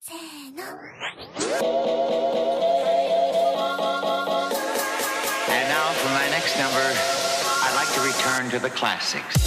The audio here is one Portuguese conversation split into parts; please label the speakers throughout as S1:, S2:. S1: せーの
S2: And now for my next number, I'd like to return to the classics.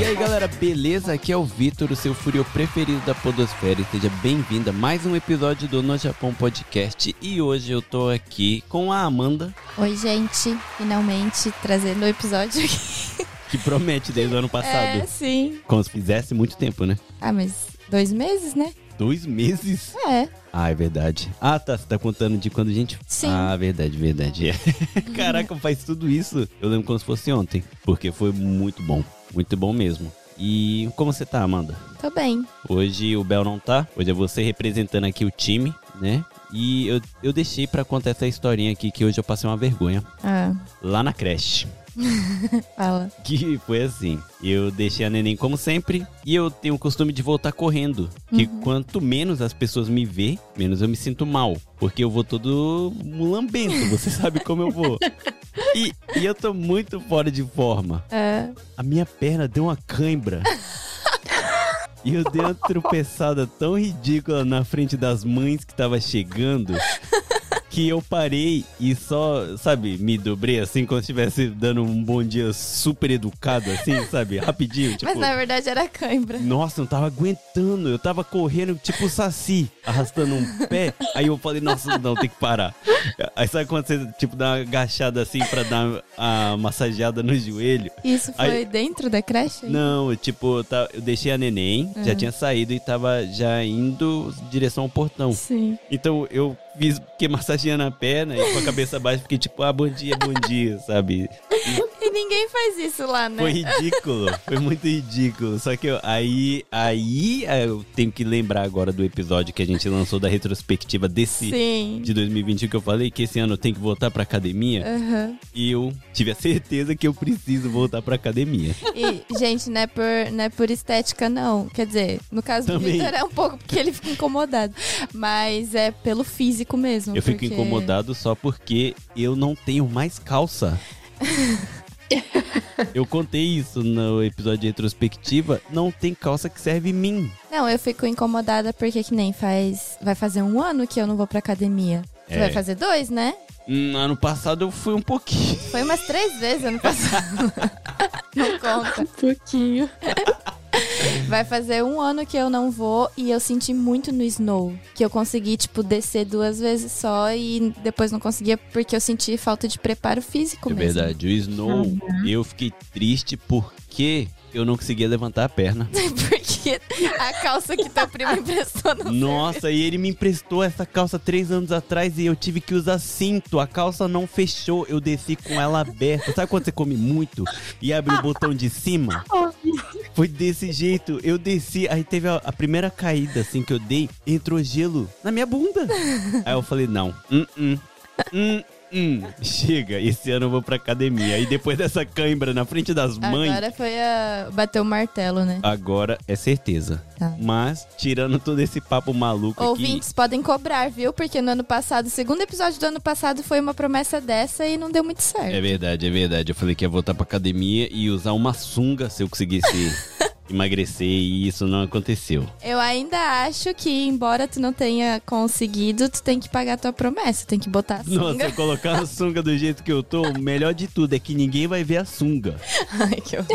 S3: E aí galera, beleza? Aqui é o Vitor, o seu furio preferido da Podosfera, e seja bem-vindo a mais um episódio do No Japão Podcast. E hoje eu tô aqui com a Amanda,
S4: Oi, gente. Finalmente trazendo o episódio aqui.
S3: que promete desde o ano passado.
S4: É, sim.
S3: Como se fizesse muito tempo, né?
S4: Ah, mas dois meses, né?
S3: Dois meses?
S4: É.
S3: Ah, é verdade. Ah, tá, você tá contando de quando a gente.
S4: Sim.
S3: Ah, verdade, verdade. É. Caraca, faz tudo isso. Eu lembro como se fosse ontem, porque foi muito bom. Muito bom mesmo. E como você tá, Amanda?
S4: Tô bem.
S3: Hoje o Bel não tá. Hoje é você representando aqui o time, né? E eu, eu deixei pra contar essa historinha aqui que hoje eu passei uma vergonha.
S4: Ah,
S3: Lá na creche.
S4: fala.
S3: Que foi assim. Eu deixei a neném como sempre. E eu tenho o costume de voltar correndo. Que quanto menos as pessoas me vê, menos eu me sinto mal. Porque eu vou todo mulambento. Você sabe como eu vou. E, e eu tô muito fora de forma.
S4: Ah,
S3: A minha perna deu uma cãibra. E eu dei uma tropeçada tão ridícula na frente das mães que tava chegando que eu parei e só, sabe, me dobrei assim, como se estivesse dando um bom dia super educado, assim, sabe? Rapidinho, tipo.
S4: mas na verdade era cãibra.
S3: Nossa, eu não tava aguentando. Eu tava correndo tipo saci, arrastando um pé. Aí eu falei, nossa, não, tem que parar. Aí sabe quando você, tipo, dá uma agachada assim pra dar a massageada no joelho?
S4: Isso foi
S3: Aí-
S4: dentro da creche?
S3: Não, eu, tipo, eu ta- eu deixei a neném, já tinha saído e tava já indo em direção ao portão.
S4: Sim.
S3: Então eu fiz, fiquei massageando a perna e com a cabeça baixa fiquei tipo, ah, bom dia, bom dia, sabe?
S4: E ninguém faz isso lá, né?
S3: Foi ridículo, foi muito ridículo. Só que eu- aí, aí ah, eu tenho que lembrar agora do episódio que a gente lançou da retrospectiva desse.
S4: Sim.
S3: De 2021 que eu falei que esse ano eu tenho que voltar pra
S4: É.
S3: academia
S4: Aham.
S3: e eu tive a certeza que eu preciso voltar pra academia.
S4: E, gente, não é, por, não é por estética, não. Quer dizer, no caso do
S3: Também.
S4: Vitor é um pouco porque ele fica incomodado. Mas é pelo físico mesmo.
S3: Eu fico
S4: porque-
S3: incomodado só porque eu não tenho mais calça. eu contei isso no episódio de retrospectiva. Não tem calça que serve em mim.
S4: Não, eu fico incomodada porque que nem faz. Vai fazer um ano que eu não vou pra academia. Você
S3: É.
S4: vai fazer dois, né?
S3: Hum, ano passado eu fui um pouquinho.
S4: Foi umas três vezes ano passado. não conta.
S5: pouquinho.
S4: Vai fazer um ano que eu não vou e eu senti muito no snow. Que eu consegui, tipo, descer duas vezes só e depois não conseguia porque eu senti falta de preparo físico
S3: É
S4: mesmo.
S3: verdade. O Snow, eu fiquei triste porque eu não conseguia levantar a perna.
S4: porque a calça que teu primo emprestou não
S3: Nossa, e ele me emprestou essa calça três anos atrás e eu tive que usar cinto. A calça não fechou, eu desci com ela aberta. Sabe quando você come muito e abre o botão de cima? Foi desse jeito. Eu desci, aí teve a, a primeira caída assim que eu dei, entrou gelo na minha bunda. Aí eu falei, não. Hum, hum. Hum, hum. Chega, esse ano eu vou pra academia. E depois dessa cãibra na frente das mães.
S4: Agora foi a. bater o martelo, né?
S3: Agora é certeza.
S4: Tá.
S3: Mas, tirando todo esse papo maluco aqui.
S4: Ouvintes podem cobrar, viu? Porque no ano passado, o segundo episódio do ano passado foi uma promessa dessa e não deu muito certo.
S3: É verdade, é verdade. Eu falei que ia voltar pra academia e usar uma sunga se eu conseguisse emagrecer e isso não aconteceu.
S4: Eu ainda acho que, embora tu não tenha conseguido, tu tem que pagar a tua promessa, tem que botar a
S3: Nossa,
S4: sunga.
S3: eu colocar a sunga do jeito que eu tô, o melhor de tudo é que ninguém vai ver a sunga.
S4: Ai, que horror.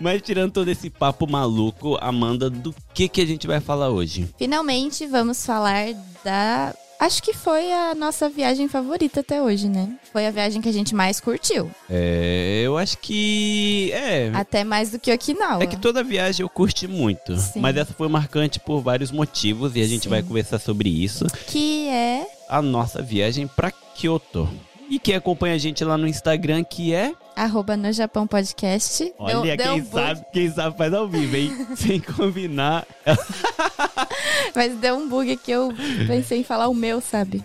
S3: Mas tirando todo esse papo maluco, Amanda, do que que a gente vai falar hoje?
S4: Finalmente, vamos falar da. Acho que foi a nossa viagem favorita até hoje, né? Foi a viagem que a gente mais curtiu.
S3: É, eu acho que é,
S4: Até mais do que Okinawa.
S3: É que toda viagem eu curti muito,
S4: Ah. Sim.
S3: mas essa foi marcante por vários motivos e a gente
S4: Sim.
S3: vai conversar sobre isso.
S4: Que é
S3: A nossa viagem pra Kyoto. E quem acompanha a gente lá no Instagram, que é.
S4: arroba no Japão Podcast.
S3: Olha,
S4: Deu-
S3: quem
S4: deu um bug,
S3: sabe, quem sabe faz ao vivo, hein? Sem combinar.
S4: Mas deu um bug que eu pensei em falar o meu, sabe?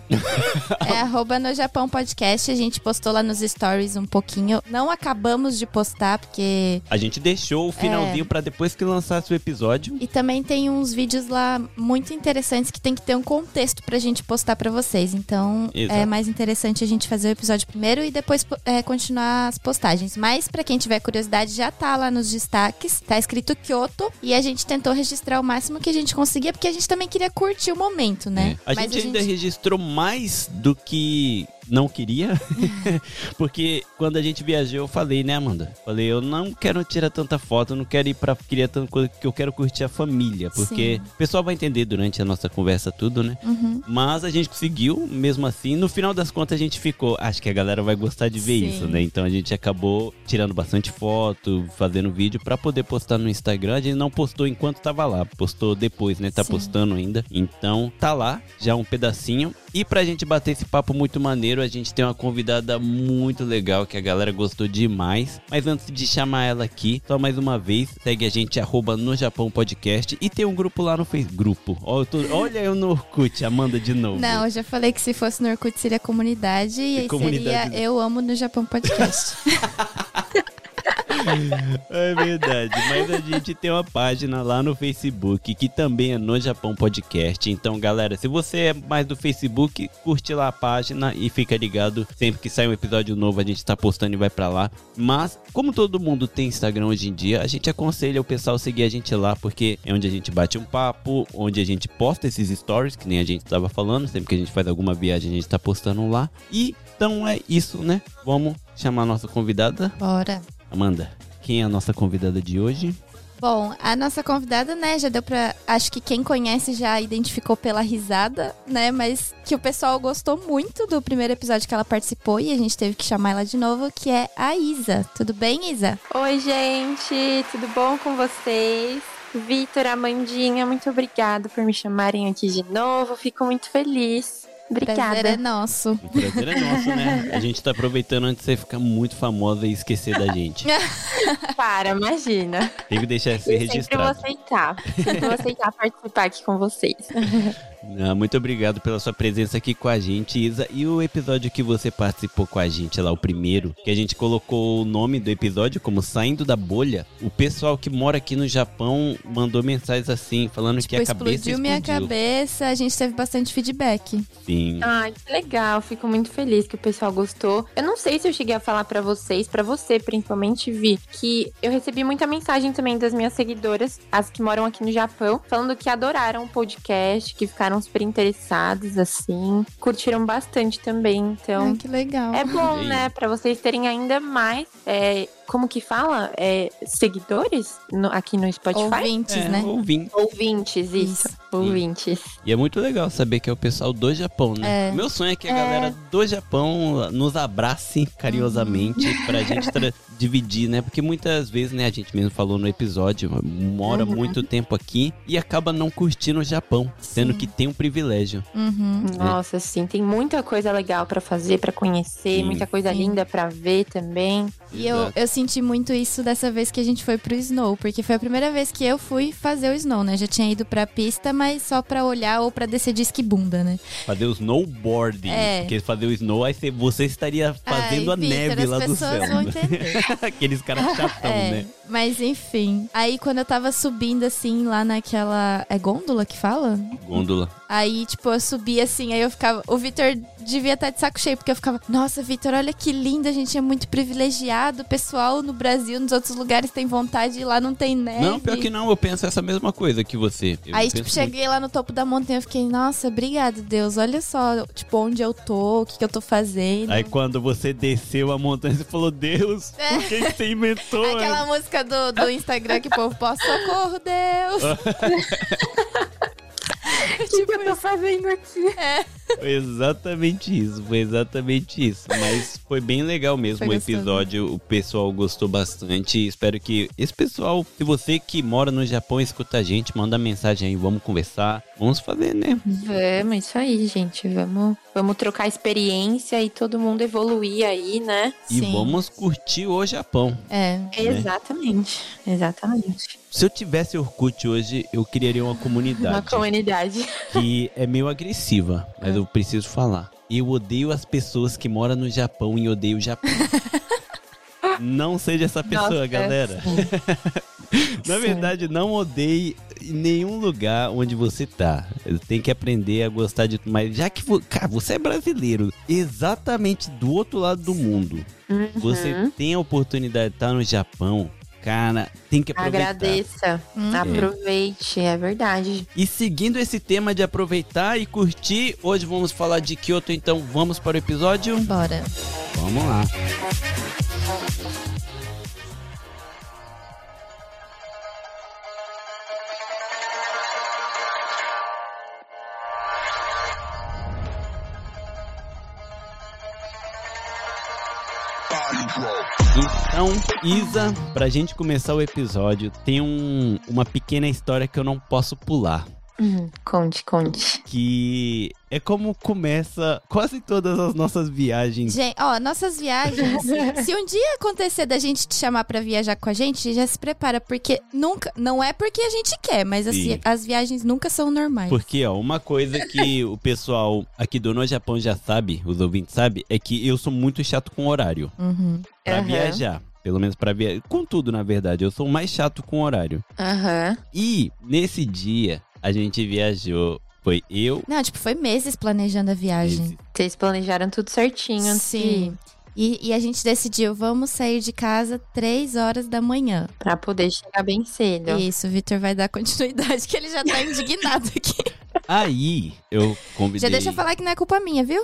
S4: é arroba no Japão Podcast. A gente postou lá nos stories um pouquinho. Não acabamos de postar, porque
S3: A gente deixou o
S4: É.
S3: finalzinho pra depois que lançasse o episódio.
S4: E também tem uns vídeos lá muito interessantes que tem que ter um contexto pra gente postar pra vocês. Então
S3: Exato.
S4: é mais interessante a gente fazer o episódio primeiro e depois é, continuar as postagens. Mas pra quem tiver curiosidade, já tá lá nos destaques. Tá escrito Kyoto. E a gente tentou registrar o máximo que a gente conseguia, porque a gente também queria curtir o momento, né?
S3: É. A gente ainda registrou mais do que não queria, porque quando a gente viajou, eu falei, né, Amanda? Falei, eu não quero tirar tanta foto, não quero ir pra queria tanta coisa, que eu quero curtir a família, porque o pessoal vai entender durante a nossa conversa tudo, né?
S4: Uhum.
S3: Mas a gente conseguiu, mesmo assim. No final das contas, a gente ficou. Acho que a galera vai gostar de ver
S4: Sim.
S3: isso, né? Então a gente acabou tirando bastante foto, fazendo vídeo pra poder postar no Instagram. A gente não postou enquanto tava lá, postou depois, né? Tá
S4: Sim.
S3: postando ainda. Então tá lá, já um pedacinho. E pra gente bater esse papo muito maneiro, a gente tem uma convidada muito legal que a galera gostou demais. Mas antes de chamar ela aqui, só mais uma vez, segue a gente, arroba no Japão Podcast. E tem um grupo lá no Facebook. Grupo. Ó, eu tô- olha eu no Orkut, Amanda de novo.
S4: Não, eu já falei que se fosse no Orkut seria comunidade e, aí
S3: comunidade, né?
S4: seria Eu Amo no Japão Podcast.
S3: É verdade, mas a gente tem uma página lá no Facebook que também é no Japão Podcast. Então, galera, se você é mais do Facebook, curte lá a página e fica ligado. Sempre que sai um episódio novo, a gente tá postando e vai pra lá. Mas, como todo mundo tem Instagram hoje em dia, a gente aconselha o pessoal a seguir a gente lá, porque é onde a gente bate um papo, onde a gente posta esses stories, que nem a gente tava falando. Sempre que a gente faz alguma viagem, a gente tá postando lá. E então é isso, né? Vamos chamar a nossa convidada.
S4: Bora.
S3: Amanda, quem é a nossa convidada de hoje?
S4: Bom, a nossa convidada, né, já deu pra. Acho que quem conhece já identificou pela risada, né? Mas que o pessoal gostou muito do primeiro episódio que ela participou e a gente teve que chamar ela de novo, que é a Isa. Tudo bem, Isa?
S1: Oi, gente, tudo bom com vocês? Vitor, Amandinha, muito obrigada por me chamarem aqui de novo. Fico muito feliz.
S4: Prazer é
S1: Obrigada.
S4: nosso.
S3: O prazer é nosso, né? A gente tá aproveitando antes de você ficar muito famosa e esquecer da gente.
S1: Para, imagina.
S3: Tem que deixar ser
S1: Sempre vou
S3: registrado.
S1: aceitar. Sempre vou aceitar participar aqui com vocês.
S3: Ah, muito obrigado pela sua presença aqui com a gente, Isa. E o episódio que você participou com a gente lá, o primeiro, que a gente colocou o nome do episódio como Saindo da Bolha, o pessoal que mora aqui no Japão mandou mensagens assim, falando que a cabeça
S4: Tipo, explodiu minha cabeça, a gente teve bastante feedback.
S1: Então,
S3: Sim.
S1: Ai, que legal. Fico muito feliz que o pessoal gostou. Eu não sei se eu cheguei a falar pra vocês, pra você principalmente, Vi, que eu recebi muita mensagem também das minhas seguidoras, as que moram aqui no Japão, falando que adoraram o podcast, que ficaram super interessadas, assim. Curtiram bastante também, então...
S4: Ai, que legal.
S1: É bom,
S3: Olha aí.
S1: né? Pra vocês terem ainda mais, é, como que fala? É, seguidores no- aqui no Spotify?
S4: Ouvintes,
S3: É,
S4: né?
S3: ouvindo.
S1: Ouvintes, isso.
S4: Isso.
S1: Ouvintes.
S3: E é muito legal saber que é o pessoal do Japão, né? Meu sonho é que a
S1: É.
S3: galera do Japão nos abrace carinhosamente
S4: Uhum.
S3: pra gente tra- dividir, né? Porque muitas vezes, né, a gente mesmo falou no episódio, mora
S1: Uhum.
S3: muito tempo aqui e acaba não curtindo o Japão, sendo
S4: Sim.
S3: que tem um privilégio.
S4: Uhum.
S3: É.
S1: Nossa, sim, tem muita coisa legal pra fazer, pra conhecer,
S3: Sim.
S1: muita coisa
S4: Sim.
S1: linda pra ver também.
S4: E eu,
S3: Exato.
S4: eu senti muito isso dessa vez que a gente foi pro Snow, porque foi a primeira vez que eu fui fazer o Snow, né? Já tinha ido pra pista, mas só pra olhar ou pra descer de esquibunda, né?
S3: Fazer o snowboarding,
S4: É.
S3: porque fazer o snow, aí você- você estaria fazendo
S4: Ai,
S3: a neve
S4: Vitor,
S3: lá
S4: as
S3: do
S4: pessoas
S3: céu.
S4: vão
S3: né?
S4: entender.
S3: Aqueles caras chatão,
S4: é,
S3: né?
S4: mas enfim. Aí quando eu tava subindo assim, lá naquela. É gôndola que fala?
S3: Gôndola.
S4: Aí, tipo, eu subia assim, aí eu ficava. O Vitor devia estar de saco cheio, porque eu ficava, nossa, Vitor, olha que lindo, a gente é muito privilegiado. O pessoal no Brasil, nos outros lugares tem vontade e lá não tem neve.
S3: Não, pior que não, eu penso essa mesma coisa que você. Eu
S4: É, Aí,
S3: penso
S4: tipo, cheguei lá no topo da montanha eu fiquei, nossa, obrigado, Deus. Olha só, tipo, onde eu tô, o que, que eu tô fazendo.
S3: Aí quando você desceu a montanha, você falou, Deus,
S4: É.
S3: por que que você inventou? né?"
S4: Aquela música do, do Instagram que o povo posta, socorro, Deus. Tipo
S1: O que, eu tô fazendo aqui?
S3: Foi exatamente isso, foi exatamente isso. Mas foi bem legal mesmo
S4: Foi
S3: o
S4: gostoso.
S3: episódio, o pessoal gostou bastante. Espero que esse pessoal, se você que mora no Japão e escuta a gente, manda mensagem aí, vamos conversar, vamos fazer, né?
S1: Vamos, isso aí, gente. Vamos, vamos trocar experiência e todo mundo evoluir aí, né?
S3: E vamos curtir o Japão.
S4: É,
S1: Exatamente, exatamente.
S3: Se eu tivesse Orkut hoje, eu criaria uma comunidade.
S1: Uma comunidade.
S3: que é meio agressiva,
S1: É.
S3: mas eu preciso falar. Eu odeio as pessoas que moram no Japão e odeio o Japão. Não seja essa pessoa,
S1: Nossa, é
S3: galera. Na
S1: Sim.
S3: verdade, não odeie em nenhum lugar onde você tá. Tem que aprender a gostar de tudo mais. Já que, vo- cara, você é brasileiro, exatamente do outro lado do mundo.
S1: Uhum.
S3: Você tem a oportunidade de estar no Japão. Cara, tem que aproveitar.
S1: Agradeça,
S4: Hum.
S1: aproveite, é verdade.
S3: E seguindo esse tema de aproveitar e curtir, hoje vamos falar de Kyoto, então vamos para o episódio?
S4: Bora.
S3: Vamos lá. Então, Isa, pra gente começar o episódio, tem um- uma pequena história que eu não posso pular.
S1: Uhum, Conte, conte.
S3: Que é como começa quase todas as nossas viagens.
S4: Gente, ó, nossas viagens. se um dia acontecer da gente te chamar pra viajar com a gente, já se prepara, porque nunca. Não é porque a gente quer, mas assim,
S3: Sim.
S4: as viagens nunca são normais.
S3: Porque, ó, uma coisa que o pessoal aqui do No Japão já sabe, os ouvintes sabem, é que eu sou muito chato com horário.
S4: Uhum.
S3: Pra
S1: Aham.
S3: viajar. Pelo menos pra viajar. Com tudo, na verdade. Eu sou mais chato com horário.
S1: Aham.
S3: E nesse dia, a gente viajou. Foi eu.
S4: Não, tipo, foi meses planejando a viagem.
S3: esse-
S1: Vocês planejaram tudo certinho. antes
S4: Sim. E, e a gente decidiu, vamos sair de casa três horas da manhã.
S1: de- Pra poder chegar bem cedo.
S4: Isso, o Vitor vai dar continuidade, que ele já tá indignado aqui.
S3: Aí, eu convidei.
S4: Já deixa eu falar que não é culpa minha, viu?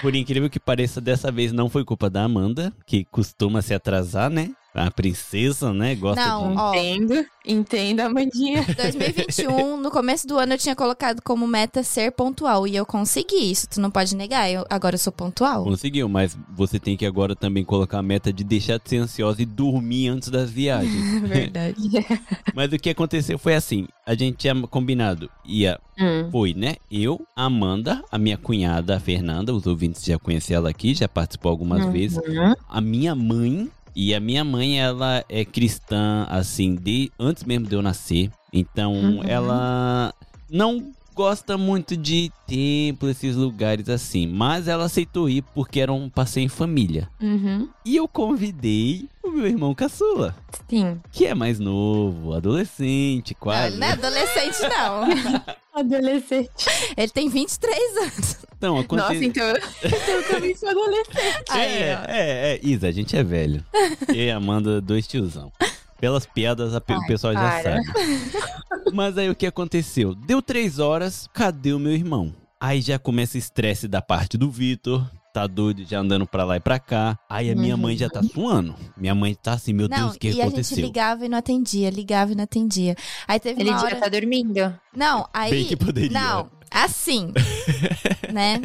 S3: Por incrível que pareça, dessa vez não foi culpa da Amanda, que costuma se atrasar, né? A princesa, né? Gosta
S4: Não,
S3: de.
S4: ó.
S1: Entendo, entendo, Amandinha.
S4: 2021, no começo do ano eu tinha colocado como meta ser pontual e eu consegui isso, tu não pode negar, eu, agora eu sou pontual.
S3: Conseguiu, mas você tem que agora também colocar a meta de deixar de ser ansiosa e dormir antes das viagens.
S1: É
S4: Verdade.
S3: mas o que aconteceu foi assim: a gente tinha combinado, ia
S1: Hum,
S3: Foi, né? Eu, a Amanda, a minha cunhada, a Fernanda, os ouvintes já conhecem ela aqui, já participou algumas
S1: Uhum.
S3: vezes. A minha mãe, e a minha mãe, ela é cristã, assim, de antes mesmo de eu nascer. Então,
S1: Uhum.
S3: ela não gosta muito de templo, esses lugares assim. Mas ela aceitou ir porque era um passeio em família.
S1: uhum.
S3: E eu convidei o meu irmão caçula,
S1: Sim.
S3: que é mais novo, adolescente,
S4: Não,
S3: quase.
S4: ele não é adolescente, não.
S1: Adolescente.
S4: Ele tem 23 anos.
S3: Então, aconteceu.
S1: Nossa, então eu eu também sou adolescente.
S4: Aí, ó.
S3: é, é, é, Isa, a gente é velho. Eu e a Amanda, dois tiozão. Pelas piadas, a pe- o pessoal já
S1: para.
S3: sabe. Mas aí o que aconteceu? Deu três horas, cadê o meu irmão? Aí já começa o estresse da parte do Vitor. Tá doido, já andando pra lá e pra cá. Aí a minha mãe já tá suando. Minha mãe tá assim, meu
S4: Uhum. não,
S3: Deus, o que
S4: e a gente
S3: aconteceu?
S4: ligava e não atendia, ligava e não atendia. Aí teve
S1: Ele
S4: uma
S1: já
S4: hora...
S1: tá dormindo.
S4: Não, aí...
S3: Bem que poderia.
S4: Não, assim, né?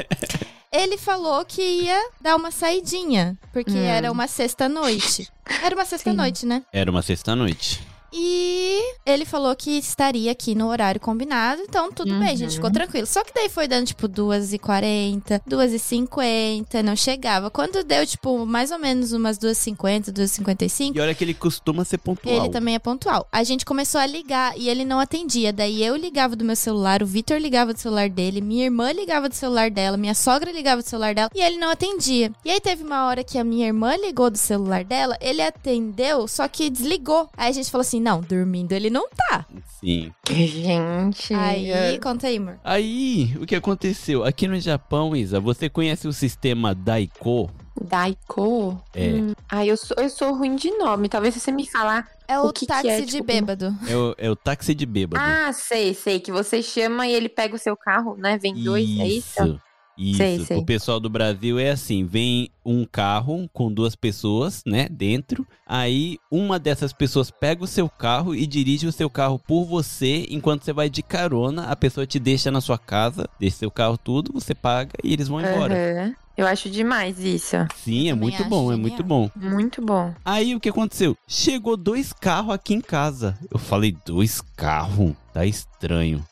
S4: Ele falou que ia dar uma saidinha, porque
S1: Hum.
S4: era uma sexta-noite. Era uma sexta-noite, né?
S3: Era uma sexta-noite.
S4: E ele falou que estaria aqui no horário combinado, então tudo
S1: Uhum.
S4: bem, a gente ficou tranquilo. Só que daí foi dando tipo 2h40, 2h50, não chegava. Quando deu tipo mais ou menos umas 2h50, 2h55,
S3: E olha que ele costuma ser pontual.
S4: ele também é pontual. A gente começou a ligar e ele não atendia. Daí eu ligava do meu celular, o Vitor ligava do celular dele, minha irmã ligava do celular dela, minha sogra ligava do celular dela e ele não atendia. E aí teve uma hora que a minha irmã ligou do celular dela, ele atendeu, só que desligou. Aí a gente falou assim: não, dormindo ele não tá.
S3: Sim.
S1: Gente. É.
S4: Aí, conta aí, amor.
S3: Aí, o que aconteceu? Aqui no Japão, Isa, você conhece o sistema Daiko?
S1: Daiko.
S3: É.
S1: Ai, eu sou, eu sou ruim de nome. Talvez se você me falar.
S4: É o,
S1: O que que é,
S4: táxi de
S1: tipo,
S4: bêbado.
S3: É o, é o táxi de bêbado.
S1: Ah, sei, sei. Que você chama e ele pega o seu carro, né? Vem dois, é isso?
S3: Isso.
S1: Sei, sei.
S3: O pessoal do Brasil é assim: vem um carro com duas pessoas, né, dentro. Aí uma dessas pessoas pega o seu carro e dirige o seu carro por você enquanto você vai de carona. A pessoa te deixa na sua casa, deixa seu carro tudo, você paga e eles vão embora.
S1: Aham. Eu acho demais isso.
S3: Sim,
S4: Eu
S3: é
S4: também
S3: muito
S4: acho
S3: bom, é
S4: genial.
S3: muito bom.
S1: Muito bom.
S3: Aí o que aconteceu? Chegou dois carros aqui em casa. Eu falei, dois carros? Tá estranho.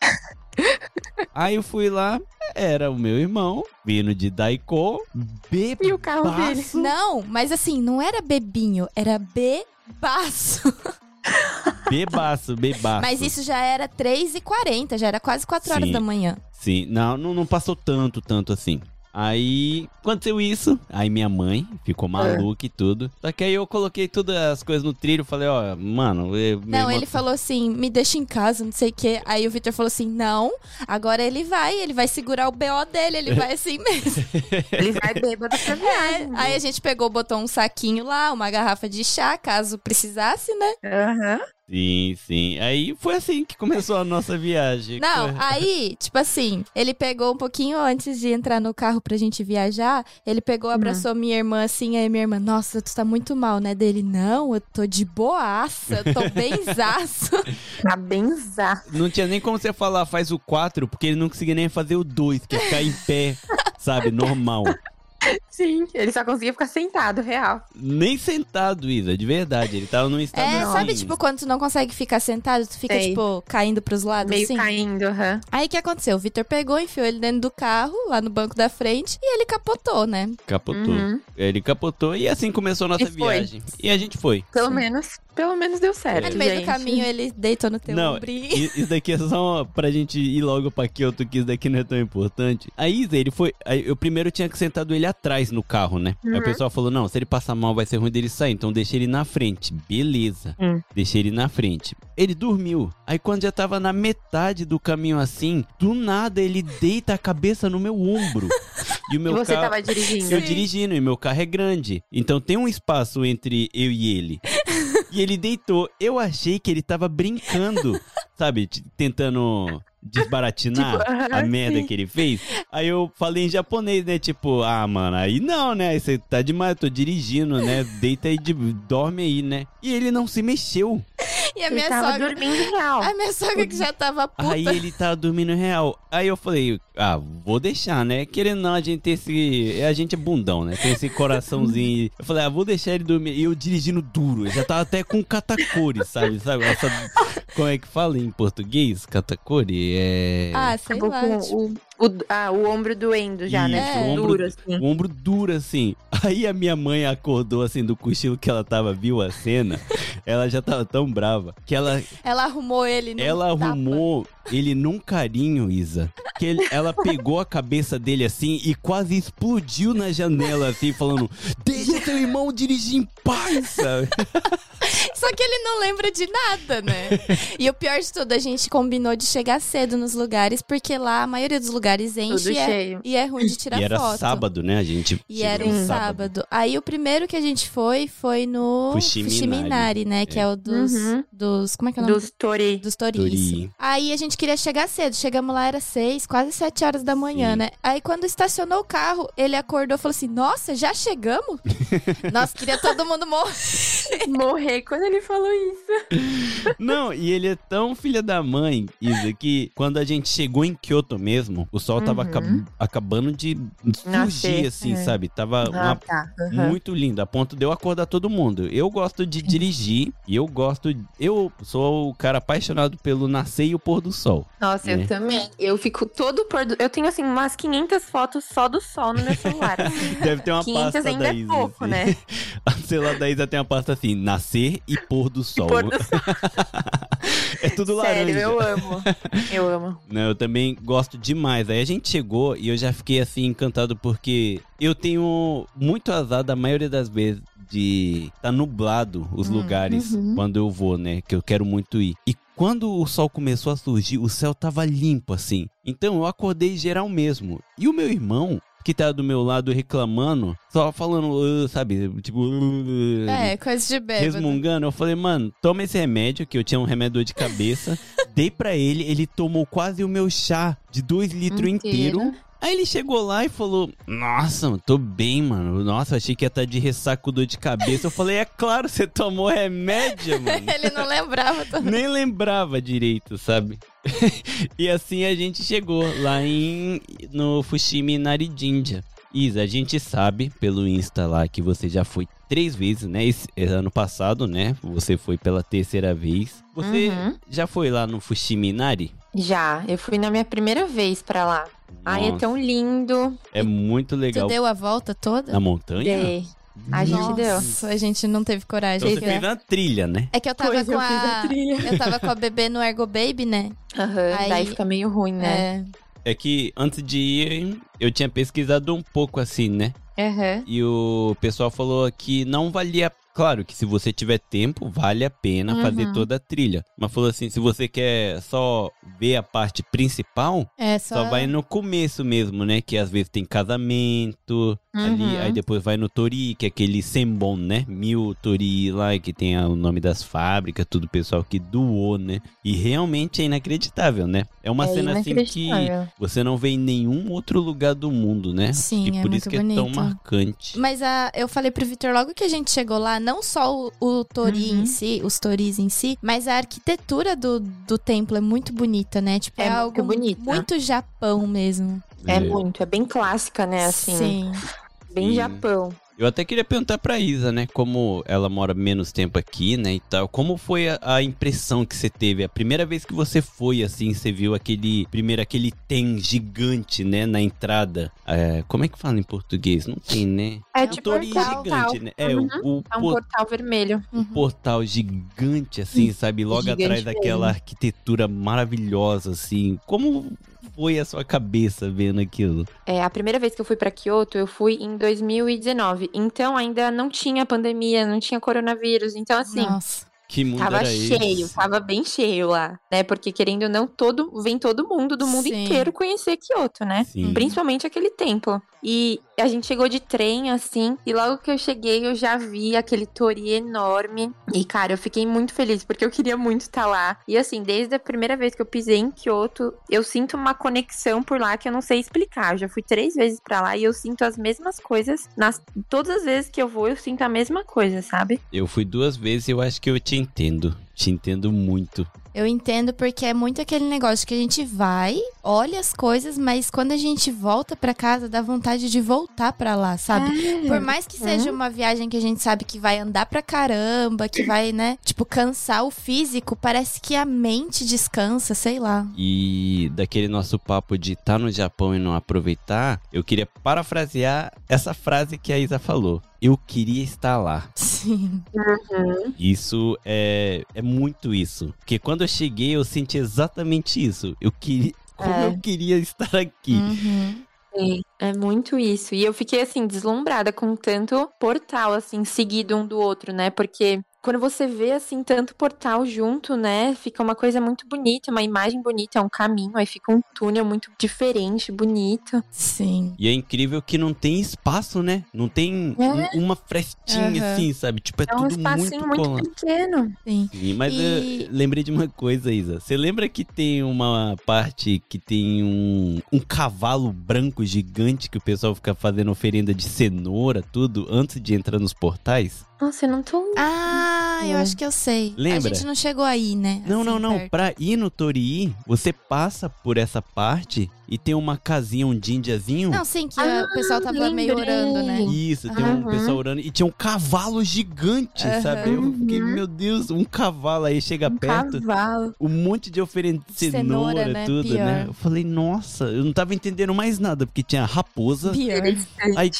S3: Aí eu fui lá, era o meu irmão, vindo de Daiko,
S1: E o carro dele?
S3: bebaço,
S4: Não, mas assim, não era bebinho, era bebaço.
S3: bebaço, bebaço.
S4: Mas isso já era 3h40, já era quase 4 horas
S3: Sim.
S4: da manhã.
S3: Sim, não, não, não passou tanto, tanto assim. Aí aconteceu isso. Aí minha mãe
S1: É.
S3: ficou maluca e tudo. Só que aí eu coloquei todas as coisas no trilho. Falei, ó, mano. eu- meu
S4: Não,
S3: irmão-
S4: ele falou assim, me deixa em casa, não sei o quê. Aí o Vitor falou assim, não, agora ele vai, ele vai segurar o BO dele, ele vai assim mesmo.
S1: Ele vai bêbado pra
S4: É,
S1: viagem.
S4: Aí a gente pegou, botou um saquinho lá, uma garrafa de chá, caso precisasse, né?
S1: Aham.
S3: Sim, sim. Aí foi assim que começou a nossa viagem.
S4: Não, aí, tipo assim, ele pegou um pouquinho antes de entrar no carro pra gente viajar, ele pegou, abraçou minha irmã assim, aí minha irmã, nossa, tu tá muito mal, né? Dele, não, eu tô de boaça, eu tô benzaço.
S1: Tá benzar.
S3: Não tinha nem como você falar faz o 4, porque ele não conseguia nem fazer o 2, que é ficar em pé, sabe? Normal.
S1: Sim, ele só conseguia ficar sentado, real.
S3: Nem sentado, Isa, de verdade. Ele tava num estado
S4: é,
S3: assim.
S4: sabe, tipo, quando tu não consegue ficar sentado, tu fica,
S1: Sei.
S4: tipo, caindo pros lados,
S1: Meio
S4: assim?
S1: caindo, aham.
S4: Aí o que aconteceu? O Vitor pegou, enfiou ele dentro do carro, lá no banco da frente, e ele capotou, né?
S3: Capotou.
S1: Uhum.
S3: Ele capotou e assim começou a nossa
S1: E foi.
S3: viagem. E a gente foi.
S1: Pelo
S4: Sim.
S1: menos, pelo menos deu certo,
S4: Aí no meio
S1: gente.
S4: do caminho ele deitou no teu
S3: É. Não,
S4: ombrinho.
S3: i- isso daqui é só pra gente ir logo pra Kyoto, que isso daqui não é tão importante. A Isa, ele foi. aí Eu primeiro tinha que sentado ele atrás no carro, né?
S1: Uhum.
S3: Aí o pessoal falou: não, se ele passar mal vai ser ruim dele sair, então deixa ele na frente. Beleza.
S1: Hum.
S3: Deixei ele na frente. Ele dormiu. Aí quando já tava na metade do caminho assim, do nada ele deita a cabeça no meu ombro. E o
S1: E
S3: meu
S1: você
S3: carro.
S1: tava dirigindo.
S3: Eu dirigindo e meu carro é grande. Então tem um espaço entre eu e ele. e ele deitou. Eu achei que ele tava brincando, sabe? t- Tentando desbaratinar
S1: Tipo, aham,
S3: a merda
S1: sim.
S3: que ele fez. Aí eu falei em japonês, né? Tipo, ah, mano, aí não, né? Aí você tá demais, eu tô dirigindo, né? Deita aí, de- dorme aí, né? E ele não se mexeu.
S4: E a
S1: Ele
S4: minha
S1: tava
S4: sogra.
S1: dormindo, real.
S4: A minha sogra que já tava puta.
S3: Aí ele tava dormindo real. Aí eu falei, ah, vou deixar, né? Querendo ou não, a gente tem esse. A gente é bundão, né? Tem esse coraçãozinho. Eu falei, ah, vou deixar ele dormir. E eu dirigindo duro. Eu já tava até com catacore, sabe? Sabe? Essa- Como é que fala em português? Catacore? É.
S4: Ah, sei
S1: Acabou
S4: lá.
S1: com
S4: tipo,
S1: o, o, ah, o ombro doendo já, né?
S3: Isso,
S1: Tipo,
S3: o ombro-
S1: Duro, assim.
S3: O ombro duro, assim. Aí a minha mãe acordou, assim, do cochilo que ela tava, viu a cena. Ela já tava tão brava que ela
S4: Ela arrumou ele. num
S3: Ela
S4: tapa.
S3: arrumou ele num carinho, Isa. Que ele- ela pegou a cabeça dele assim e quase explodiu na janela, assim, falando: Deixa teu irmão dirigir em paz, sabe?
S4: Só que ele não lembra de nada, né? e o pior de tudo, a gente combinou de chegar cedo nos lugares, porque lá a maioria dos lugares enche
S1: Tudo
S4: e, é,
S1: cheio.
S4: e é ruim de tirar
S3: e era
S4: foto.
S3: sábado, né, a gente?
S4: E
S3: chegou
S4: era
S3: no
S4: um sábado. Aí o primeiro que a gente foi foi no
S3: Fushiminari.
S4: Fushiminari, né? Que é o dos.
S1: Uhum.
S4: dos como é que é o nome?
S1: Dos tori.
S4: Dos toris.
S3: Tori.
S4: Aí a gente queria chegar cedo. Chegamos lá, era seis, quase sete horas da manhã,
S3: Sim.
S4: né? Aí quando estacionou o carro, ele acordou e falou assim: Nossa, já chegamos? Nossa, queria todo mundo morrer.
S1: Morrer quando ele falou isso.
S3: Não, e ele é tão filha da mãe, Isa, que quando a gente chegou em Kyoto mesmo, o sol tava
S1: Uhum.
S3: acab- acabando de surgir,
S1: Nascer,
S3: assim,
S1: é.
S3: sabe? Tava
S4: Ah,
S3: uma
S1: tá.
S3: Muito lindo, a ponto de eu acordar todo mundo. Eu gosto de dirigir e eu gosto. Eu sou o cara apaixonado pelo nascer e o pôr do sol.
S1: Nossa,
S3: É.
S1: eu também. Eu fico todo por. Eu tenho, assim, umas 500 fotos só do sol no meu celular.
S3: Deve ter uma
S1: 500
S3: pasta
S1: ainda
S3: da
S1: é
S3: Isa.
S1: pouco,
S3: assim.
S1: né?
S3: O celular da Isa tem uma pasta assim: nascer e pôr do sol.
S1: pôr do
S3: é tudo laranja.
S1: Sério, eu amo. Eu amo.
S3: Não, Né, eu também gosto demais. Aí a gente chegou e eu já fiquei assim encantado porque eu tenho muito azar da maioria das vezes de tá nublado os lugares
S1: uhum.
S3: quando eu vou, né? Que eu quero muito ir. E quando o sol começou a surgir, o céu tava limpo assim. Então eu acordei geral mesmo. E o meu irmão que tá do meu lado reclamando, só falando, "Ah", sabe, tipo, "Ah",
S4: É, coisa de bêbado.
S3: resmungando, eu falei, mano, toma esse remédio, que eu tinha um remédio de cabeça. Dei pra ele, ele tomou quase o meu chá de dois litros
S1: Inteiro.
S3: inteiro. Aí ele chegou lá e falou: Nossa, mano, tô bem, mano. Nossa, achei que ia estar de ressaco dor de cabeça. Eu falei, é claro, você tomou remédio, mano.
S4: Ele não lembrava. Tô...
S3: Nem lembrava direito, sabe? e assim a gente chegou lá em no Fushimi Narijinja. Isa, a gente sabe pelo Insta lá que você já foi três vezes, né? Esse, ano passado, né? Você foi pela terceira vez. Você
S1: Uhum.
S3: já foi lá no Fushimi Nari?
S1: Já, eu fui na minha primeira vez pra lá. Ai, é
S3: Nossa,
S1: tão lindo.
S3: é muito
S4: Tu
S3: legal.
S4: deu a volta toda?
S3: Na montanha?
S1: Dei. A gente
S4: Nossa,
S1: deu.
S4: a gente não teve coragem.
S3: Então você
S4: de
S3: fez na trilha, né?
S4: É que eu tava
S1: Pois,
S4: com
S1: eu fiz
S4: a.
S1: a trilha.
S4: eu tava com a bebê no Ergo Baby, né?
S1: Aham,
S4: Aí-
S1: Daí fica meio ruim, né?
S4: É.
S3: É que antes de ir, eu tinha pesquisado um pouco assim, né?
S1: Aham.
S3: E o pessoal falou que não valia. Claro que se você tiver tempo, vale a pena
S1: Uhum.
S3: fazer toda a trilha. Mas falou assim: se você quer só ver a parte principal,
S4: É, só,
S3: só, vai no começo mesmo, né? Que às vezes tem casamento, ali,
S1: Uhum.
S3: aí depois vai no Tori, que é aquele Sembon, né? Mil Tori lá, que tem ah, o nome das fábricas, tudo o pessoal que doou, né? E realmente é inacreditável, né? É uma
S1: É
S3: cena assim que
S1: inacreditável.
S3: você não vê em nenhum outro lugar do mundo, né?
S4: Sim,
S3: e
S4: é
S3: por
S4: muito
S3: isso que é tão
S4: bonito.
S3: marcante.
S4: Mas a, eu falei pro Vitor logo que a gente chegou lá, não só o, o Tori
S1: Uhum.
S4: em si, os Toris em si, mas a arquitetura do, do templo é muito bonita, né? Tipo, é,
S1: É muito
S4: algo
S1: bonita.
S4: muito Japão mesmo.
S1: É muito, é bem clássica, né? Assim,
S4: Sim.
S1: bem
S3: Sim.
S1: Japão.
S3: Eu até queria perguntar pra Isa, né? Como ela mora menos tempo aqui, né? E tal. Como foi a, a impressão que você teve? A primeira vez que você foi, assim, você viu aquele. Primeiro, aquele tem gigante, né? Na entrada. É, como é que fala em português? Não tem, né?
S1: É,
S4: É um
S1: tipo um
S4: torinho
S1: portal.
S3: gigante, né? É,
S1: Uhum.
S3: o, o
S1: É um
S3: por-
S1: portal vermelho.
S4: Uhum.
S3: portal gigante, assim, sabe? Logo
S1: Uhum. Gigante
S3: atrás daquela arquitetura maravilhosa, assim. Como foi a sua cabeça vendo aquilo?
S1: É, a primeira vez que eu fui pra Kyoto, eu fui em 2019. Então ainda não tinha pandemia, não tinha coronavírus. Então, assim,
S4: Nossa.
S3: Que mundo
S1: tava
S3: era
S1: cheio,
S3: esse?
S1: tava bem cheio lá, né? Porque querendo ou não, todo, vem todo mundo do mundo
S4: Sim.
S1: inteiro conhecer Kyoto, né?
S3: Sim.
S1: Principalmente aquele templo. E a gente chegou de trem, assim, e logo que eu cheguei, eu já vi aquele tori enorme. E, cara, eu fiquei muito feliz, porque eu queria muito estar lá. E, assim, desde a primeira vez que eu pisei em Kyoto, eu sinto uma conexão por lá que eu não sei explicar. Eu já fui três vezes pra lá e eu sinto as mesmas coisas. Nas, todas as vezes que eu vou, eu sinto a mesma coisa, sabe?
S3: Eu fui duas vezes e eu acho que eu te entendo. Te entendo muito.
S4: Eu entendo porque é muito aquele negócio que a gente vai, olha as coisas, mas quando a gente volta pra casa, dá vontade de voltar pra lá, sabe?
S1: Uhum.
S4: Por
S1: Hum.
S4: mais que seja uma viagem que a gente sabe que vai andar pra caramba, que vai, né, tipo, cansar o físico, parece que a mente descansa, sei lá.
S3: E daquele nosso papo de estar no Japão e não aproveitar, eu queria parafrasear essa frase que a Isa falou. Eu queria estar lá.
S4: Sim.
S3: Isso é, é muito isso. Porque quando eu cheguei, eu senti exatamente isso. Eu queria. Como
S1: É. Hum.
S3: eu queria estar aqui.
S4: Uhum.
S1: Sim, é muito isso. E eu fiquei assim, deslumbrada com tanto portal, assim, seguido um do outro, né? Porque quando você vê, assim, tanto portal junto, né? Fica uma coisa muito bonita, uma imagem bonita, é um caminho, aí fica um túnel muito diferente, bonito.
S4: Sim.
S3: E é incrível que não tem espaço, né? Não tem
S1: É.
S3: um- uma frestinha
S4: Aham.
S3: assim, sabe? Tipo, é,
S1: É um
S3: tudo muito
S1: espacinho muito,
S3: colado.
S1: pequeno.
S3: Sim, mas
S4: E-
S3: eu lembrei de uma coisa, Isa. Você lembra que tem uma parte que tem um, um cavalo branco gigante que o pessoal fica fazendo oferenda de cenoura, tudo, antes de entrar nos portais?
S1: Nossa, eu não tô.
S4: Ah, eu
S1: Hum.
S4: acho que eu sei.
S3: Lembra?
S4: A gente não chegou aí, né?
S3: Não,
S4: Assim,
S3: não, não.
S4: perto.
S3: Pra ir no Torii, você passa por essa parte e tem uma casinha, um dindiazinho.
S4: Não, sim, que a- o pessoal tava meio
S1: Ah, lembrei.
S4: orando, né?
S3: Isso, tem um
S1: Aham.
S3: pessoal orando. E tinha um cavalo gigante,
S4: Aham.
S3: sabe? Eu fiquei,
S1: Uhum.
S3: meu Deus, um cavalo aí chega
S1: Um
S3: perto.
S1: cavalo.
S3: um monte de oferenda de cenoura,
S4: Cenoura, né?
S3: tudo,
S4: Pior.
S3: né? Eu falei, nossa, eu não tava entendendo mais nada, porque tinha raposa,
S4: Pior.
S1: Interessante.
S3: Aí-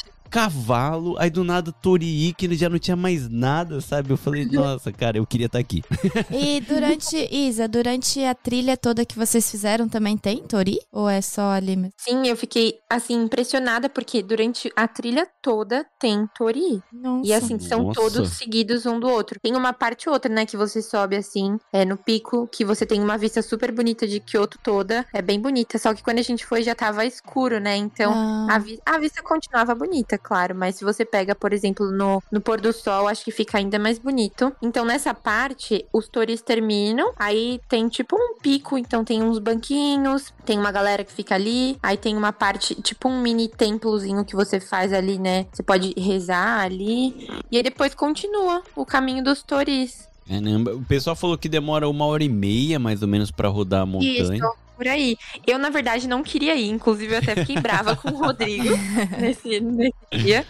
S3: cavalo, aí do nada Torii, que já não tinha mais nada, sabe? Eu falei, nossa, cara, eu queria estar aqui.
S4: E durante, Isa, durante a trilha toda que vocês fizeram também tem Tori? Ou é só ali mesmo?
S1: Sim, eu fiquei, assim, impressionada, porque durante a trilha toda tem tori.
S4: Nossa.
S1: E assim, são
S3: Nossa.
S1: todos seguidos um do outro. Tem uma parte ou outra, né, que você sobe assim, é no pico, que você tem uma vista super bonita de Kyoto toda. É bem bonita, só que quando a gente foi já tava escuro, né? Então
S4: Ah,
S1: a, vi- a vista continuava bonita, claro. Mas se você pega, por exemplo, no, no pôr do sol, acho que fica ainda mais bonito. Então nessa parte, os touristas terminam, aí tem tipo um pico, então tem uns banquinhos, tem uma galera que fica ali, aí tem uma parte, tipo um mini templozinho que você faz ali, né? Você pode rezar ali. E aí depois continua o caminho dos toris.
S3: Caramba, o pessoal falou que demora uma hora e meia, mais ou menos, pra rodar a montanha.
S1: Isso, por aí. Eu, na verdade, não queria ir. Inclusive, eu até fiquei brava com o Rodrigo nesse, nesse dia.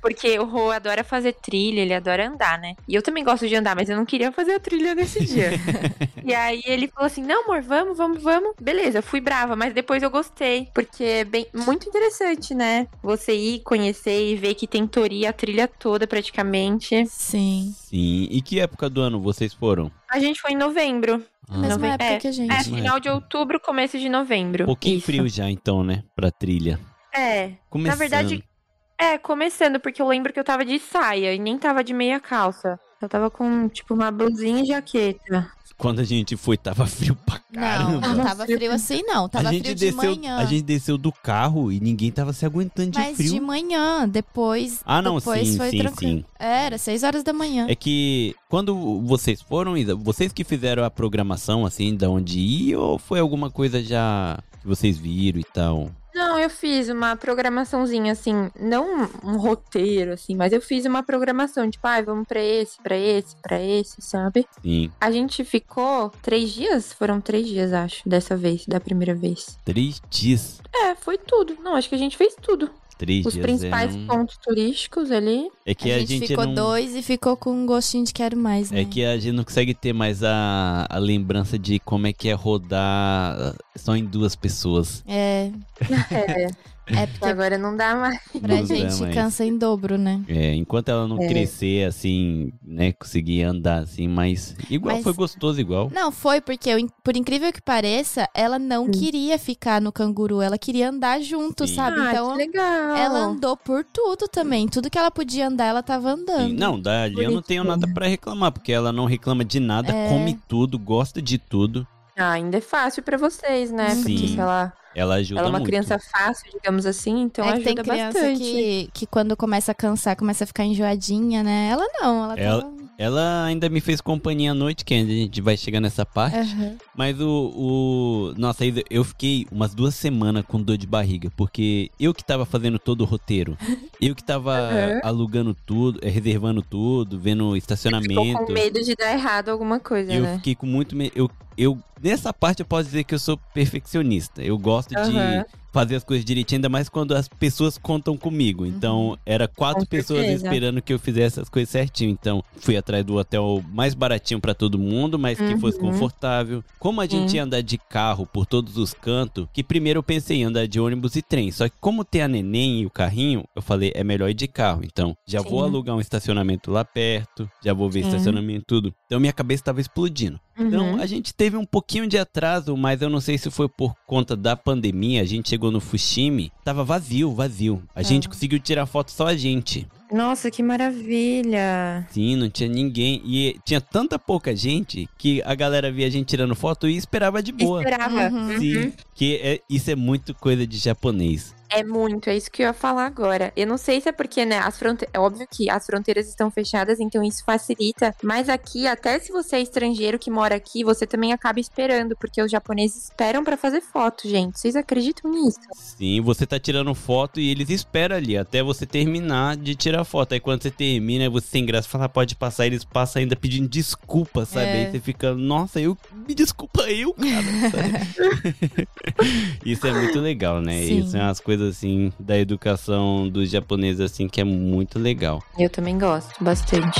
S1: Porque o Rô adora fazer trilha, ele adora andar, né? E eu também gosto de andar, mas eu não queria fazer a trilha nesse dia. e aí ele falou assim: não, amor, vamos, vamos, vamos. Beleza, eu fui brava, mas depois eu gostei. Porque é bem, muito interessante, né? Você ir conhecer e ver que tem teoria a trilha toda praticamente.
S4: Sim.
S3: Sim. E que época do ano vocês foram? Ah,
S1: A gente foi em novembro.
S4: A mesma
S1: Nove-
S4: É época que a gente.
S1: É, final de outubro, começo de novembro.
S3: né? Um pouquinho
S1: Isso.
S3: frio já, então, né? Pra trilha.
S1: É.
S3: Começando.
S1: Na verdade, é, começando, porque eu lembro que eu tava de saia e nem tava de meia calça. Eu tava com, tipo, uma blusinha e jaqueta.
S3: Quando a gente foi, tava frio pra
S4: Não,
S3: caramba.
S4: não tava frio assim, não. Tava
S3: a gente
S4: frio de
S3: desceu,
S4: manhã.
S3: A gente desceu do carro e ninguém tava se aguentando de
S4: Mas
S3: frio.
S4: de manhã, depois.
S3: Ah, não,
S4: depois
S3: sim,
S4: foi
S3: sim,
S4: tranquilo.
S3: sim.
S4: Era, seis horas da manhã.
S3: É que quando vocês foram, Isa, vocês que fizeram a programação, assim, da onde ir, ou foi alguma coisa já que vocês viram e tal?
S1: Não, eu fiz uma programaçãozinha, assim, não um roteiro, assim, mas eu fiz uma programação, tipo, ai, vamos pra esse, pra esse, pra esse, sabe?
S3: Sim,
S1: A gente ficou três dias? Foram três dias, acho, dessa vez, da primeira vez.
S3: três dias.
S1: É, foi tudo. Não, acho que a gente fez tudo.
S3: Três
S1: Os
S3: dias
S1: principais
S3: é, um-
S1: pontos turísticos ali.
S3: é que
S4: a, gente ficou
S3: não...
S4: dois e ficou com um gostinho de quero mais, né?
S3: É que a gente não consegue ter mais a, a lembrança de como é que é rodar só em duas pessoas.
S4: É,
S1: É,
S4: é porque
S1: agora não dá mais.
S4: pra
S3: Não dá
S4: gente
S3: mais.
S4: cansa em dobro, né?
S3: É, enquanto ela não
S1: É.
S3: crescer, assim, né, conseguir andar, assim, mas igual,
S4: Mas-
S3: foi gostoso igual.
S4: Não, foi porque, eu- por incrível que pareça, ela não
S1: Hum.
S4: queria ficar no canguru, ela queria andar junto,
S3: Sim.
S4: sabe?
S1: Ah,
S4: então
S1: que legal.
S4: ela andou por tudo também. Tudo que ela podia andar, ela tava andando.
S3: Sim, não, da ali eu não tenho nada pra reclamar, porque ela não reclama de nada,
S4: É.
S3: come tudo, gosta de tudo.
S1: Ah, ainda é fácil pra vocês, né? Porque
S3: Sim,
S1: se ela,
S3: Ela ajuda
S1: ela é uma
S3: muito.
S1: criança fácil, digamos assim, então
S4: é que tem
S1: ajuda
S4: criança
S1: bastante.
S4: que, que quando começa a cansar, começa a ficar enjoadinha, né? Ela não, ela,
S3: Ela-
S4: tava...
S3: Ela ainda me fez companhia à noite, que a gente vai chegar nessa parte.
S1: É.
S4: Aham.
S3: Mas o, o. Nossa, Isa, eu fiquei umas duas semanas com dor de barriga, porque eu que tava fazendo todo o roteiro. Eu que tava
S1: Aham.
S3: alugando tudo, eh, reservando tudo, vendo
S1: Ficou com
S3: estacionamento.
S1: medo de dar errado alguma coisa,
S3: Eu
S1: né?
S3: fiquei com muito medo. Eu, eu, nessa parte eu posso dizer que eu sou perfeccionista. Eu gosto
S1: Aham.
S3: de fazer as coisas direitinho, ainda mais quando as pessoas contam comigo. Então, era quatro
S1: Uhum. Com
S3: pessoas
S1: certeza.
S3: esperando que eu fizesse as coisas certinho. Então, fui atrás do hotel mais baratinho pra todo mundo, mas que fosse
S1: Uhum.
S3: confortável. Como a gente
S1: Sim.
S3: ia andar de carro por todos os cantos, que primeiro eu pensei em andar de ônibus e trem. Só que como tem a neném e o carrinho, eu falei, é melhor ir de carro. Então, já vou
S1: Sim.
S3: alugar um estacionamento lá perto, já vou ver
S1: Sim.
S3: estacionamento e tudo. Então, minha cabeça tava explodindo. Então,
S1: Uhum.
S3: a gente teve um pouquinho de atraso, mas eu não sei se foi por conta da pandemia. A gente chegou no Fushimi, tava vazio, vazio.
S1: Tá.
S3: A gente conseguiu tirar foto só a gente.
S1: Nossa, que maravilha.
S3: Sim, não tinha ninguém. E tinha tanta pouca gente que a galera via a gente tirando foto e esperava de boa.
S1: Esperava.
S4: Uhum.
S1: Uhum.
S3: Sim, que é- isso é muito coisa de japonês.
S1: É muito, é isso que eu ia falar agora. Eu não sei se é porque, né, as fronte... é óbvio que as fronteiras estão fechadas, então isso facilita. Mas aqui, até se você é estrangeiro que mora aqui, você também acaba esperando, porque os japoneses esperam pra fazer foto, gente. Vocês acreditam nisso?
S3: Sim, você tá tirando foto e eles esperam ali até você terminar de tirar foto. Aí quando você termina, você sem graça fala, pode passar, eles passam ainda pedindo desculpa, sabe?
S4: É.
S3: Aí você fica, nossa, eu me desculpa eu, cara. sabe? Isso é muito legal, né?
S4: Sim.
S3: Isso é umas coisas assim da educação dos japoneses assim que é muito legal.
S1: Eu também gosto bastante.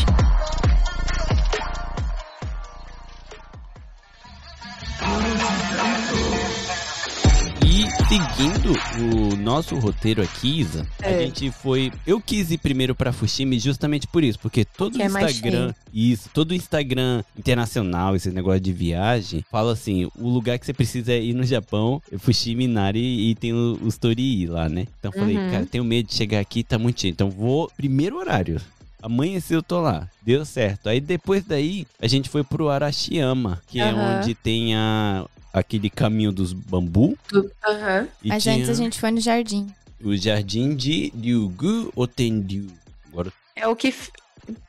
S3: E seguindo o nosso roteiro aqui, Isa, a
S1: É.
S3: gente foi. Eu quis ir primeiro pra Fushimi justamente por isso, porque todo
S1: Que é mais
S3: Instagram. isso, todo Instagram internacional, esse negócio de viagem, fala assim: o lugar que você precisa ir no Japão é Fushimi Nari e tem o- os Torii lá, né? Então eu falei,
S1: Uhum.
S3: cara, tenho medo de chegar aqui e tá muito cheio. Então vou primeiro horário. Amanheceu, eu tô lá. Deu certo. Aí depois daí, a gente foi pro Arashiyama, que é
S1: Aham.
S3: onde tem a, aquele caminho dos bambu.
S1: Aham.
S3: E
S4: Mas
S3: tinha
S4: antes a gente foi no jardim.
S3: o jardim de Ryugu Otenryu. Agora,
S1: É o que. f-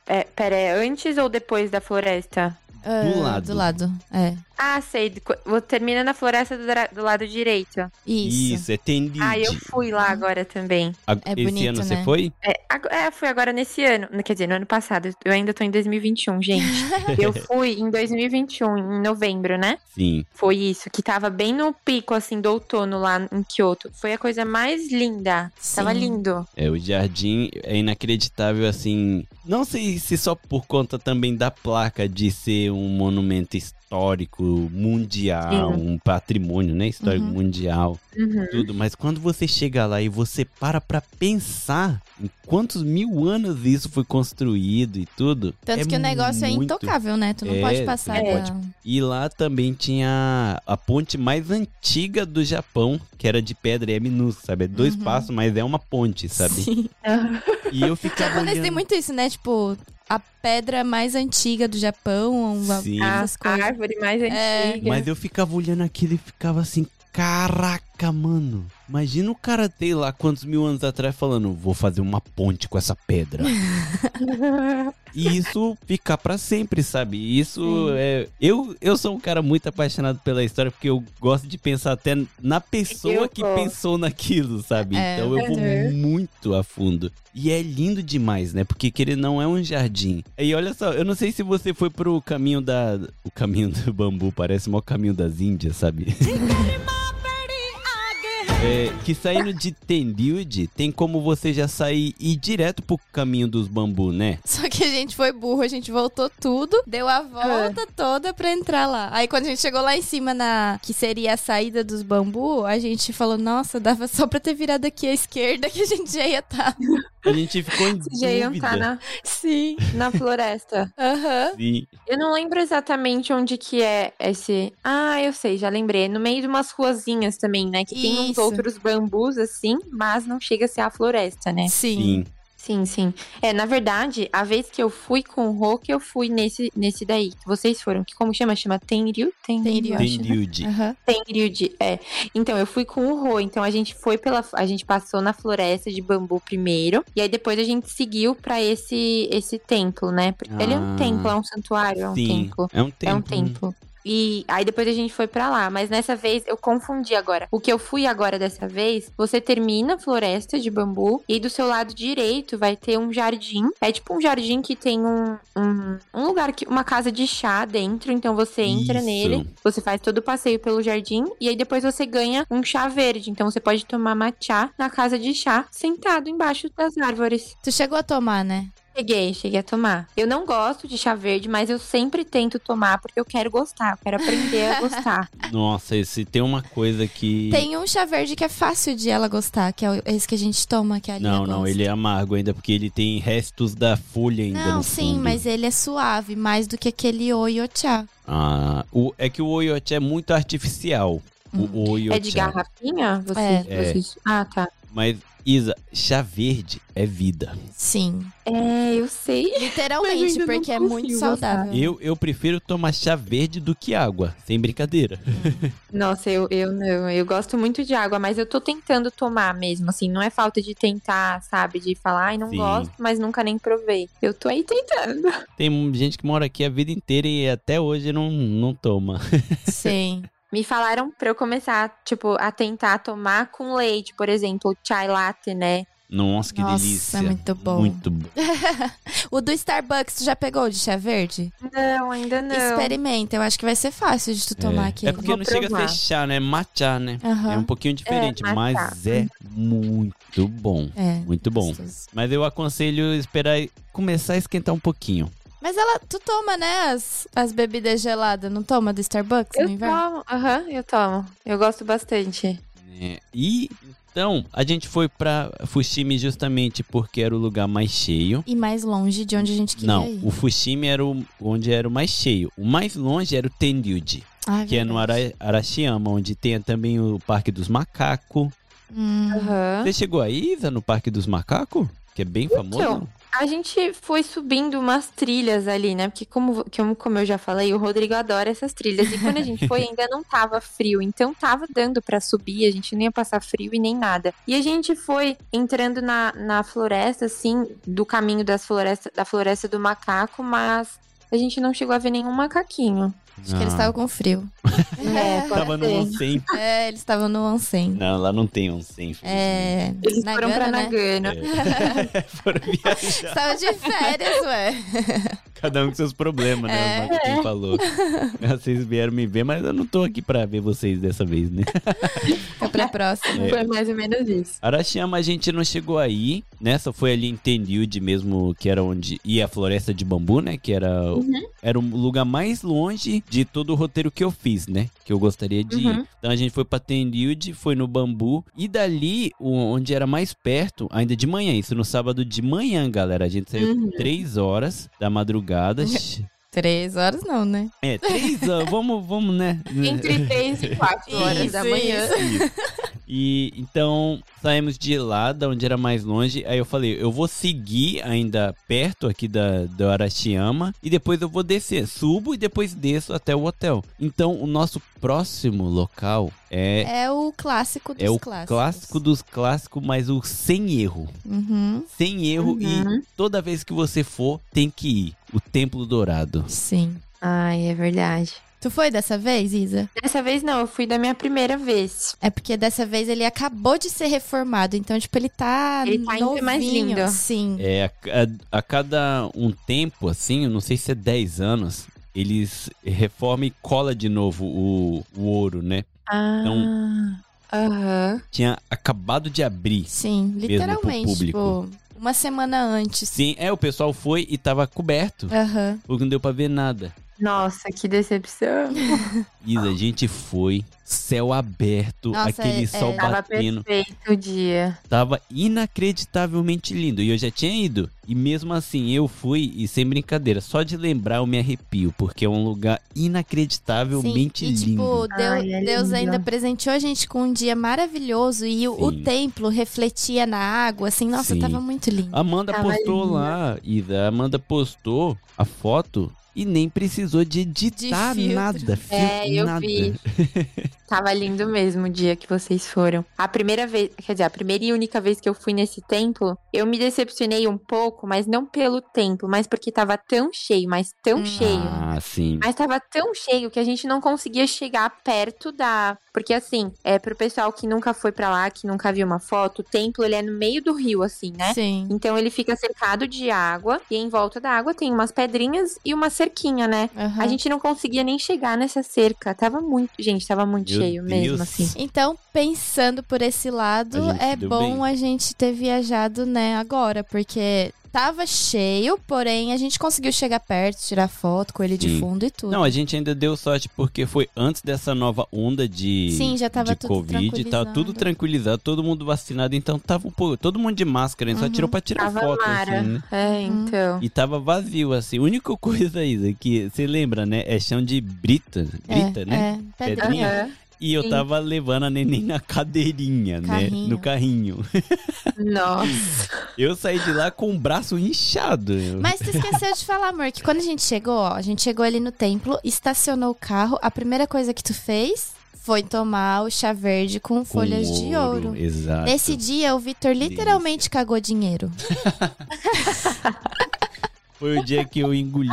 S1: É, pera, é antes ou depois da floresta?
S4: Ah,
S3: lado.
S4: Do lado, é.
S1: Ah, sei. do co- vou- Termina na floresta do, dra- do lado direito.
S4: Isso.
S3: é Tendid.
S1: Ah, eu fui lá agora também.
S3: A-
S4: É
S3: Esse
S4: bonito,
S3: ano
S4: né?
S3: você foi?
S1: É, ago- é, fui agora nesse ano. Quer dizer, no ano passado. Eu ainda tô em 2021, gente. Eu fui em 2021, em novembro, né?
S3: Sim.
S1: Foi isso, que tava bem no pico, assim, do outono lá em Kyoto. Foi a coisa mais linda. Tava
S4: Sim.
S1: lindo.
S3: É, o jardim é inacreditável, assim. Não sei se só por conta também da placa de ser um monumento histórico mundial,
S1: Sim.
S3: um patrimônio, né? Histórico
S4: Uhum.
S3: mundial.
S1: Uhum.
S3: tudo, mas quando você chega lá e você para pra pensar em quantos mil anos isso foi construído e tudo.
S4: Tanto
S3: é
S4: que o negócio é
S3: muito.
S4: intocável, né? Tu não
S3: É,
S4: pode
S3: tu
S4: passar.
S3: não
S4: da-
S3: E lá também tinha a ponte mais antiga do Japão, que era de pedra e é minúsculo, sabe? É dois
S4: Uhum.
S3: passos, mas é uma ponte, sabe?
S4: Sim.
S3: E eu
S4: O
S3: ficava
S4: japonês tem
S3: olhando-
S4: muito isso, né? Tipo, a pedra mais antiga do Japão, uma-
S3: Sim.
S1: A
S4: essas coisas.
S1: árvore mais
S4: É.
S1: antiga.
S3: Mas eu ficava olhando aquilo e ficava assim, caraca, mano. Imagina o cara ter lá quantos mil anos atrás falando, vou fazer uma ponte com essa pedra. E isso fica pra sempre, sabe? E Isso
S4: Sim.
S3: é. Eu, eu sou um cara muito apaixonado pela história, porque eu gosto de pensar até na pessoa
S1: Eu
S3: que
S1: gosto.
S3: pensou naquilo, sabe?
S4: É.
S3: então eu vou
S1: Uhum.
S3: muito a fundo. E é lindo demais, né? Porque ele não é um jardim. E olha só, eu não sei se você foi pro caminho da. O caminho do bambu, parece o maior caminho das Índias, sabe? É, que saindo de Tenryuji, tem como você já sair e ir direto pro caminho dos bambu, né?
S4: Só que a gente foi burro, a gente voltou tudo, deu a volta
S1: É.
S4: toda pra entrar lá. Aí quando a gente chegou lá em cima na que seria a saída dos bambu, a gente falou: "Nossa, dava só pra ter virado aqui à esquerda que a gente já ia tá." estar".
S3: A gente ficou em
S1: Já iam
S3: dúvida.
S1: estar tá na,
S4: Sim.
S1: na floresta.
S4: Aham.
S3: Sim.
S1: Eu não lembro exatamente onde que é esse. Ah, eu sei, já lembrei. É No meio de umas ruazinhas também, né? Que tem uns
S4: Isso.
S1: outros bambus assim, mas não chega a ser a floresta, né?
S4: Sim.
S3: Sim.
S1: Sim, sim. É, na verdade, a vez que eu fui com o Rô, que eu fui nesse, nesse daí, que vocês foram, que como chama? Chama Tenryu?
S4: Tenryu.
S1: eu acho, né?
S3: Tenryuji.
S4: Aham.
S1: Tenryuji, é. Então, eu fui com o Rô, então a gente foi pela. A gente passou na floresta de bambu primeiro, e aí depois a gente seguiu pra esse, esse templo, né? Porque Ele é um
S3: Ah.
S1: templo, é um santuário, é um
S3: Sim.
S1: templo.
S3: É um templo.
S1: É um templo. E aí depois a gente foi pra lá, mas nessa vez eu confundi agora. O que eu fui agora dessa vez, você termina a floresta de bambu e do seu lado direito vai ter um jardim. É tipo um jardim que tem um, um, um lugar que uma casa de chá dentro, então você entra
S3: Isso.
S1: nele, você faz todo o passeio pelo jardim e aí depois você ganha um chá verde, então você pode tomar matcha na casa de chá sentado embaixo das árvores.
S4: Tu chegou a tomar, né?
S1: Cheguei, cheguei a tomar. Eu não gosto de chá verde, mas eu sempre tento tomar porque eu quero gostar, eu quero aprender a gostar.
S3: Nossa, esse tem uma coisa que.
S4: Tem um chá verde que é fácil de ela gostar, que é o- esse que a gente toma, que a Aline
S3: Não, não,
S4: gosta.
S3: ele é amargo ainda, porque ele tem restos da folha ainda.
S4: Não,
S3: no
S4: sim,
S3: fundo.
S4: mas ele é suave, mais do que aquele oio chá.
S3: Ah, o, é que o oiote é muito artificial. O oiote.
S1: É de garrafinha? Você,
S3: É.
S1: vocês- Ah, tá.
S3: Mas, Isa, chá verde é vida.
S4: Sim.
S1: É, eu sei. Mas
S4: Literalmente,
S1: ainda não
S4: porque é
S1: consigo
S4: muito
S1: gostar.
S4: saudável.
S3: Eu, eu prefiro tomar chá verde do que água, sem brincadeira.
S1: Nossa, eu, eu não. Eu gosto muito de água, mas eu tô tentando tomar mesmo, assim. Não é falta de tentar, sabe? De falar, ai, não
S3: Sim.
S1: gosto, mas nunca nem provei. Eu tô aí tentando.
S3: Tem gente que mora aqui a vida inteira e até hoje não, não toma.
S4: Sim.
S1: Me falaram pra eu começar, tipo, a tentar tomar com leite, por exemplo, chai latte, né?
S3: Nossa, que
S4: Nossa,
S3: delícia.
S4: é muito bom.
S3: Muito bom.
S4: O do Starbucks, tu já pegou o de chá verde?
S1: Não, ainda não.
S4: Experimenta, eu acho que vai ser fácil de tu tomar
S3: é.
S4: aqui.
S3: É porque
S1: Vou
S3: não chega a
S1: provar.
S3: ser chá, né? Matcha, né? É um pouquinho diferente,
S1: É,
S3: mas
S1: matcha.
S3: é muito bom.
S4: É.
S3: Muito bom.
S4: gostoso.
S3: Mas eu aconselho esperar começar a esquentar um pouquinho.
S4: Mas ela, tu toma, né, as, as bebidas geladas, não toma do Starbucks
S1: Eu
S4: no inverno?
S1: tomo, aham, eu tomo. Eu gosto bastante.
S3: né? E então, a gente foi pra Fushimi justamente porque era o lugar mais cheio.
S4: E mais longe de onde a gente queria
S3: Não,
S4: ir.
S3: o Fushimi era o, onde era o mais cheio. O mais longe era o Tenryuji,
S4: Ah,
S3: que é no
S4: verdade.
S3: Ara- Arashiyama, onde tem também o Parque dos Macacos.
S4: Hum.
S1: Aham.
S3: Você chegou aí, Isa, no Parque dos Macacos? Que é
S1: Então,
S3: bem famoso?
S1: A gente foi subindo umas trilhas ali, né? Porque como, vo- que eu- como eu já falei, o Rodrigo adora essas trilhas. E quando a gente foi, ainda não tava frio. Então tava dando pra subir, a gente não ia passar frio e nem nada. E a gente foi entrando na, na floresta, assim, do caminho das floresta, da floresta do macaco, mas a gente não chegou a ver nenhum macaquinho.
S4: Acho que
S3: Ah.
S4: eles estavam com frio.
S1: É, pode
S3: Tava no
S1: ser.
S3: onsen.
S4: É, eles estavam no onsen.
S3: Não, lá não tem um onsen, infelizmente.
S4: É,
S1: Eles
S4: na
S1: foram pra
S4: Gana, né?
S1: Nagano.
S3: É, Foram viajar.
S4: Estavam de férias, ué.
S3: Cada um com seus problemas, né? Mas Quem falou. Vocês vieram me ver, mas eu não tô aqui pra ver vocês dessa vez, né?
S4: Fica pra próxima.
S1: Foi mais ou menos isso.
S3: Arashiyama a gente não chegou aí, né? Só foi ali em Tenryuji mesmo, que era onde ia a floresta de bambu, né? Que era, era o lugar mais longe de todo o roteiro que eu fiz, né? Que eu gostaria de ir.
S1: Uhum.
S3: Então a gente foi pra Tenryuji, foi no bambu. E dali, o- onde era mais perto, ainda de manhã, isso no sábado de manhã, galera. A gente saiu
S1: Uhum.
S3: três horas da madrugada.
S4: Uhum. Três horas não, né?
S3: é, três horas. Vamos, vamos, né?
S1: Entre 3 e 4 horas
S4: Isso,
S1: da manhã.
S4: isso.
S3: E então saímos de lá, da onde era mais longe. Aí eu falei, eu vou seguir ainda perto aqui da, do Arachiama e depois eu vou descer. Subo e depois desço até o hotel. Então o nosso próximo local é,
S4: É o clássico dos
S3: é o
S4: clássicos.
S3: clássico dos clássicos, mas o sem erro.
S4: Uhum,
S3: Sem erro
S1: Uhum.
S3: e toda vez que você for, tem que ir. O Templo Dourado.
S4: sim.
S1: Ai, é verdade.
S4: Tu foi dessa vez, Isa?
S1: Dessa vez não, eu fui da minha primeira vez.
S4: É porque dessa vez ele acabou de ser reformado, então, tipo, ele tá
S1: Ele tá ainda mais
S4: novinho.
S1: lindo.
S4: Sim.
S3: É, a, a- a cada um tempo, assim, eu não sei se é 10 anos, eles reformam e cola de novo o, o ouro, né?
S1: Ah.
S3: Então,
S1: Aham.
S3: Tinha acabado de abrir.
S4: Sim, literalmente.
S3: público.
S4: Tipo, uma semana antes.
S3: Sim, é, o pessoal foi e tava coberto,
S4: Aham.
S3: porque não deu pra ver nada.
S1: Nossa, que decepção.
S3: Isa, a gente foi, céu aberto,
S4: Nossa,
S3: aquele
S4: é-
S3: sol
S4: é.
S1: Tava
S3: batendo.
S1: perfeito o dia.
S3: Tava inacreditavelmente lindo. E eu já tinha ido. E mesmo assim, eu fui, e sem brincadeira, só de lembrar eu me arrepio, porque é um lugar inacreditavelmente
S4: Sim, e,
S3: lindo.
S4: tipo, Deu-
S1: Ai, é
S4: Deus
S1: lindo.
S4: ainda presenteou a gente com um dia maravilhoso e o, o
S3: Sim.
S4: templo refletia na água, assim, nossa,
S3: Sim.
S4: tava muito lindo.
S3: Amanda
S1: Tava
S3: postou
S1: linda.
S3: lá, Isa. Amanda postou a foto e nem precisou de editar
S4: De filtro.
S3: nada. Filtro,
S1: É, eu
S3: nada.
S1: vi. Tava lindo mesmo o dia que vocês foram. A primeira vez, quer dizer, a primeira e única vez que eu fui nesse templo, eu me decepcionei um pouco, mas não pelo templo, mas porque tava tão cheio, mas tão
S4: Hum.
S1: cheio.
S3: Ah, sim.
S1: Mas tava tão cheio que a gente não conseguia chegar perto da. Porque assim, é pro pessoal que nunca foi pra lá, que nunca viu uma foto, o templo ele é no meio do rio, assim, né?
S4: Sim.
S1: Então ele fica cercado de água e em volta da água tem umas pedrinhas e uma cerquinha, né?
S4: Aham.
S3: Uhum.
S1: A gente não conseguia nem chegar nessa cerca. Tava muito, gente, tava muito
S3: Meu
S1: cheio
S3: Deus.
S1: mesmo assim.
S4: Então, pensando por esse lado,
S3: A gente se
S4: é
S3: deu
S4: bom
S3: bem.
S4: a gente ter viajado, né, agora, porque tava cheio, porém a gente conseguiu chegar perto, tirar foto com ele
S3: Sim.
S4: de fundo e tudo.
S3: Não, a gente ainda deu sorte porque foi antes dessa nova onda de,
S4: Sim, já tava
S3: de
S4: tudo
S3: Covid. Tava tudo
S4: tranquilizado.
S3: tranquilizado, todo mundo vacinado. Então tava um pouco, todo mundo de máscara, hein? só
S4: Uhum.
S3: tirou pra tirar
S1: Tava
S3: foto.
S1: mara.
S3: Assim, né?
S1: É,
S4: Hum.
S1: então.
S3: E tava vazio, assim. A única coisa, Isa, que você lembra, né? É chão de brita, brita
S4: é,
S3: né?
S4: É, pedrinha.
S3: Pedrinha.
S1: Aham.
S3: E eu
S1: Sim.
S3: tava levando a neném na cadeirinha, né?
S4: Carrinho.
S3: No carrinho.
S1: Nossa.
S3: Eu saí de lá com o braço inchado.
S4: Mas tu esqueceu de falar, amor, que quando a gente chegou, ó, a gente chegou ali no templo, estacionou o carro, a primeira coisa que tu fez foi tomar o chá verde com,
S3: Com
S4: folhas de ouro.
S3: Exato.
S4: Nesse dia, o Vitor literalmente cagou dinheiro.
S3: Foi o dia que eu engoli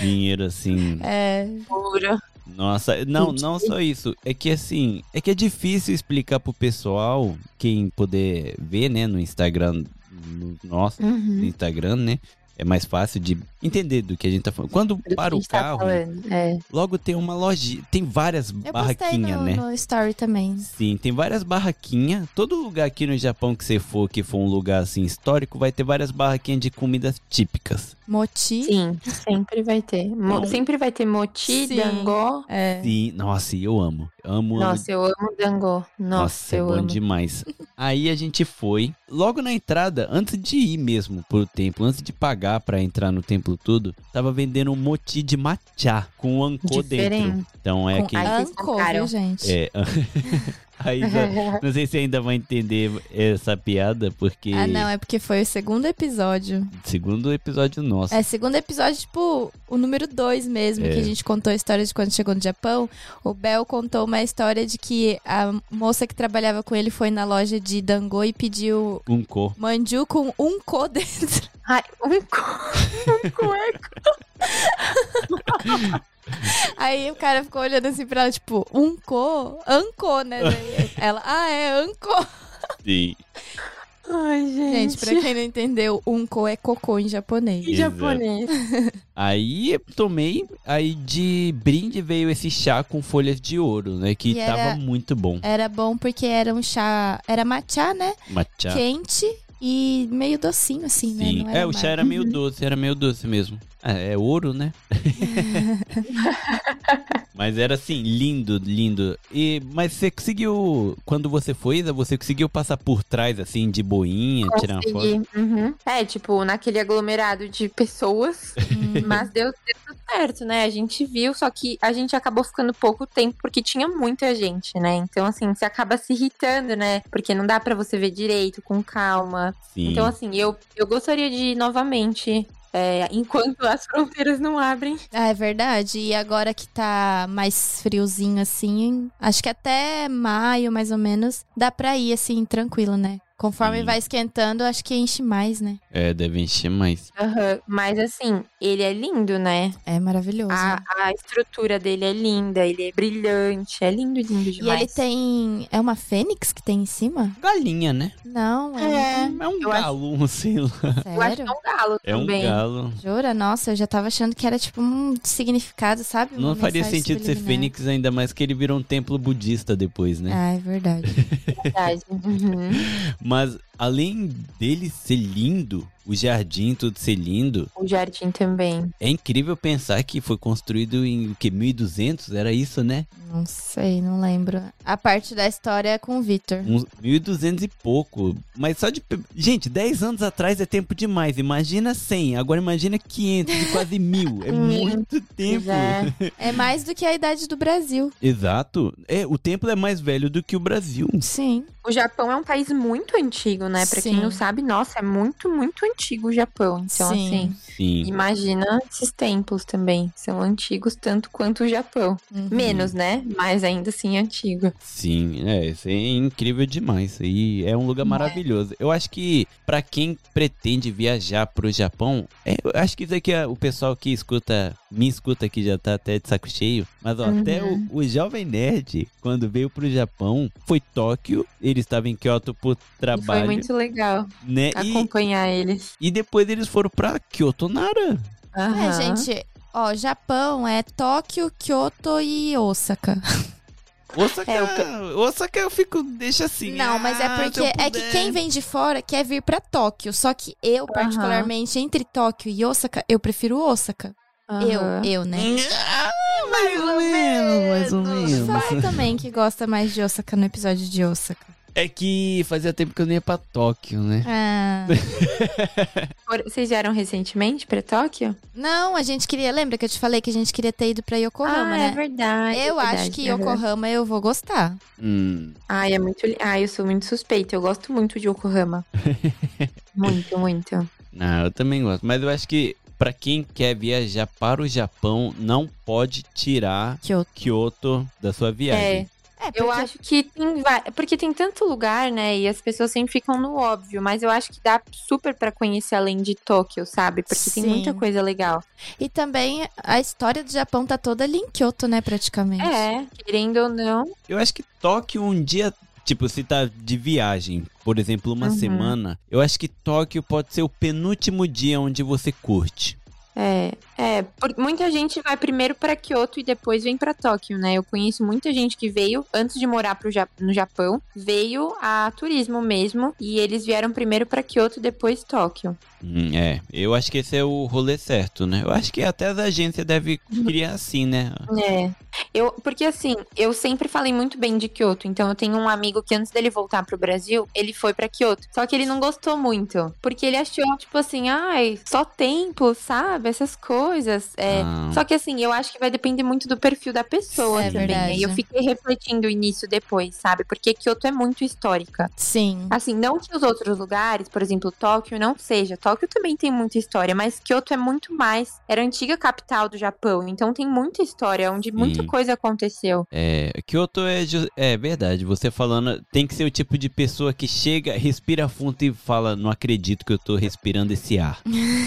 S3: dinheiro, assim.
S4: É,
S1: Pura.
S3: Nossa, não, não só isso. É que assim, é que é difícil explicar pro pessoal, quem puder ver, né, no Instagram, no nosso
S1: Uhum.
S3: Instagram, né? É mais fácil de entender do que a gente tá falando. Quando
S1: Do que a
S3: para o
S1: gente tá
S3: carro, né?
S1: falando. É.
S3: logo tem uma loja, tem várias
S4: eu postei
S3: barraquinhas,
S4: no,
S3: né?
S4: no story também.
S3: Sim, tem várias barraquinhas. Todo lugar aqui no Japão que você for, que for um lugar assim histórico, vai ter várias barraquinhas de comidas típicas.
S4: Moti.
S1: Sim, sempre vai ter. Mo-
S3: Então-
S1: sempre vai ter moti,
S4: Sim.
S1: dangô.
S4: É.
S3: Sim, nossa, eu amo. Amo, amo.
S1: Nossa, eu amo dangô. Nossa,
S3: Nossa, é
S1: eu
S3: bom
S1: amo.
S3: demais. Aí a gente foi, logo na entrada, antes de ir mesmo pro templo, antes de pagar pra entrar no templo tudo, tava vendendo um moti de matcha com anko dentro.
S1: Diferente.
S3: Então é
S4: com
S3: aquele.
S1: Ai, vocês
S4: anco, viu,
S1: compraram.
S4: gente?
S3: É. Aí, não sei se ainda vai entender essa piada, porque.
S4: Ah, não, é porque foi o segundo episódio.
S3: Segundo episódio nosso.
S4: É, segundo episódio, tipo, o número dois mesmo,
S3: É.
S4: que a gente contou a história de quando chegou no Japão. O Bel contou uma história de que a moça que trabalhava com ele foi na loja de Dango e pediu
S3: Um cor.
S4: manju com um co dentro.
S1: Ai, um cu- um cueco.
S4: Aí o cara ficou olhando assim pra ela, tipo, unco? Anco, né? Daí ela, ah, é anco.
S3: Sim.
S1: Ai, gente.
S4: Gente, pra quem não entendeu, unco é cocô em japonês.
S1: Em japonês.
S3: Aí eu tomei, aí de brinde veio esse chá com folhas de ouro, né? Que
S4: E era-
S3: tava muito bom.
S4: Era bom porque era um chá, era matcha, né?
S3: Matcha.
S4: Quente e meio docinho assim, né?
S3: É. Sim.
S4: Não
S3: É, o
S4: ma-
S3: chá era meio doce, era meio doce mesmo. É, é ouro, né? mas era assim, lindo, lindo. E, mas você conseguiu, quando você foi, Isa, você conseguiu passar por trás, assim, de boinha, tirar uma foto?
S1: Consegui. Uhum. É, tipo, naquele aglomerado de pessoas. mas deu, deu tudo certo, né? A gente viu, só que a gente acabou ficando pouco tempo porque tinha muita gente, né? Então, assim, você acaba se irritando, né? Porque não dá pra você ver direito, com calma.
S3: Sim.
S1: Então, assim, eu, eu gostaria de ir novamente. é, enquanto as fronteiras não abrem.
S4: Ah, é verdade. E agora que tá mais friozinho assim, acho que até maio mais ou menos, dá pra ir assim tranquilo, né? Conforme
S3: Sim.
S4: vai esquentando, acho que enche mais, né?
S3: É, deve encher mais.
S1: Aham. Mas assim, ele é lindo, né?
S4: É maravilhoso.
S1: A, a estrutura dele é linda, ele é brilhante, é lindo, lindo
S4: e
S1: demais.
S4: ele tem. É uma fênix que tem em cima?
S3: Galinha, né?
S4: Não, é.
S1: É,
S3: É um
S1: Eu acho-
S3: galo, sei lá.
S1: eu acho que
S4: Sério?
S1: é um galo
S3: É um
S1: também.
S3: galo.
S4: Jura? Nossa, eu já tava achando que era tipo um significado, sabe? Uma
S3: Não faria
S4: mensagem
S3: sentido ser
S4: subliminar.
S3: Fênix, ainda mais que ele virou um templo budista depois, né?
S4: Ah, é verdade.
S1: Verdade. Uhum.
S4: É.
S3: Mas além dele ser lindo, o jardim tudo ser lindo,
S1: O jardim também.
S3: é incrível pensar que foi construído em o que 1200, era isso, né?
S4: não sei, não lembro. A parte da história é com o Victor.
S3: Uns 1200 e pouco. Mas só de pe- gente, 10 anos atrás é tempo demais. Imagina 100, agora imagina 500 e quase mil. É muito tempo.
S1: Já-
S4: É mais do que a idade do Brasil.
S3: Exato. É, o templo é mais velho do que o Brasil.
S4: Sim.
S1: O Japão é um país muito antigo, né? Pra quem
S4: Sim.
S1: não sabe, nossa, é muito, muito antigo o Japão. Então,
S4: Sim.
S1: assim,
S3: Sim.
S1: imagina esses templos também. São antigos tanto quanto o Japão.
S4: Uhum.
S1: Menos, né? Mas ainda assim antigo.
S3: Sim, é, isso é incrível demais. Isso aí é um lugar maravilhoso. Eu acho que pra quem pretende viajar pro Japão, é, eu acho que isso aqui é o pessoal que escuta, me escuta aqui já tá até de saco cheio. Mas ó,
S1: Uhum.
S3: até o, o jovem nerd, quando veio pro Japão, foi Tóquio. Ele estava em Kyoto por
S1: E foi
S3: trabalho,
S1: muito legal
S3: né? E,
S1: acompanhar eles.
S3: e depois eles foram pra Kyoto Nara.
S1: Aham.
S4: É, gente, ó, Japão é Tóquio, Kyoto e Osaka.
S3: Osaka,
S1: É,
S3: Osaka eu fico, deixa assim.
S4: Não, mas é
S3: ah, se
S4: porque
S3: eu
S4: é que
S3: puder.
S4: quem vem de fora quer vir pra Tóquio, só que eu particularmente entre Tóquio e Osaka, eu prefiro Osaka.
S1: Aham.
S4: Eu, eu, né?
S3: Ah, mais ou menos, mais ou menos.
S4: Fala um também que gosta mais de Osaka no episódio de Osaka.
S3: É que fazia tempo que eu não ia pra Tóquio, né?
S4: Ah.
S1: For- Vocês vieram recentemente pra Tóquio?
S4: Não, a gente queria, lembra que eu te falei que a gente queria ter ido pra Yokohama,
S1: ah, é
S4: né?
S1: verdade. é
S4: eu acho
S1: verdade,
S4: que
S1: aham.
S4: Yokohama eu vou gostar.
S3: Hum.
S1: Ai, é muito. li- Ai, eu sou muito suspeita. Eu gosto muito de Yokohama. muito, muito.
S3: Não, Ah, eu também gosto. Mas eu acho que pra quem quer viajar para o Japão, não pode tirar
S4: Kyoto.
S3: Kyoto da sua viagem.
S4: É,
S1: Eu
S4: porque-
S1: acho que tem va- porque tem tanto lugar, né? E as pessoas sempre ficam no óbvio, mas eu acho que dá super pra conhecer além de Tóquio, sabe? Porque tem muita
S4: Sim.
S1: coisa legal.
S4: E também a história do Japão tá toda ali em Kyoto, né, praticamente.
S1: É, querendo ou não.
S3: Eu acho que Tóquio um dia. Tipo, se tá de viagem, por exemplo, uma
S1: Uhum.
S3: semana, eu acho que Tóquio pode ser o penúltimo dia onde você curte.
S1: É, é, por- muita gente vai primeiro pra Kyoto e depois vem pra Tóquio, né? Eu conheço muita gente que veio antes de morar pro Ja- no Japão, veio a turismo mesmo e eles vieram primeiro pra Kyoto depois Tóquio.
S3: Hum, é, eu acho que esse é o rolê certo, né? Eu acho que até as agências devem criar assim, né?
S1: É. Eu, porque assim, eu sempre falei muito bem de Kyoto. Então eu tenho um amigo que antes dele voltar pro Brasil, ele foi pra Kyoto. Só que ele não gostou muito. Porque ele achou, tipo assim, ai, só tempo, sabe? Essas coisas. É.
S3: Ah.
S1: Só que assim, eu acho que vai depender muito do perfil da pessoa
S4: É
S1: também. né? E eu
S4: verdade.
S1: fiquei refletindo nisso depois, sabe? Porque Kyoto é muito histórica.
S4: Sim.
S1: Assim, não que os outros lugares, por exemplo, Tóquio, não seja. Tóquio também tem muita história, mas Kyoto é muito mais. Era a antiga capital do Japão, então tem muita história, onde muita
S3: Sim.
S1: coisa aconteceu.
S3: É, Kyoto é, ju- é verdade, você falando, tem que ser o tipo de pessoa que chega, respira fundo e fala, não acredito que eu tô respirando esse ar,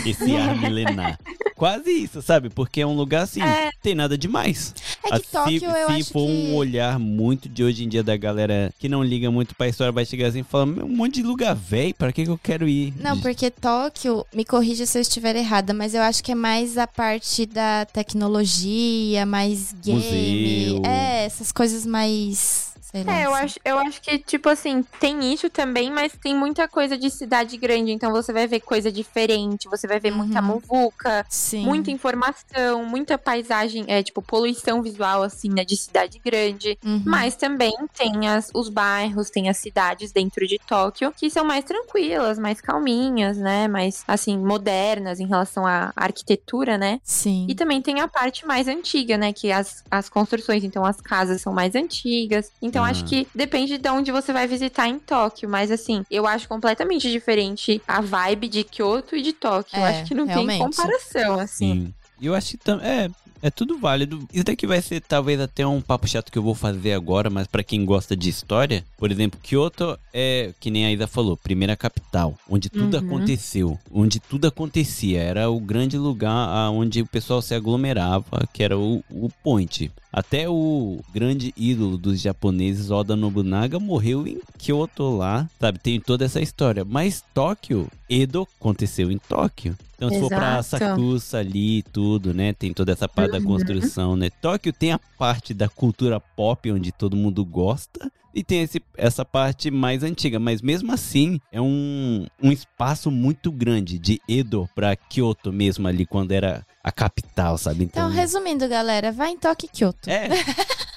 S3: esse ar milenar. Quase isso, sabe? Porque é um lugar assim,
S1: É.
S3: não tem nada demais. Ah,
S4: É que
S3: Se-
S4: Tóquio,
S3: se
S4: eu acho
S3: for
S4: que...
S3: um olhar muito de hoje em dia da galera que não liga muito pra história, vai chegar assim e falar, "Meu, um monte de lugar velho, pra que, que eu quero ir?
S4: Não,
S3: De-
S4: porque Tóquio, me corrija se eu estiver errada, mas eu acho que é mais a parte da tecnologia, mais game.
S3: Museu.
S4: É, essas coisas mais. Sei lá.
S1: É, eu
S4: assim.
S1: acho, eu acho que, tipo assim, tem isso também, mas tem muita coisa de cidade grande. Então você vai ver coisa diferente, você vai ver muita
S4: Uhum.
S1: muvuca,
S4: Sim.
S1: muita informação, muita paisagem, é, tipo, poluição visual, assim, né, de cidade grande.
S4: Uhum.
S1: Mas também tem as, os bairros, tem as cidades dentro de Tóquio que são mais tranquilas, mais calminhas, né? Mais, assim, modernas em relação à arquitetura, né?
S4: Sim.
S1: E também tem a parte mais antiga, né? Que as, as construções, então as casas são mais antigas. Então
S3: Ah.
S1: acho que depende de onde você vai visitar em Tóquio. Mas assim, eu acho completamente diferente a vibe de Kyoto e de Tóquio. eu
S4: É,
S1: acho que não
S4: realmente.
S1: tem comparação, assim.
S3: Sim. E eu acho que tam- é, é tudo válido. Isso daqui vai ser talvez até um papo chato que eu vou fazer agora, mas pra quem gosta de história, por exemplo, Kyoto é, que nem a Isa falou, primeira capital, onde tudo
S1: Uhum.
S3: aconteceu, onde tudo acontecia, era o grande lugar onde o pessoal se aglomerava, que era o, o point. Até o grande ídolo dos japoneses, Oda Nobunaga, morreu em Kyoto lá, sabe? Tem toda essa história. Mas Tóquio, Edo, aconteceu em Tóquio. Então, se for pra
S1: Exato.
S3: Sakusa ali e tudo, né? Tem toda essa parte da construção, né? Tóquio tem a parte da cultura pop, onde todo mundo gosta. E tem esse, essa parte mais antiga. Mas mesmo assim, é um, um espaço muito grande de Edo pra Kyoto mesmo ali, quando era a capital, sabe?
S4: Então, resumindo, galera, vai em Tóquio e Kyoto.
S3: É.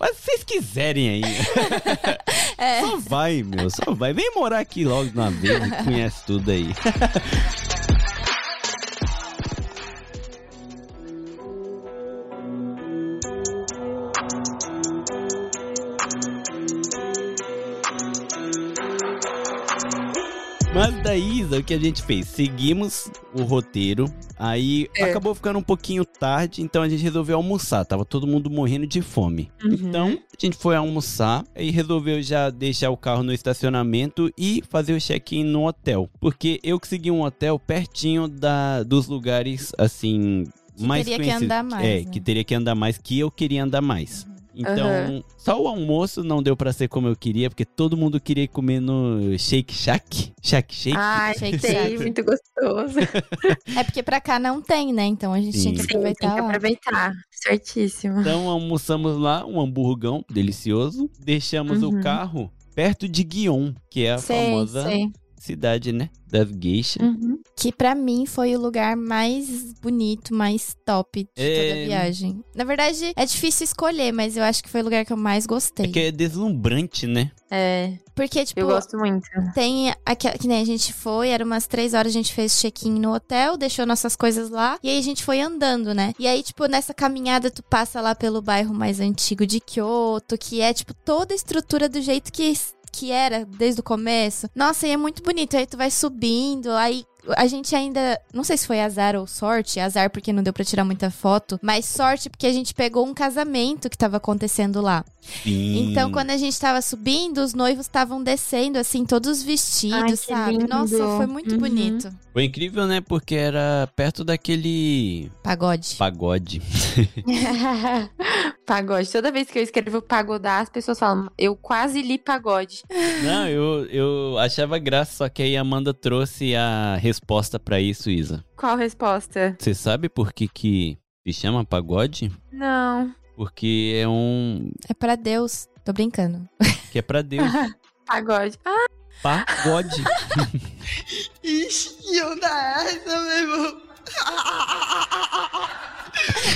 S3: Mas se vocês quiserem aí,
S4: É.
S3: só vai, meu, só vai. Vem morar aqui logo de uma vez e conhece tudo aí. Mas daí, Isa, o que a gente fez? Seguimos o roteiro, aí
S1: É.
S3: acabou ficando um pouquinho tarde, então a gente resolveu almoçar. Tava todo mundo morrendo de fome.
S1: Uhum.
S3: Então, a gente foi almoçar e resolveu já deixar o carro no estacionamento e fazer o check-in no hotel. Porque eu consegui um hotel pertinho da, dos lugares, assim, mais
S4: teria que
S3: conhecidos.
S4: andar mais,
S3: É,
S4: né? Uhum.
S3: que teria que andar mais, que eu queria andar mais. Então, só o almoço não deu pra ser como eu queria, porque todo mundo queria ir comer no Shake Shack. Shake Shake.
S1: Ai,
S4: Shake
S1: sei,
S4: Shack.
S1: muito gostoso.
S4: É porque pra cá não tem, né? Então a gente
S3: Sim.
S4: tinha que
S1: Sim, tem que
S4: aproveitar lá.
S1: aproveitar. Certíssimo.
S3: Então almoçamos lá, um hamburgão delicioso. Deixamos o
S1: Uhum.
S3: carro perto de Guion, que é a
S1: sei,
S3: famosa
S1: sei.
S3: cidade, né? Das geishas.
S1: Uhum.
S4: Que pra mim foi o lugar mais bonito, mais top de toda
S3: É.
S4: a viagem. Na verdade, é difícil escolher, mas eu acho que foi o lugar que eu mais gostei.
S3: É que é deslumbrante, né?
S1: É,
S4: Porque, tipo,
S1: eu gosto muito.
S4: Tem aquela que nem a gente foi, era umas três horas, a gente fez check-in no hotel, deixou nossas coisas lá, e aí a gente foi andando, né? E aí, tipo, nessa caminhada, tu passa lá pelo bairro mais antigo de Kyoto, que é, tipo, toda a estrutura do jeito que, que era desde o começo. Nossa, e é muito bonito. Aí tu vai subindo, aí. A gente ainda, não sei se foi azar ou sorte, azar porque não deu pra tirar muita foto, mas sorte porque a gente pegou um casamento que tava acontecendo lá.
S3: Sim.
S4: Então, quando a gente tava subindo, os noivos estavam descendo, assim, todos vestidos,
S1: Ai, que
S4: sabe?
S1: lindo.
S4: Nossa, foi muito
S1: Uhum.
S4: bonito.
S3: Foi incrível, né? Porque era perto daquele
S4: Pagode.
S3: pagode.
S1: pagode. Toda vez que eu escrevo pagodar, as pessoas falam, eu quase li pagode.
S3: Não, eu, eu achava graça, só que aí a Amanda trouxe a resposta pra isso, Isa.
S1: Qual resposta?
S3: Você sabe por que que se chama pagode?
S1: Não.
S3: Porque é um...
S4: É pra Deus. Tô brincando.
S3: que é pra Deus.
S1: Pagode. Ah,
S3: Pagode.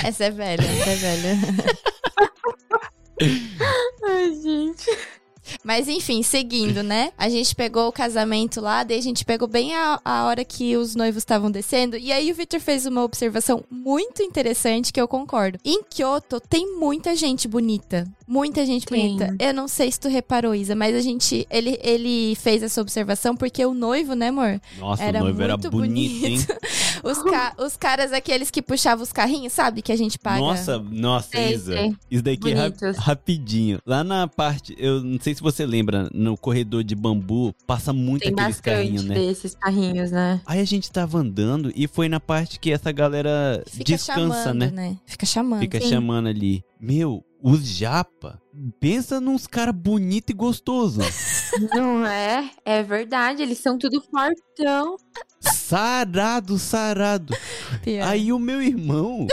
S4: Essa é velha, essa é velha.
S1: ai, Ah, gente.
S4: Mas enfim, seguindo, né? A gente pegou o casamento lá, daí a gente pegou bem a, a hora que os noivos estavam descendo. E aí o Victor fez uma observação muito interessante que eu concordo. Em Kyoto tem muita gente bonita. Muita gente
S1: Tem.
S4: bonita. Eu não sei se tu reparou, Isa, mas a gente. Ele, ele fez essa observação porque o noivo, né, amor?
S3: Nossa,
S4: Era
S3: o noivo era
S4: muito
S3: bonito, hein?
S4: bonito. Os, ca- os caras, aqueles que puxavam os carrinhos, sabe? Que a gente paga.
S3: Nossa, nossa,
S1: Sei,
S3: Isa.
S1: sei.
S3: Isso daqui é ra-
S1: Bonitos.
S3: rapidinho. Lá na parte, eu não sei se você lembra, no corredor de bambu, passa muito
S1: Tem
S3: aqueles
S1: bastante
S3: carrinhos, né?
S1: desses carrinhos, né?
S3: Aí a gente tava andando e foi na parte que essa galera
S4: Fica
S3: descansa,
S4: chamando,
S3: né?
S4: Fica chamando.
S3: Fica
S1: Sim.
S3: chamando ali. Meu, os japa, pensa nos caras bonito e gostoso.
S1: Não é? É verdade, eles são tudo fortão.
S3: sarado, sarado.
S4: Pior.
S3: Aí o meu irmão,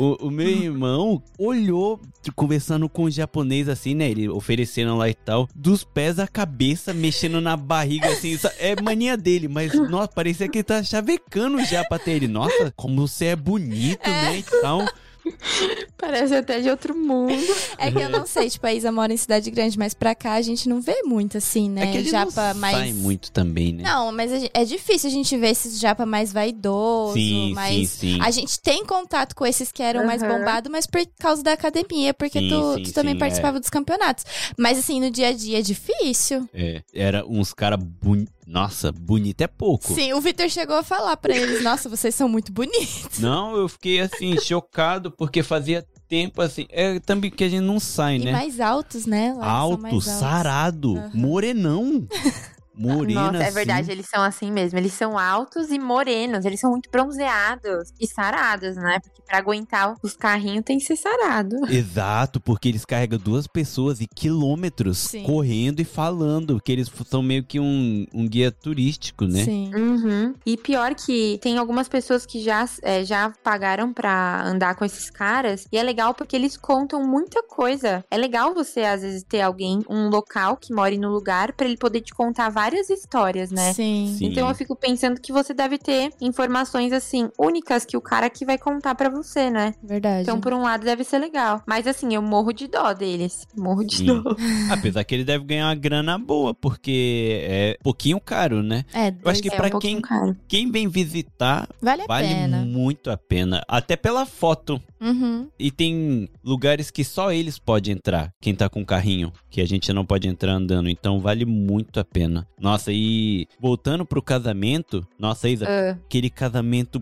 S3: o, o meu irmão olhou, t- conversando com o japonês assim, né? Ele oferecendo lá e tal, dos pés à cabeça, mexendo na barriga assim. sa- É mania dele, mas nossa, parecia que ele tá chavecando já pra ter ele. Nossa, como você é bonito, né? E tal.
S1: Parece até de outro mundo.
S4: É que eu não sei, tipo, a Isa mora em cidade grande, mas pra cá a gente não vê muito, assim, né?
S3: É que ele
S4: japa
S3: não sai
S4: mais.
S3: muito também, né?
S4: Não, mas a gen- é difícil a gente ver esses japa mais vaidoso,
S3: sim, sim,
S4: mais.
S3: sim.
S4: A gente tem contato com esses que eram mais
S1: Aham.
S4: bombados, mas por causa da academia, porque
S3: Sim,
S4: tu,
S3: sim,
S4: tu também
S3: sim, é.
S4: participava dos campeonatos. Mas assim, no dia a dia é difícil.
S3: É, era uns caras boni... Nossa, bonito é pouco.
S4: Sim, o Vitor chegou a falar pra eles: Nossa, vocês são muito bonitos.
S3: Não, eu fiquei assim, chocado, porque fazia tempo assim. É também que a gente não sai,
S4: E
S3: né?
S4: mais altos, né? Lá eles são mais
S3: Alto,
S4: altos.
S3: sarado,
S4: Aham.
S3: morenão. Morena,
S1: Nossa, é
S3: assim.
S1: verdade, eles são assim mesmo. Eles são altos e morenos, eles são muito bronzeados e sarados, né? Porque pra aguentar os carrinhos tem que ser sarado.
S3: Exato, porque eles carregam duas pessoas e quilômetros
S4: Sim.
S3: correndo e falando, porque eles f- são meio que um, um guia turístico, né?
S4: Sim.
S1: Uhum. E pior que tem algumas pessoas que já, é, já pagaram pra andar com esses caras. E é legal porque eles contam muita coisa. É legal você, às vezes, ter alguém, um local que more no lugar, pra ele poder te contar várias histórias, né?
S4: Sim.
S3: Sim.
S1: Então eu fico pensando que você deve ter informações assim únicas que o cara que vai contar pra você, né?
S4: Verdade.
S1: Então por um lado deve ser legal, mas assim, eu morro de dó deles, morro de
S3: Sim.
S1: dó. Um
S3: Apesar que ele deve ganhar uma grana boa, porque é pouquinho caro, né?
S4: é,
S3: Eu acho que
S1: É
S3: pra
S1: um
S3: quem,
S1: pouquinho caro.
S3: quem vem visitar,
S4: vale a
S3: vale
S4: É pena.
S3: muito a pena. Até pela foto.
S4: Uhum.
S3: E tem lugares que só eles podem entrar, quem tá com carrinho, que a gente não pode entrar andando, então vale muito a pena. Nossa, e voltando pro casamento, nossa, Isa,
S1: Ah,
S3: aquele casamento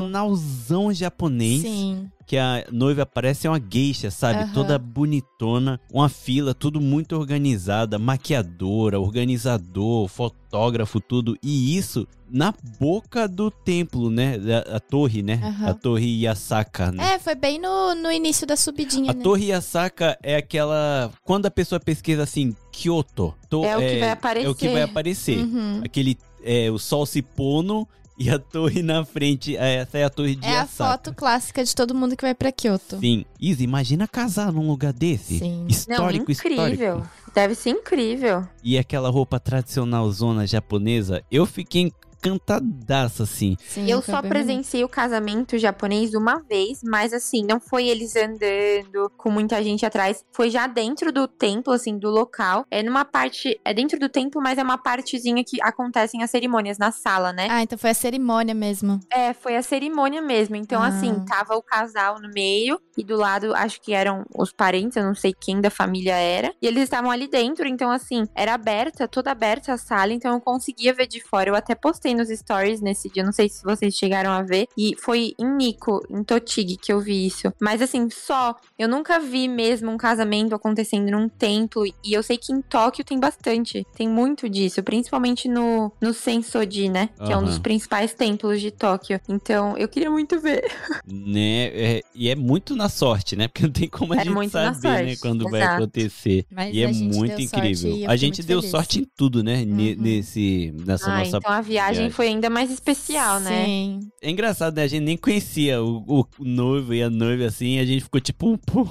S3: tradicionalzão japonês,
S4: Sim.
S3: que a noiva parece uma geisha, sabe?
S4: Aham.
S3: Toda bonitona, uma fila, tudo muito organizada, maquiadora, organizador, fotógrafo, tudo. E isso na boca do templo, né? A, a torre, né?
S4: Aham.
S3: A torre Yasaka, né?
S4: É, foi bem no, no início da subidinha,
S3: A
S4: né?
S3: Torre Yasaka é aquela. Quando a pessoa pesquisa assim, Kyoto. to-
S1: É o que vai
S3: É o que vai
S1: aparecer.
S3: aparecer.
S4: Uhum.
S3: Aquele. É, o sol se pondo e a torre na frente. É, Essa é a torre de
S4: É a
S3: Yasaka.
S4: foto clássica de todo mundo que vai pra Kyoto.
S3: Sim. Isa, imagina casar num lugar desse.
S4: Sim.
S1: não,
S3: Histórico,
S1: incrível.
S3: histórico.
S1: Deve ser incrível.
S3: E aquela roupa tradicional zona japonesa. Eu fiquei encantadaço, assim.
S4: Sim,
S1: eu
S4: foi
S1: só
S4: bem
S1: presenciei o casamento japonês uma vez, mas assim, não foi eles andando com muita gente atrás. Foi já dentro do templo, assim, do local. É numa parte. É dentro do templo, mas é uma partezinha que acontecem as cerimônias na sala, né?
S4: bonito. Ah, então foi a cerimônia mesmo.
S1: É, foi a cerimônia mesmo. Então,
S4: Ah.
S1: assim, tava o casal no meio e do lado, acho que eram os parentes, eu não sei quem da família era. E eles estavam ali dentro, então, assim, era aberta, toda aberta a sala, então eu conseguia ver de fora. Eu até postei nos stories nesse dia, não sei se vocês chegaram a ver. E foi em Nico, em Totig, que eu vi isso. Mas, assim, só. Eu nunca vi mesmo um casamento acontecendo num templo. E eu sei que em Tóquio tem bastante. Tem muito disso, principalmente no, no Sensoji, né? Que é um
S3: Aham.
S1: dos principais templos de Tóquio. Então, eu queria muito ver.
S3: né? É, e é muito na sorte, né? Porque não tem como a
S1: É
S3: gente
S1: muito na
S3: saber, né?
S1: sorte,
S3: Quando vai
S1: exato.
S3: acontecer.
S4: Mas
S3: E é
S4: a gente
S3: muito
S4: deu
S3: incrível.
S4: sorte e eu
S3: a
S4: fiquei
S3: gente
S4: muito
S3: deu
S4: feliz.
S3: sorte em tudo, né? Ne-
S4: Uhum.
S3: Nesse, nessa
S1: Ah,
S3: nossa.
S1: então a viagem,
S3: viagem.
S1: foi ainda mais especial, né?
S4: Sim.
S3: É engraçado, né? A gente nem conhecia o, o- o noivo e a noiva assim, e a gente ficou tipo, pô,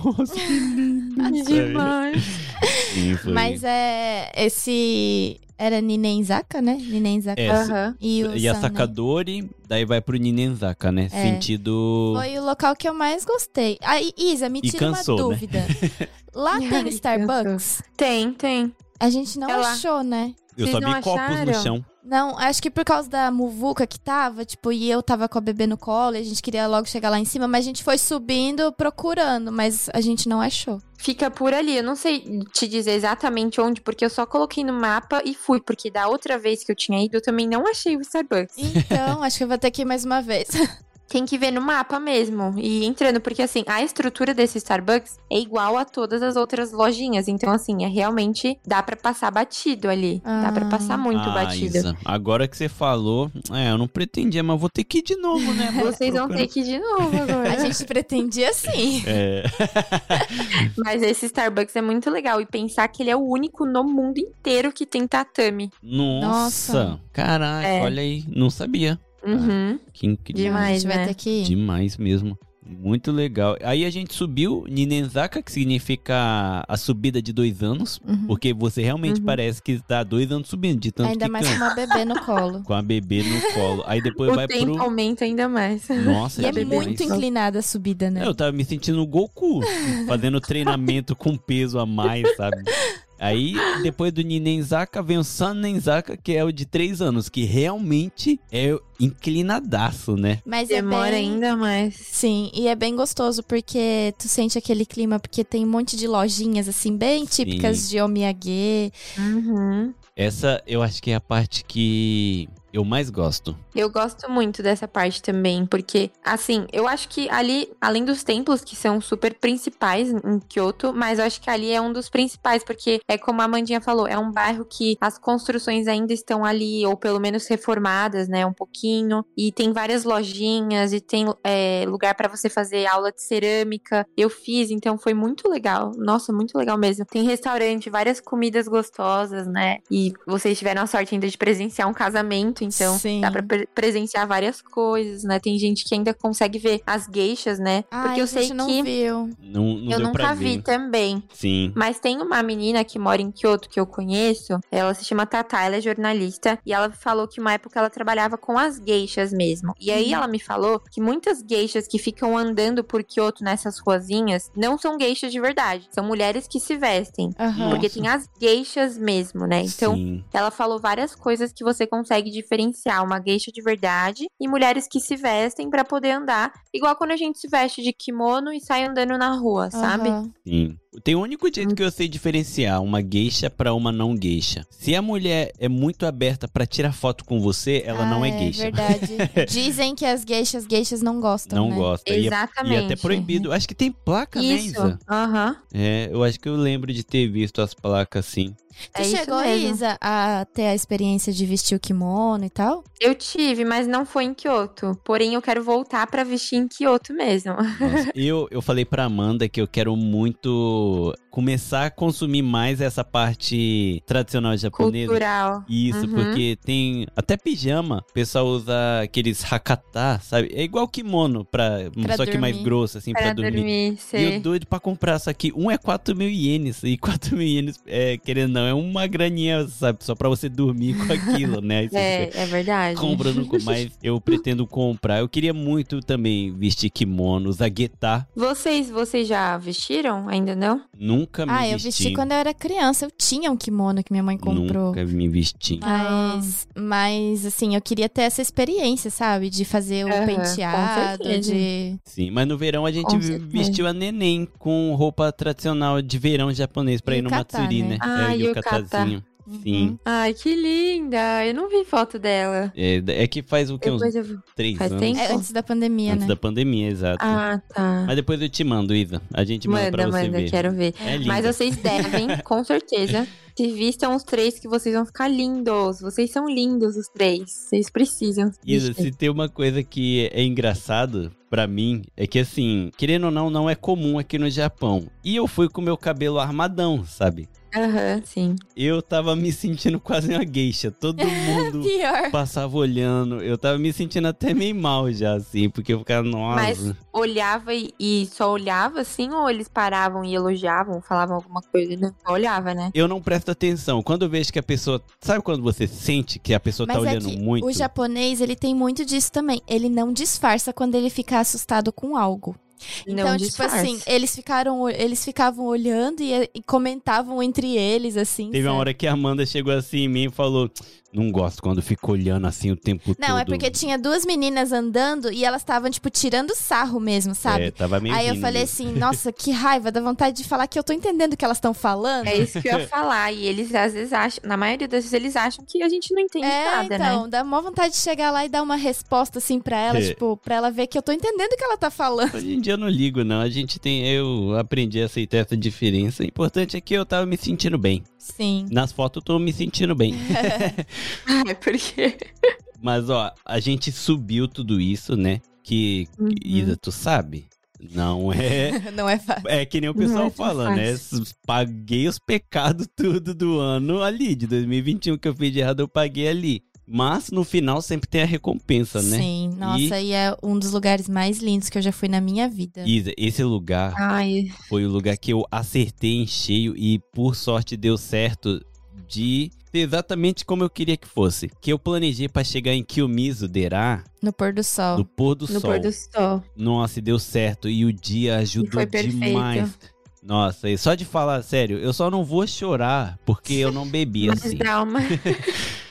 S1: Demais.
S3: assim, foi.
S4: Mas é. Esse. Era Ninenzaka, né? Ninenzaka.
S3: É,
S1: Aham.
S4: E, o
S3: E a
S4: Sanai.
S3: Sakadori, daí vai pro Ninenzaka, né?
S4: né? É.
S3: Sentido.
S4: Foi o local que eu mais gostei. Aí, Isa, me
S3: E
S4: tira
S3: cansou, né?
S4: uma dúvida. Lá
S1: Ai,
S4: tem Starbucks?
S1: Tem, tem.
S4: A gente não
S1: É lá.
S4: achou, né?
S3: Eu só
S1: Vocês
S3: vi
S1: não
S3: copos no
S1: acharam?
S3: chão.
S4: Não, acho que por causa da muvuca que tava, tipo, e eu tava com a bebê no colo, e a gente queria logo chegar lá em cima, mas a gente foi subindo, procurando, mas a gente não achou.
S1: Fica por ali. Eu não sei te dizer exatamente onde, porque eu só coloquei no mapa e fui, porque da outra vez que eu tinha ido, eu também não achei o Starbucks.
S4: Então, acho que eu vou ter que ir mais uma vez.
S1: Tem que ver no mapa mesmo e entrando, porque assim, a estrutura desse Starbucks é igual a todas as outras lojinhas. Então, assim, é realmente dá pra passar batido ali. Dá pra passar muito
S3: ah,
S1: batido.
S3: Isa, agora que você falou, é, eu não pretendia, mas vou ter que ir de novo, né?
S1: Vocês vão ter que ir de novo
S4: A
S1: agora.
S4: gente pretendia sim.
S3: É.
S1: Mas esse Starbucks é muito legal. E pensar que ele é o único no mundo inteiro que tem tatame.
S3: Nossa, caralho,
S1: É.
S3: olha aí, não sabia.
S1: Uhum.
S3: Que incrível.
S1: Demais.
S4: a gente vai
S1: né?
S4: ter que ir.
S3: Demais mesmo. Muito legal. Aí a gente subiu Ninenzaka, que significa a subida de dois anos.
S4: Uhum.
S3: Porque você realmente
S1: Uhum.
S3: parece que está dois anos subindo, de tanto
S4: Ainda
S3: que
S4: mais com
S3: cansa.
S4: uma bebê no colo.
S3: Com a bebê no colo. Aí depois vai
S1: O tempo
S3: pro.
S1: aumenta ainda mais.
S3: Nossa,
S4: E é
S1: bebê
S3: demais.
S4: muito inclinada a subida, né?
S3: Eu tava me sentindo o Goku, fazendo treinamento com peso a mais, sabe? Aí, depois do Ninenzaka, vem o Sanenzaka, que é o de três anos, que realmente é inclinadaço, né?
S4: Mas
S1: Demora
S4: é bem...
S1: ainda mais.
S4: Sim, e é bem gostoso porque tu sente aquele clima, porque tem um monte de lojinhas assim, bem típicas de omiyage.
S1: Uhum.
S3: Essa eu acho que é a parte que eu mais gosto.
S1: Eu gosto muito dessa parte também, porque, assim, eu acho que ali, além dos templos que são super principais em Kyoto, mas eu acho que ali é um dos principais, porque é como a Mandinha falou, é um bairro que as construções ainda estão ali, ou pelo menos reformadas, né, um pouquinho, e tem várias lojinhas, e tem é, lugar pra você fazer aula de cerâmica. Eu fiz, então foi muito legal. Nossa, muito legal mesmo. Tem restaurante, várias comidas gostosas, né, e vocês tiveram a sorte ainda de presenciar um casamento, então
S4: Sim.
S1: dá pra pre- presenciar várias coisas, né? Tem gente que ainda consegue ver as geixas, né?
S4: Ai,
S1: Porque eu
S4: a gente
S1: sei
S4: não
S1: que
S4: viu.
S3: Não, não
S1: eu
S3: deu pra
S1: nunca vi
S3: ver.
S1: também.
S3: Sim.
S1: Mas tem uma menina que mora em Kyoto que eu conheço, ela se chama Tata, ela é jornalista, e ela falou que uma época ela trabalhava com as geixas mesmo. E aí
S4: Hum.
S1: ela me falou que muitas geixas que ficam andando por Kyoto nessas ruazinhas não são geixas de verdade, são mulheres que se vestem.
S4: Aham.
S1: Porque
S3: Nossa.
S1: tem as geixas mesmo, né? Então,
S3: Sim.
S1: ela falou várias coisas que você consegue diferenciar uma geisha de verdade e mulheres que se vestem pra poder andar, igual quando a gente se veste de kimono e sai andando na rua, sabe?
S4: Aham.
S3: Sim. Tem o único
S1: Hum.
S3: jeito que eu sei diferenciar uma geisha pra uma não geisha. Se a mulher é muito aberta pra tirar foto com você, ela
S4: Ah,
S3: não é
S4: É
S3: geisha.
S4: verdade. Dizem que as geixas, geixas não gostam,
S3: não
S4: né?
S3: gosta. E é, e é
S1: Exatamente.
S3: até proibido. Acho que tem placa, né,
S1: Isso,
S3: Isa?
S1: aham.
S3: É, eu acho que eu lembro de ter visto as placas assim.
S4: Tu
S1: é isso
S4: chegou,
S1: mesmo.
S4: Isa, a ter a experiência de vestir o kimono e tal?
S1: Eu tive, mas não foi em Kyoto. Porém, eu quero voltar pra vestir em Kyoto mesmo.
S3: Nossa, eu, eu falei pra Amanda que eu quero muito começar a consumir mais essa parte tradicional japonesa.
S1: Cultural.
S3: Isso,
S1: Uhum.
S3: porque tem até pijama, o pessoal usa aqueles hakata, sabe? É igual kimono, pra,
S4: Pra
S3: só que mais
S4: dormir.
S3: grosso, assim, pra,
S1: Pra
S3: dormir.
S1: dormir,
S3: E eu
S1: sei.
S3: doido pra comprar, só que um é 4 mil ienes, e 4 mil ienes, é, querendo ou não, é uma graninha, sabe? Só pra você dormir com aquilo, né? Aí você fica-
S1: É, é verdade.
S3: compra, não compra, mas eu pretendo comprar. Eu queria muito também vestir kimono, usar guitar.
S1: Vocês, vocês já vestiram? Ainda não?
S3: Nunca me
S4: ah, eu
S3: vesti.
S4: vesti quando eu era criança. Eu tinha um kimono que minha mãe comprou.
S3: Nunca me vesti.
S4: Mas, mas, assim, eu queria ter essa experiência, sabe? De fazer o
S1: Aham, com
S4: penteado,
S1: certeza.
S4: de.
S3: Sim, mas no verão a gente
S1: Com
S3: vi-
S1: certeza.
S3: vestiu a neném com roupa tradicional de verão japonês pra ir no
S4: Yukata,
S3: Matsuri,
S4: né?
S3: né?
S1: Ah,
S3: é,
S1: yukata.
S3: yukatazinho.
S4: Uhum.
S3: Sim.
S1: Ai, que linda! Eu não vi foto dela.
S3: É, é que faz o que? Uns
S1: Depois eu vou.
S3: três
S1: faz
S3: anos?
S1: tempo?
S4: É antes da pandemia,
S3: Antes
S4: né?
S3: da pandemia, exato.
S1: Ah, tá.
S3: Mas depois eu te mando, Isa. A gente manda, pra você ver.
S1: quero ver.
S3: É lindo.
S1: Mas assim, vocês devem, com certeza. Se vistam os três que vocês vão ficar lindos. Vocês são lindos, os três. Vocês precisam. se
S3: Isa,
S1: vestir.
S3: se tem uma coisa que é engraçado pra mim, é que assim, querendo ou não, não é comum aqui no Japão. E eu fui com meu cabelo armadão, sabe?
S1: Aham, sim.
S3: Eu tava me sentindo quase uma geisha. Todo mundo
S4: Pior.
S3: passava olhando. Eu tava me sentindo até meio mal já, assim, porque eu ficava, nossa.
S1: Mas olhava e, e só olhava assim, ou eles paravam e elogiavam, falavam alguma coisa, né? Só olhava, né?
S3: Eu não presto atenção. Quando eu vejo que a pessoa. Sabe quando você sente que a pessoa tá
S4: Mas é
S3: olhando
S4: que
S3: muito?
S4: o japonês, ele tem muito disso também. Ele não disfarça quando ele fica assustado com algo.
S1: Não
S4: então,
S1: disfarça.
S4: tipo assim, eles ficaram, eles ficavam olhando e, e comentavam entre eles, assim.
S3: Teve uma
S4: sabe?
S3: hora que a Amanda chegou assim em mim e falou: Não gosto quando fico olhando assim o tempo todo.
S4: Não, é porque tinha duas meninas andando e elas estavam, tipo, tirando sarro mesmo, sabe?
S3: É, tava meio
S4: Aí eu
S3: rindo.
S4: falei assim, nossa, que raiva, dá vontade de falar que eu tô entendendo o que elas estão falando.
S1: É isso que eu ia falar. E eles às vezes acham, na maioria das vezes, eles acham que a gente não entende
S4: É,
S1: nada, né?
S4: então, dá mó vontade de chegar lá e dar uma resposta, assim, pra ela,
S3: É.
S4: tipo, pra ela ver que eu tô entendendo o que ela tá falando.
S3: Hoje em dia eu não ligo, não. A gente tem. Eu aprendi a aceitar essa diferença. O importante é que eu tava me sentindo bem.
S4: Sim.
S3: Nas fotos eu tô me sentindo bem.
S1: É porque.
S3: Mas ó, a gente subiu tudo isso, né? Que.
S1: Uhum.
S3: Isa, tu sabe? Não é.
S4: Não é fácil.
S3: É que nem o
S1: Não
S3: pessoal
S1: é tão
S3: fala, né? S- Paguei os pecados tudo do ano ali, de 2021 que eu fiz de errado, eu paguei ali. Mas no final sempre tem a recompensa, né?
S4: Sim, nossa, e... é um dos lugares mais lindos que eu já fui na minha vida.
S3: Isa, esse lugar
S1: Ai,
S3: foi o lugar que eu acertei em cheio e por sorte deu certo de ser exatamente como eu queria que fosse. Que eu planejei pra chegar em Kiyomizu Derá,
S4: No pôr do sol.
S3: do pôr do
S1: no
S3: sol.
S1: pôr do sol.
S3: Nossa, e deu certo. E o dia
S1: E
S3: ajudou
S1: foi perfeito.
S3: demais. Nossa, e só de falar sério, eu só não vou chorar porque eu não bebi
S1: Mas
S3: assim.
S1: dá uma.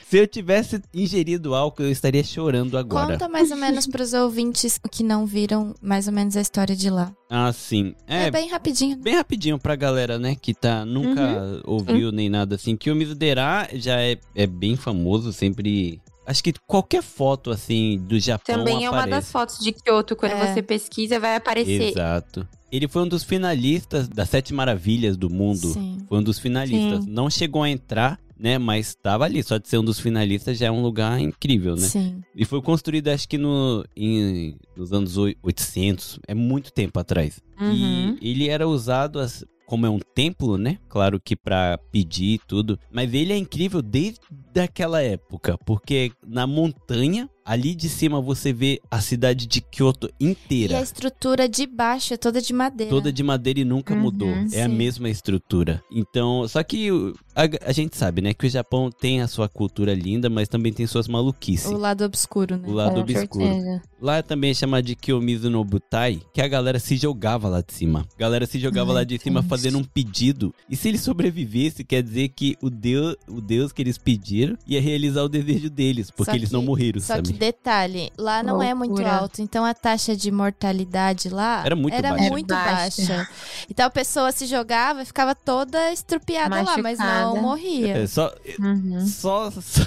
S3: Se eu tivesse ingerido álcool, eu estaria chorando agora.
S4: Conta mais ou menos pros ouvintes que não viram mais ou menos a história de lá.
S3: Ah, sim.
S4: É,
S3: É, bem...
S4: bem rapidinho.
S3: rapidinho pra galera, né, que tá, nunca
S1: Uhum.
S3: ouviu nem nada assim. Que o Mizuderá já é, é bem famoso, sempre... Acho que qualquer foto, assim, do Japão
S1: Também é uma
S3: aparece.
S1: das fotos de Kyoto. Quando
S4: É.
S1: você pesquisa, vai aparecer.
S3: Exato. Ele foi um dos finalistas das Sete Maravilhas do Mundo.
S4: Sim.
S3: Foi um dos finalistas. Não chegou a entrar, né? Mas tava ali. Só de ser um dos finalistas já é um lugar incrível, né?
S4: Sim.
S3: E foi construído, acho que no, em- nos anos oi- 800. É muito tempo atrás.
S1: Uhum.
S3: E ele era usado as- como é um templo, né? Claro que pra pedir e tudo. Mas ele é incrível desde aquela época. Porque na montanha, ali de cima, você vê a cidade de Kyoto
S4: E a
S3: inteira.
S4: estrutura de baixo é toda de madeira.
S3: Toda de madeira e nunca
S1: Uhum,
S3: mudou. É a
S4: sim.
S3: mesma estrutura. Então, só que o- a, a gente sabe, né, que o Japão tem a sua cultura linda, mas também tem suas maluquices.
S4: O lado obscuro, né?
S3: O lado
S1: Com
S3: obscuro.
S1: certeza.
S3: Lá também é chamado de Kiyomizu no Butai, que a galera se jogava lá de cima. A galera se jogava
S4: Ai,
S3: lá de cima
S4: Deus.
S3: fazendo um pedido. E se ele sobrevivesse, quer dizer que o Deus, o Deus que eles pediram ia realizar o desejo deles, porque
S4: Só
S3: eles
S4: que-
S3: não morreram,
S4: Só que
S3: sabe?
S4: detalhe, lá não é muito
S1: Loucura.
S4: alto, então a taxa de mortalidade lá
S3: Era muito baixa.
S4: muito
S1: Era
S4: baixa.
S1: baixa.
S4: Então a pessoa se jogava e ficava toda estrupiada lá, mas não
S1: Machucada.
S4: morria.
S3: É, só,
S1: Uhum.
S3: Só, só,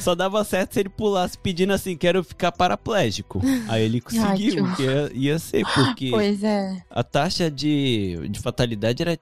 S3: só dava certo se ele pulasse pedindo assim, quero ficar paraplégico. Aí ele conseguiu,
S1: horror.
S3: que ia, ia ser, porque
S1: Pois é.
S3: a taxa de, de fatalidade era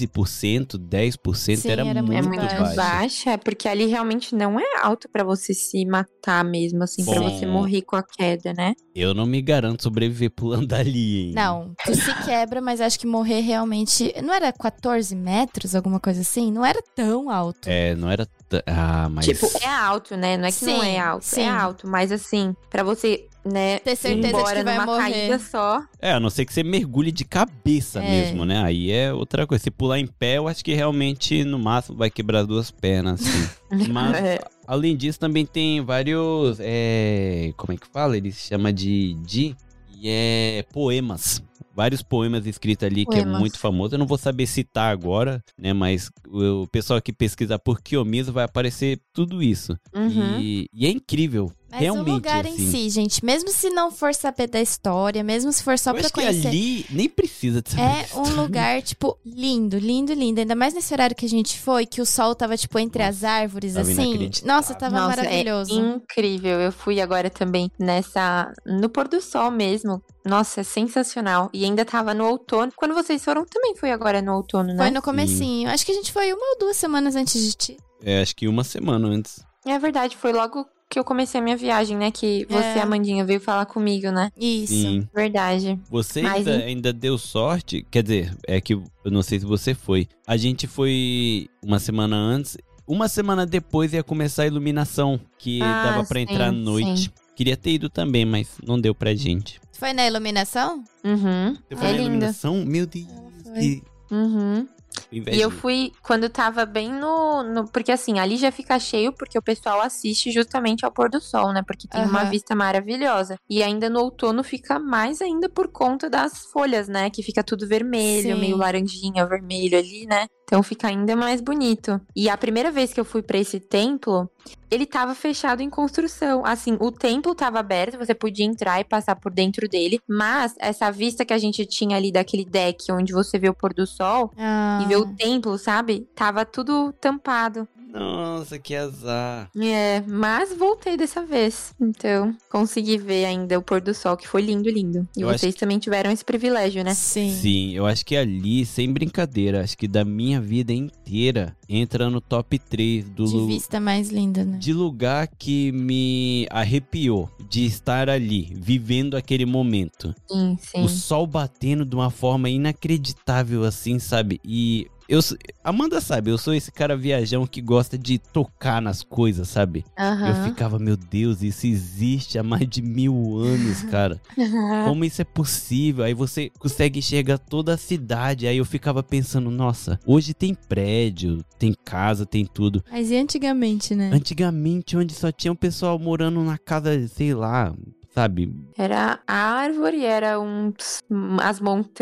S3: 15%, 10%,
S4: Sim,
S3: era,
S4: era
S3: muito,
S1: É
S4: Muito
S1: muito
S3: baixa.
S1: baixa. porque ali realmente não é alto pra você se matar mesmo, assim, pra
S3: Bom.
S1: você morrer com a queda, né?
S3: Eu não me garanto sobreviver pulando ali, hein?
S4: Não, tu se quebra, mas acho que morrer realmente. Não era 14 metros, alguma coisa assim? Não era tão alto.
S3: É, não era... ta- Ah, mas...
S1: Tipo, é alto, né? Não é que não
S4: Sim,
S1: é alto,
S4: sim.
S1: é alto, mas assim, pra você, né,
S4: Ter certeza
S1: ir embora
S4: de que vai
S1: numa
S4: morrer.
S1: caída só.
S3: É, a não ser que você mergulhe de cabeça
S4: É.
S3: mesmo, né? Aí é outra coisa. Se pular em pé, eu acho que realmente, no máximo, vai quebrar as duas pernas, assim. Mas,
S1: É.
S3: além disso, também tem vários... é, Como é que fala? Ele se chama de... de e é poemas. Vários poemas escritos ali, que é
S1: Poemas.
S3: muito famoso. Eu não vou saber citar agora, né? Mas o o pessoal que pesquisar por Kiyomizu vai aparecer tudo isso.
S1: Uhum.
S3: E, e é incrível.
S4: Mas
S3: realmente,
S4: o lugar
S3: assim.
S4: em si, gente, mesmo se não for saber da história, mesmo se for só
S3: eu
S4: pra
S3: acho que é
S4: conhecer.
S3: ali nem precisa de saber
S4: É um
S3: isso.
S4: lugar, tipo, lindo, lindo, lindo. Ainda mais nesse horário que a gente foi, que o sol tava, tipo, entre as árvores,
S3: tava
S4: assim.
S3: inacreditável.
S4: Nossa, tava
S1: Nossa, É
S4: maravilhoso.
S1: incrível. Eu fui agora também nessa. No pôr do sol mesmo. Nossa, é sensacional. E ainda tava no outono. Quando vocês foram, também foi agora no outono,
S4: Foi
S1: né?
S4: no comecinho. Acho que a gente foi uma ou duas semanas antes de ti.
S3: É, acho que uma semana antes.
S1: É verdade, foi logo que eu comecei a minha viagem, né? Que você,
S4: É.
S1: Amandinha, veio falar comigo, né?
S4: Isso.
S3: Sim.
S1: Verdade.
S3: Você
S1: Mas,
S3: ainda, ainda deu sorte. Quer dizer, é que eu não sei se você foi. A gente foi uma semana antes. Uma semana depois ia começar a iluminação, que
S1: Ah,
S3: dava pra
S1: sim,
S3: entrar à noite.
S1: sim.
S3: Queria ter ido também, mas não deu pra gente.
S4: Foi na iluminação?
S1: Uhum.
S3: Você
S1: é
S3: na
S1: linda.
S3: iluminação? Meu Deus.
S4: foi.
S3: Que
S1: Uhum. E
S3: inveja.
S1: eu fui quando tava bem no, no- Porque assim, ali já fica cheio porque o pessoal assiste justamente ao pôr do sol, né? Porque tem uma
S4: Aham.
S1: vista maravilhosa. E ainda no outono fica mais ainda por conta das folhas, né? Que fica tudo vermelho,
S4: Sim.
S1: meio laranjinha, vermelho ali, né? Então fica ainda mais bonito. E a primeira vez que eu fui pra esse templo ele tava fechado em construção. Assim, o templo tava aberto, você podia entrar e passar por dentro dele, mas essa vista que a gente tinha ali daquele deck onde você vê o pôr do sol
S4: Ah.
S1: e vê o templo, sabe? Tava tudo tampado.
S3: Nossa, que azar.
S1: É, mas voltei dessa vez. Então, consegui ver ainda o pôr do sol, que foi lindo, lindo. E
S3: Eu acho
S1: vocês também tiveram esse privilégio, né?
S4: Sim.
S3: Sim, eu acho que ali, sem brincadeira, acho que da minha vida inteira, entra no top 3 do
S4: De
S3: lu-
S4: vista mais linda, né?
S3: de lugar que me arrepiou de estar ali, vivendo aquele momento.
S1: Sim, sim.
S3: O sol batendo de uma forma inacreditável assim, sabe? E eu s- Amanda sabe, eu sou esse cara viajão que gosta de tocar nas coisas, sabe? Eu
S1: Aham.
S3: ficava, meu Deus, isso existe há mais de mil anos, cara.
S1: Ah.
S3: Como isso é possível? Aí você consegue enxergar toda a cidade. Aí eu ficava pensando, nossa, hoje tem prédio, tem casa, tem tudo.
S4: Mas e antigamente,
S1: Uhum.
S4: né?
S3: Antigamente, onde só tinha um pessoal morando na casa, sei lá, sabe?
S1: Era a árvore, era um, as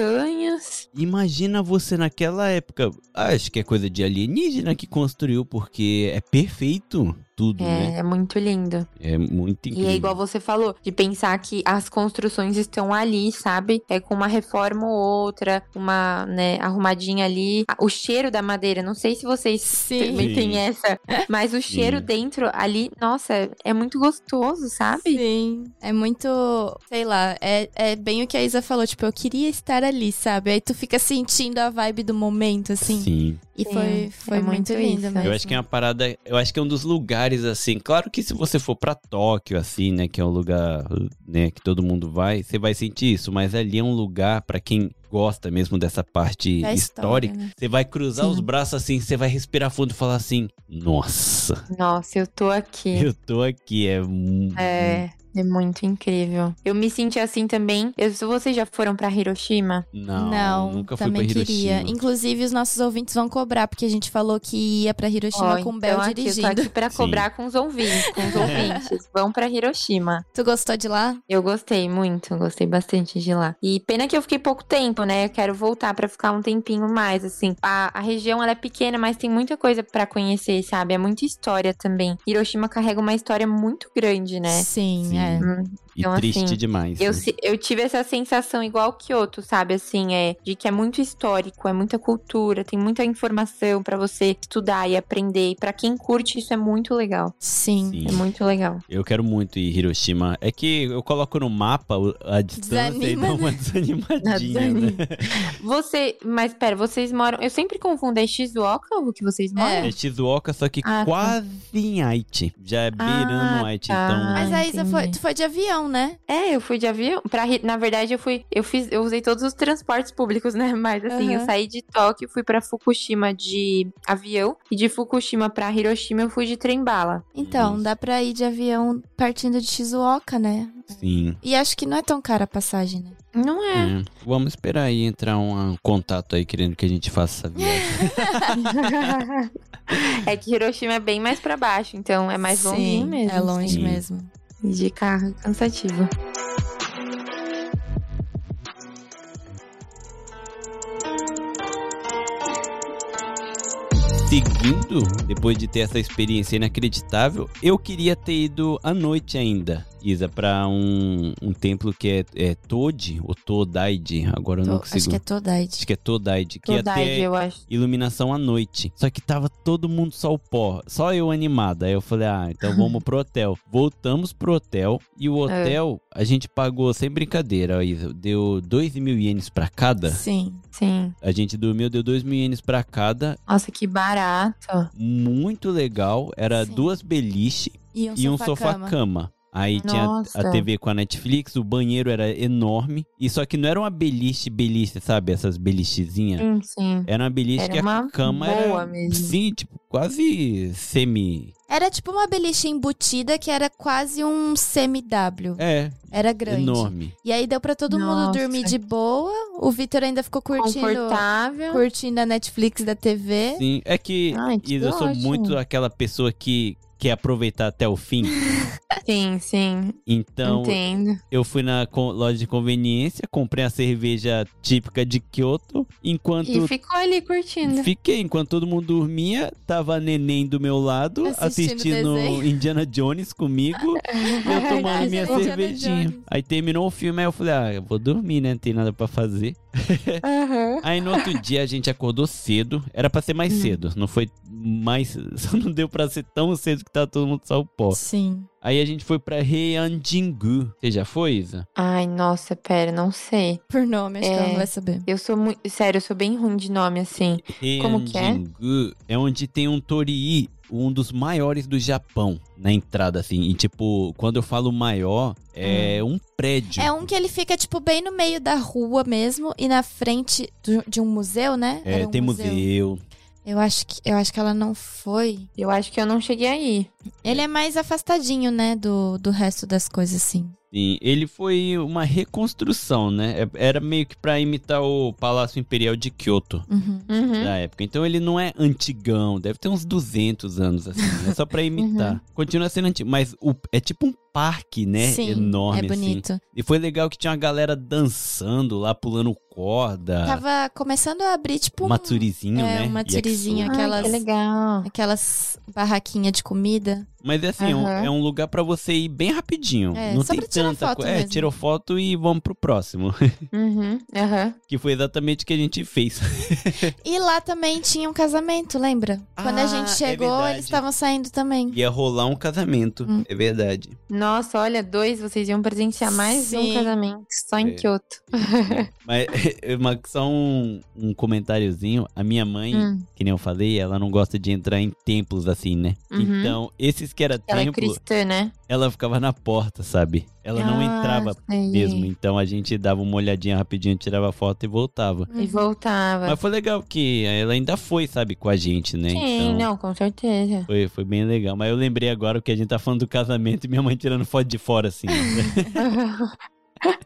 S1: montanhas.
S3: Imagina você naquela época. Acho que é coisa de alienígena que construiu, porque é perfeito tudo, né?
S1: É, é muito lindo.
S3: É muito
S1: E
S3: incrível.
S1: é igual você falou, de pensar que as construções estão ali, sabe? É com uma reforma ou outra, uma né, arrumadinha ali. Ah, O cheiro da madeira, não sei se vocês
S4: Sim.
S1: também têm
S3: Sim.
S1: essa, mas o cheiro
S3: Sim.
S1: dentro ali, nossa, é- é muito gostoso, sabe?
S4: Sim. É muito. Sei lá, é, é bem o que a Isa falou. Tipo, eu queria estar ali, sabe? Aí tu fica sentindo a vibe do momento, assim.
S3: Sim.
S4: E
S1: Sim,
S4: foi, foi
S1: é
S4: muito,
S1: muito
S4: lindo
S1: isso.
S4: mesmo.
S3: Eu acho que é uma parada. Eu acho que é um dos lugares, assim. Claro que se você for pra Tóquio, assim, né? Que é um lugar, né? Que todo mundo vai, você vai sentir isso. Mas ali é um lugar pra quem gosta mesmo dessa parte
S4: Da história,
S3: histórica.
S4: né?
S3: Você vai cruzar
S1: Sim.
S3: os braços assim, você vai respirar fundo e falar assim: Nossa,
S1: Nossa, eu tô aqui.
S3: eu tô aqui. É. um-
S1: É, é muito incrível. Eu me senti assim também. Eu, se vocês já foram pra Hiroshima,
S3: Não, nunca fui pra
S4: também
S3: Hiroshima.
S4: queria. Inclusive, os nossos ouvintes vão cobrar, porque a gente falou que ia pra Hiroshima
S1: ó,
S4: com o Bel
S1: então aqui, eu tô
S4: dirigindo.
S1: aqui pra
S3: Sim.
S1: cobrar com os ouvintes, com os ouvintes. Vão pra Hiroshima.
S4: Tu gostou de lá?
S1: Eu gostei muito, gostei bastante de lá. E pena que eu fiquei pouco tempo, né? Eu quero voltar pra ficar um tempinho mais, assim. A, a região ela é pequena, mas tem muita coisa pra conhecer, sabe? É muita história também. Hiroshima carrega uma história muito grande, né?
S4: Sim,
S3: Sim.
S4: é.
S1: Hum,
S3: E
S1: Então,
S3: triste
S1: assim,
S3: demais. né?
S1: Eu, se- eu tive essa sensação igual Kyoto, sabe? Assim, é de que é muito histórico, é muita cultura, tem muita informação pra você estudar e aprender. E pra quem curte, isso é muito legal.
S4: Sim.
S3: Sim.
S1: É muito legal.
S3: Eu quero muito ir Hiroshima. É que eu coloco no mapa o- a distância
S4: Desanima,
S3: e dá uma
S1: né? Dá
S3: desanimadinha,
S1: desanimo.
S3: né?
S1: Você, mas pera, vocês moram. Eu sempre confundo, é Shizuoka o que vocês moram?
S3: É Shizuoka, só que
S1: Ah, tá.
S3: quase em Haiti. Já é beirando
S1: Ah,
S3: Haiti, então,
S1: tá.
S4: Mas
S1: Ah,
S4: a Isa foi,
S1: entendi.
S4: tu foi de avião, né?
S1: É, eu fui de avião. Pra, Hi- na verdade, eu fui. Eu fiz. Eu usei todos os transportes públicos, né? Mas assim,
S4: Aham.
S1: eu saí de Tóquio, fui pra Fukushima de avião. E de Fukushima pra Hiroshima eu fui de trem-bala.
S4: Então,
S3: Isso.
S4: dá pra ir de avião partindo de Shizuoka, né?
S3: então... Sim.
S4: E acho que não é tão cara a passagem, né?
S1: Não é.
S3: É. Vamos esperar aí entrar um, um contato aí querendo que a gente faça essa viagem.
S4: Hum.
S1: é que Hiroshima é bem mais pra baixo, então é mais
S4: Sim,
S1: longe mesmo.
S4: É longe
S3: sim.
S4: mesmo.
S1: E De carro, é cansativo.
S3: Seguindo, depois de ter essa experiência inacreditável, eu queria ter ido à noite ainda, Isa, pra um, um templo que é, é Toji ou Todaide. Agora eu não
S4: Tô- acho
S3: consigo.
S4: que é Todai.
S3: Acho que é Todaide. Que
S1: Toda
S3: até...
S1: eu acho.
S3: iluminação à noite. Só que tava todo mundo só o pó, só eu animada. Aí eu falei, ah, então vamos pro hotel. Voltamos pro hotel e o
S4: É.
S3: hotel a gente pagou sem brincadeira, ó, Isa, deu 2 mil ienes pra cada.
S4: Sim.
S1: Sim.
S3: A gente dormiu, deu 2 mil ienes pra cada.
S1: Nossa, que barato.
S3: Muito legal. Era
S4: Sim.
S3: duas beliche
S4: E um
S3: e um
S4: sofá-cama.
S3: sofá-cama. Aí tinha a
S1: Nossa.
S3: TV com a Netflix, o banheiro era enorme. E só que não era uma beliche, beliche, sabe? Essas belichezinhas.
S1: Sim, Hum, sim.
S3: Era uma beliche
S1: Era
S3: É. que a
S1: uma
S3: cama
S1: boa
S3: era
S1: mesmo.
S3: sim, tipo, quase semi.
S4: Era tipo uma beliche embutida que era quase um CMW.
S3: É,
S4: Era grande.
S3: enorme.
S4: E aí deu pra todo mundo
S1: Nossa.
S4: dormir de boa. O Vitor ainda ficou curtindo,
S1: Confortável.
S4: curtindo a Netflix da TV.
S3: Sim, é que
S1: Ai, Ah, que
S3: Isa, eu sou
S1: ótimo.
S3: muito aquela pessoa que quer aproveitar até o fim.
S1: Sim, sim.
S3: Então,
S1: Entendo.
S3: eu fui na co- loja de conveniência, comprei a cerveja típica de Kyoto, enquanto
S1: E ficou ali curtindo.
S3: Fiquei, enquanto todo mundo dormia, tava a neném do meu lado
S4: Assistindo
S3: assistindo,
S4: desenho.
S3: Indiana Jones comigo e eu tomando
S4: Verdade,
S3: minha
S4: Indiana
S3: cervejinha.
S4: Jones.
S3: Aí terminou o filme, aí eu falei, ah, eu vou dormir, né? Não tem nada pra fazer.
S1: Aham.
S3: Aí no outro dia a gente acordou cedo, era pra ser mais
S4: Uhum.
S3: cedo, não foi mais. Só não deu pra ser tão cedo que tava todo mundo só o pó.
S4: Sim.
S3: Aí a gente foi pra Heianjingu. Você já foi, Isa?
S1: Ai, nossa, pera, não sei.
S4: Por nome, acho que ela não vai saber.
S1: Eu sou muito. Sério, eu sou bem ruim de nome assim. Como que é?
S3: Heianjingu é onde tem um torii, um dos maiores do Japão, na entrada, assim. E, tipo, quando eu falo maior, é um prédio.
S4: É um que ele fica, tipo, bem no meio da rua mesmo e na frente do- de um museu, né?
S3: É,
S4: Era um
S3: tem museu.
S4: Eu acho, que, eu acho que ela não foi.
S1: Eu acho que eu não cheguei aí.
S4: Ele é mais afastadinho, né, do, do resto das coisas, assim.
S3: Sim, ele foi uma reconstrução, né? É- Era meio que pra imitar o Palácio Imperial de Kyoto
S4: Uhum.
S1: Uhum.
S3: da época. Então ele não é antigão, deve ter uns 200 anos assim, né? Só pra
S4: Uhum.
S3: imitar. Continua sendo antigo, mas o- é tipo um parque, né?
S4: Sim,
S3: Enorme
S4: é
S3: assim.
S4: bonito.
S3: E foi legal que tinha uma galera dançando lá, pulando corda,
S4: Tava começando a abrir, tipo, um-
S3: matsurizinho,
S4: é,
S3: né?
S4: um matsurizinho,
S3: Yakisoba.
S1: Ai,
S4: aquelas-
S1: que legal.
S4: aquelas barraquinhas de comida.
S3: Mas é assim, é um-
S1: Aham.
S3: é um lugar pra você ir bem rapidinho.
S4: É,
S3: Não
S4: só
S3: tem
S4: pra tirar
S3: tanta
S4: foto
S3: coisa. É,
S4: mesmo.
S3: tirou foto e vamos pro próximo.
S1: Uhum. Aham.
S3: que foi exatamente o que a gente fez.
S4: E lá também tinha um casamento, lembra? Quando
S3: Ah,
S4: a gente
S3: é
S4: chegou,
S3: verdade.
S4: eles estavam saindo também.
S3: Ia rolar um casamento,
S4: Hum.
S3: é verdade.
S1: Nossa, olha, dois, vocês iam presenciar mais de um
S4: Sim.
S1: casamento só em
S3: É.
S1: Kyoto.
S3: Mas uma- só um, um comentáriozinho. A minha mãe,
S1: Hum.
S3: que nem eu falei, ela não gosta de entrar em templos assim, né?
S1: Uhum.
S3: Então, esses que era
S1: Ela é
S3: templo,
S1: cristã, né?
S3: ela ficava na porta, sabe? Ela não
S1: Ah,
S3: entrava
S1: sei.
S3: mesmo. Então a gente dava uma olhadinha rapidinho, tirava foto e voltava.
S4: Uhum.
S1: E voltava.
S3: Mas foi legal que ela ainda foi, sabe, com a gente, né?
S1: Sim,
S3: então,
S1: não, com certeza.
S3: Foi, foi bem legal. Mas eu lembrei agora que a gente tá falando do casamento e minha mãe tirando foto de fora, assim.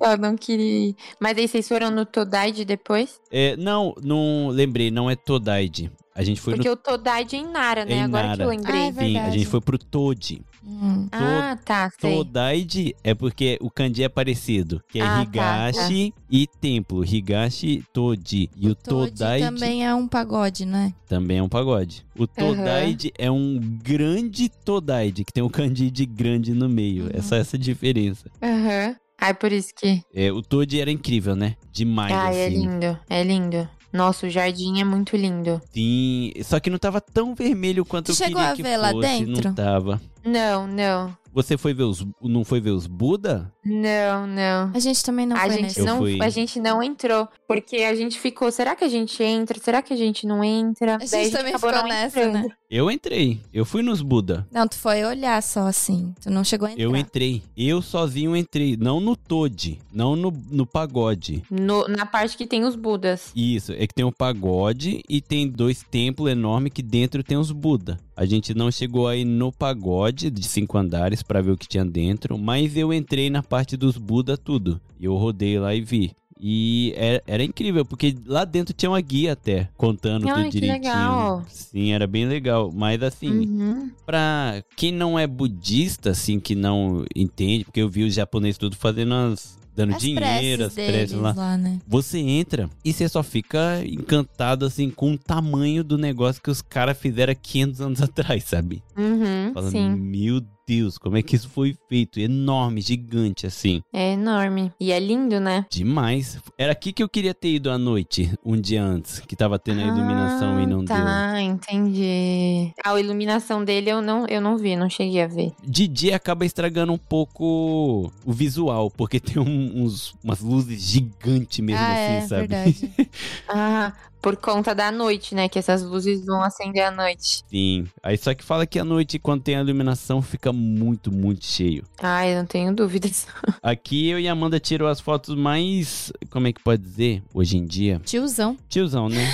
S1: Eu não queria. ir. Mas aí vocês foram no Todaide depois?
S3: É, não, não lembrei, não é Todaide. A gente foi
S1: Porque o Todaide é em Nara, né?
S3: É em
S1: Agora que
S3: Nara.
S4: Ah,
S1: eu
S4: é
S1: lembrei.
S3: no. Sim, a
S4: verdade.
S3: gente foi pro Toad.
S4: Hum.
S1: Ah, tá, sei.
S3: Todaide é porque o kanji é parecido, que é
S1: Ah, tá,
S3: Higashi e templo. Higashi, Toji. E o
S4: Toad
S3: Todaide também.
S4: também é um pagode, né?
S3: é um pagode. O Todaide é um grande Todaide, que tem um kanji de grande no meio. É
S4: Uhum.
S3: só essa diferença.
S1: Aham. Ah, é por isso que.
S3: É, o Toad era incrível, né? Demais,
S1: Ah, é
S3: assim.
S1: lindo, é lindo. Nossa, o jardim é muito lindo.
S3: Sim, só que não tava tão vermelho quanto
S4: Tu
S3: eu
S4: chegou
S3: queria
S4: a
S3: que
S4: ver lá
S3: fosse. Não
S4: dentro?
S3: tava.
S1: Não, não,
S3: Você foi ver os. Não foi ver os Buda?
S1: não, não.
S4: A gente também não
S1: a
S4: foi
S1: gente
S4: nesse.
S3: Eu
S1: não,
S3: fui.
S1: a gente não entrou, porque a gente ficou, será que a gente entra? Será que a gente não entra?
S4: A gente
S1: Daí
S4: também
S1: acabou
S4: ficou
S1: não
S4: nessa,
S1: entrando.
S4: né?
S3: Eu entrei. Eu fui nos Buda.
S4: Não, tu foi olhar só assim. Tu não chegou a entrar.
S3: Eu entrei. Eu sozinho entrei. Não no Toad. Não no, no pagode.
S1: No- na parte que tem os budas.
S3: Isso, é que tem o pagode e tem dois templos enormes que dentro tem os Buda. A gente não chegou aí no pagode de cinco andares pra ver o que tinha dentro, mas eu entrei na parte dos Buda tudo. E eu rodei lá e vi. E era, era incrível, porque lá dentro tinha uma guia até, contando
S1: Ai,
S3: tudo
S1: que
S3: direitinho.
S1: legal.
S3: Sim, era bem legal. Mas assim,
S1: Uhum.
S3: pra quem não é budista, assim, que não entende, porque eu vi os japoneses tudo fazendo as. dando
S4: As
S3: dinheiro, as
S4: preces deles
S3: preces lá.
S4: né?
S3: Você entra e você só fica encantado, assim, com o tamanho do negócio que os caras fizeram há 500 anos atrás, sabe?
S1: Uhum,
S3: Falando,
S1: sim,
S3: meu Deus, como é que isso foi feito? Enorme, gigante, assim.
S1: é enorme. E é lindo, né?
S3: Demais. Era aqui que eu queria ter ido à noite, um dia antes, que tava tendo a iluminação e
S1: Ah,
S3: não deu.
S1: Tá, entendi. A iluminação dele eu não, eu não vi, não cheguei a ver.
S3: de dia acaba estragando um pouco o visual, porque tem um- uns, umas luzes gigantes mesmo
S4: ah,
S3: assim,
S4: é,
S3: sabe?
S4: verdade.
S1: Ah, por conta da noite, né? Que essas luzes vão acender à noite.
S3: Sim. Aí só que fala que à noite, quando tem a iluminação, fica muito, muito cheio.
S1: Ah, eu não tenho dúvidas.
S3: Aqui eu e a Amanda tirou as fotos mais. Como é que pode dizer? Hoje em dia.
S4: Tiozão.
S3: Tiozão, né?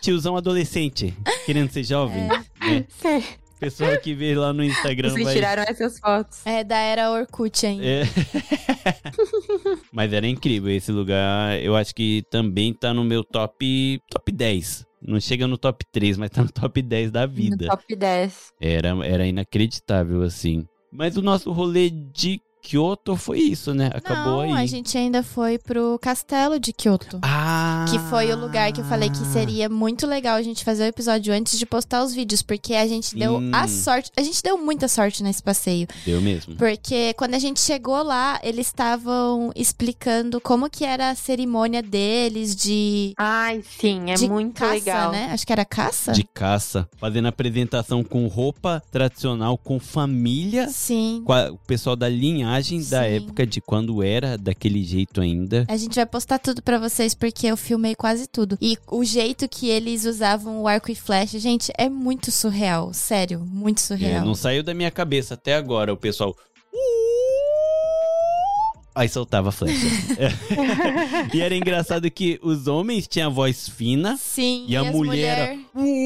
S3: Tiozão adolescente, querendo ser jovem.
S4: É.
S3: né? Pessoal que vê lá no Instagram
S1: Vocês
S3: vai.
S1: tiraram essas fotos.
S4: É da era Orkut ainda.
S3: É. Mas era incrível esse lugar. Eu acho que também tá no meu top top 10. Não chega no top 3, mas tá no top 10 da
S1: No
S3: vida.
S1: top 10.
S3: Era, era inacreditável, assim. Mas o nosso rolê de Kyoto foi isso, né? Acabou
S4: Não,
S3: aí.
S4: a gente ainda foi pro castelo de Kyoto.
S3: Ah!
S4: Que foi o lugar que eu falei que seria muito legal a gente fazer o episódio antes de postar os vídeos, porque a gente deu
S3: Sim. Uhum.
S4: a sorte, a gente deu muita sorte nesse passeio.
S3: Deu mesmo.
S4: Porque quando a gente chegou lá, eles estavam explicando como que era a cerimônia deles de,
S1: Ai, sim, é
S4: de
S1: muito
S4: caça,
S1: legal.
S4: né? Acho que era caça?
S3: De caça. Fazendo apresentação com roupa tradicional, com família.
S4: Sim.
S3: com a- O pessoal da linhagem da
S4: Sim.
S3: época, de quando era daquele jeito ainda.
S4: A gente vai postar tudo pra vocês porque eu filmei quase tudo. E o jeito que eles usavam o arco e flecha, gente, é muito surreal, sério, muito
S3: É,
S4: surreal.
S3: não saiu da minha cabeça até agora o pessoal. "Uh!" Aí soltava a flecha. É. e era engraçado que os homens tinham a voz fina.
S4: Sim,
S3: E a
S4: as
S3: mulher-
S4: mulher-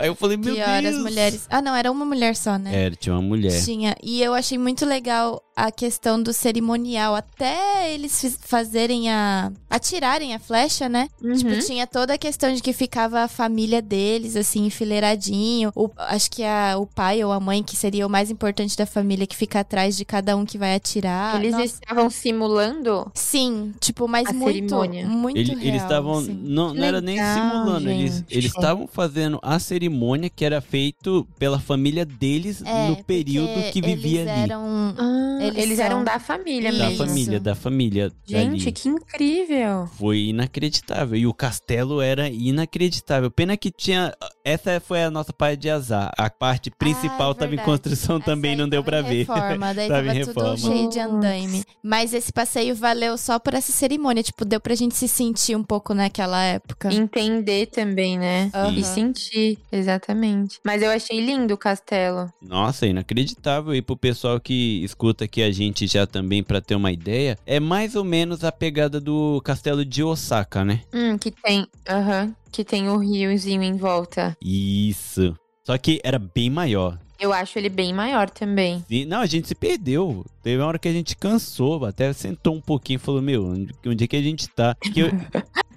S3: Aí eu falei, meu
S4: Pior,
S3: Deus. É,
S4: as mulheres. Ah, não, era uma mulher só, né?
S3: Era, tinha uma mulher.
S4: Tinha. E eu achei muito legal a questão do cerimonial. Até eles fiz- fazerem a. atirarem a flecha, né?
S1: Uhum.
S4: Tipo, tinha toda a questão de que ficava a família deles, assim, enfileiradinho. O- acho que a- o pai ou a mãe, que seria o mais importante da família, que fica atrás de cada um que vai atirar.
S1: Eles
S4: Nossa.
S1: estavam simulando.
S4: Sim, tipo, mas
S1: A
S4: muito.
S1: cerimônia.
S4: Muito
S3: Ele-
S4: real,
S3: eles estavam.
S4: assim.
S3: Não, não era nem
S1: Legal,
S3: simulando. Eles
S1: gente.
S3: eles estavam fazendo a cerimônia que era feito pela família deles
S4: É,
S3: no período
S4: porque
S3: que vivia
S4: eles
S3: ali.
S4: Eram
S1: Ah, eles
S4: Eles
S1: eram
S4: são-
S1: da família
S4: Da
S3: Da
S1: mesmo.
S3: família, da família.
S1: Gente,
S3: dali.
S1: que incrível.
S3: Foi inacreditável. E o castelo era inacreditável. Pena que tinha. Essa foi a nossa parte de azar. A parte principal
S4: Ah, é
S3: tava em
S4: verdade.
S3: construção
S4: Essa
S3: também,
S4: aí é
S3: não deu
S4: tava
S3: pra
S4: em
S3: ver.
S4: Reforma, daí
S3: Tava
S4: tava,
S3: em reforma.
S4: tudo cheio de andaime. Mas esse passeio valeu só por essa cerimônia. Tipo, deu pra gente se sentir um pouco naquela época.
S1: Entender também, né?
S4: Aham.
S1: E sentir, exatamente. Mas eu achei lindo o castelo.
S3: Nossa, inacreditável. E pro pessoal que escuta aqui a gente já também, pra ter uma ideia, é mais ou menos a pegada do castelo de Osaka, né?
S1: Hum, que tem. Aham. que tem o riozinho em volta.
S3: Isso. Só que era bem maior.
S1: Eu acho ele bem maior também.
S3: E- não, a gente se perdeu. Teve uma hora que a gente cansou, até sentou um pouquinho e falou: Meu, onde, onde é que a gente tá? Que eu-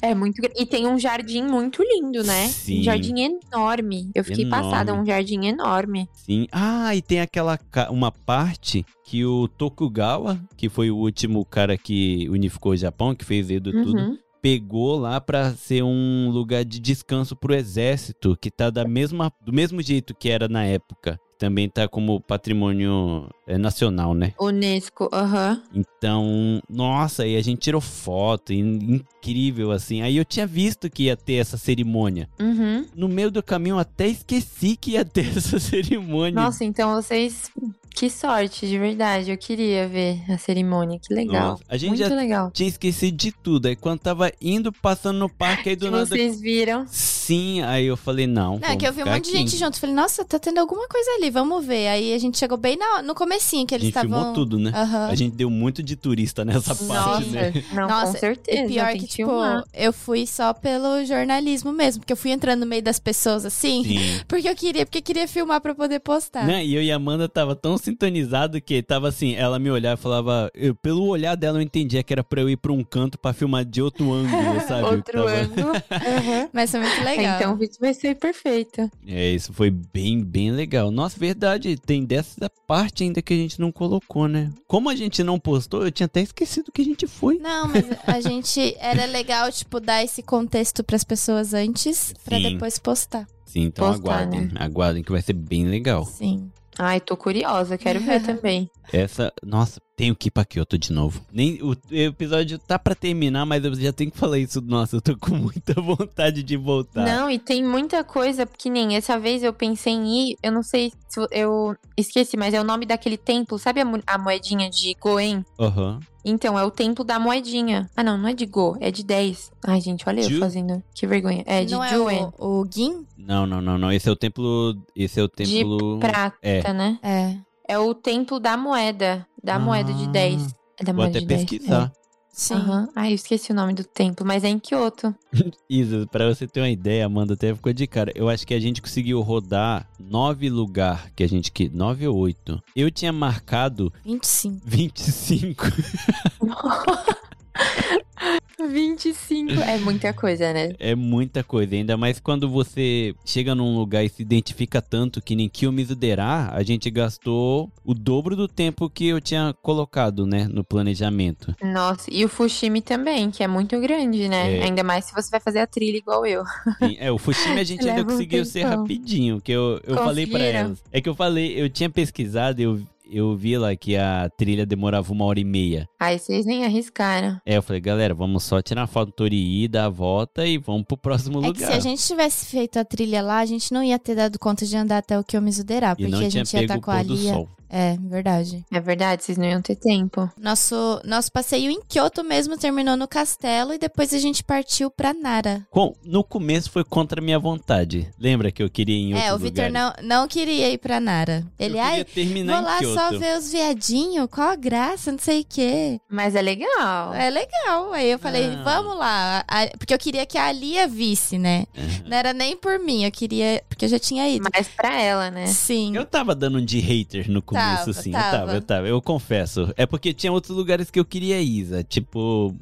S1: É muito. gra- E tem um jardim muito lindo, né?
S3: Sim.
S1: Um jardim enorme. Eu fiquei
S3: Enorme.
S1: passada, um jardim enorme.
S3: Sim. Ah, e tem aquela ca- uma parte que o Tokugawa, que foi o último cara que unificou o Japão, que fez Edo É tudo,
S1: Uhum.
S3: pegou lá pra ser um lugar de descanso pro exército, que tá da mesma do mesmo jeito que era na época. Também tá como patrimônio é, nacional, né?
S1: Unesco, aham.
S3: Então, nossa, e a gente tirou foto, e incrível assim. Aí eu tinha visto que ia ter essa cerimônia.
S1: Uhum.
S3: No meio do caminho eu até esqueci que ia ter essa cerimônia.
S1: Nossa, então vocês. Que sorte, de verdade. Eu queria ver a cerimônia. Que legal.
S3: Nossa, A gente
S1: Muito
S3: já
S1: legal.
S3: tinha esquecido de tudo. Aí quando tava indo, passando no parque, aí do
S1: Que
S3: nada.
S1: vocês viram.
S3: Sim, aí eu falei, não.
S4: Não, é que eu vi um monte de gente junto. Falei, nossa, tá tendo alguma coisa ali, vamos ver. Aí a gente chegou bem na- no comecinho que
S3: A
S4: eles
S3: gente
S4: estavam.
S3: filmou tudo, né?
S4: Aham.
S3: A gente deu muito de turista nessa
S1: Nossa,
S3: parte, né?
S1: não,
S4: Nossa,
S1: com
S4: E
S1: certeza.
S4: pior
S1: tem
S4: que, tipo,
S1: filmar.
S4: eu fui só pelo jornalismo mesmo, porque eu fui entrando no meio das pessoas assim,
S3: Sim.
S4: porque eu queria, porque eu queria filmar pra poder
S1: Tá.
S4: postar.
S3: Né? E eu e a Amanda tava tão sintonizado que tava assim, ela me olhava e falava, eu- pelo olhar dela eu entendia que era pra eu ir pra um canto pra filmar de outro ângulo, sabe? Eu
S1: Outro
S3: tava-
S1: ângulo. Uhum.
S4: Mas foi muito legal.
S1: Então o vídeo vai ser perfeito.
S3: É, isso foi bem, bem legal. Nossa, verdade, tem dessa parte ainda que a gente não colocou, né? Como a gente não postou, eu tinha até esquecido que a gente foi.
S4: Não, mas a gente era legal tipo dar esse contexto pras pessoas antes pra
S3: Sim.
S4: depois postar.
S3: Sim, então
S1: Postar, né?
S3: aguardem, aguardem que vai ser bem legal.
S4: Sim.
S1: Ai, tô curiosa, quero ver também.
S3: Essa, nossa, tenho que ir pra Kyoto de novo. Nem o episódio tá pra terminar, mas eu já tenho que falar isso. Nossa, eu tô com muita vontade de voltar.
S1: Não, e tem muita coisa, que nem essa vez eu pensei em ir, eu não sei se eu esqueci, mas é o nome daquele templo, sabe a, mo- a moedinha de Goen?
S3: Aham.
S1: Então, é o templo da moedinha. Ah, não, não é de Go, é de 10. Ai, gente, olha
S3: Ju?
S1: eu fazendo. Que vergonha. É de
S4: Não é
S1: Juen,
S4: o, o Gin?
S3: Não, não, não, não. Esse é o templo. Esse é o
S1: de
S3: templo.
S1: prata,
S3: é.
S1: né?
S4: É.
S1: É o templo da moeda, da moeda de
S3: Ah.
S1: 10. É da
S3: Vou
S1: moeda
S3: até
S1: de 10.
S3: pesquisar.
S4: Sim.
S1: Aham. Ai, eu esqueci o nome do templo, mas é em Kyoto.
S3: Isa, pra você ter uma ideia, Amanda até ficou de cara. Eu acho que a gente conseguiu rodar nove lugar que a gente que nove ou oito. Eu tinha marcado
S4: 25.
S3: 25.
S1: 25. É muita coisa, né?
S3: É muita coisa, ainda mais quando você chega num lugar e se identifica tanto que nem Kill Mizuderá, a gente gastou o dobro do tempo que eu tinha colocado, né, no planejamento.
S1: Nossa, e o Fushimi também, que é muito grande, né?
S3: É.
S1: Ainda mais se você vai fazer a trilha igual eu.
S3: Sim, é, o Fushimi a gente ainda
S1: Leva um
S3: conseguiu ser
S1: tempão.
S3: rapidinho, que eu, eu falei pra
S1: Conseguiram?
S3: elas. É que eu falei, eu tinha pesquisado, eu, eu vi lá que a trilha demorava uma hora e meia.
S1: Aí vocês nem arriscaram.
S3: É, eu falei, galera, vamos só tirar foto do Torií, dar a volta e vamos pro próximo
S4: É que se
S3: lugar.
S4: a gente tivesse feito a trilha lá, a gente não ia ter dado conta de andar até o Kyomizuderá,
S3: E
S4: porque
S3: não
S4: a
S3: tinha
S4: gente ia
S3: pego
S4: estar
S3: o
S4: com a
S3: pôr do
S4: Lia.
S3: sol.
S4: É, verdade.
S1: É verdade, vocês não iam ter tempo.
S4: Nosso, nosso passeio em Kyoto mesmo terminou no castelo e depois a gente partiu pra Nara.
S3: Com- no começo foi contra a minha vontade. Lembra que eu queria ir em outro
S4: é, o
S3: lugar?
S4: Vitor não, não queria ir pra Nara. Ele,
S3: eu queria
S4: ai,
S3: terminar
S4: vou
S3: em
S4: lá
S3: Kyoto.
S4: só ver os viadinhos, qual a graça, não sei o quê.
S1: Mas é legal.
S4: É legal. Aí eu falei,
S3: Não.
S4: vamos lá. A- porque eu queria que a Alia visse, né? Não era nem por mim, eu queria. Porque eu já tinha ido.
S1: Mas pra ela, né?
S4: Sim.
S3: Eu tava dando um de hater no começo,
S4: Tava,
S3: sim.
S4: tava.
S3: Eu tava, eu tava. Eu confesso. É porque tinha outros lugares que eu queria ir, Isa. Tipo,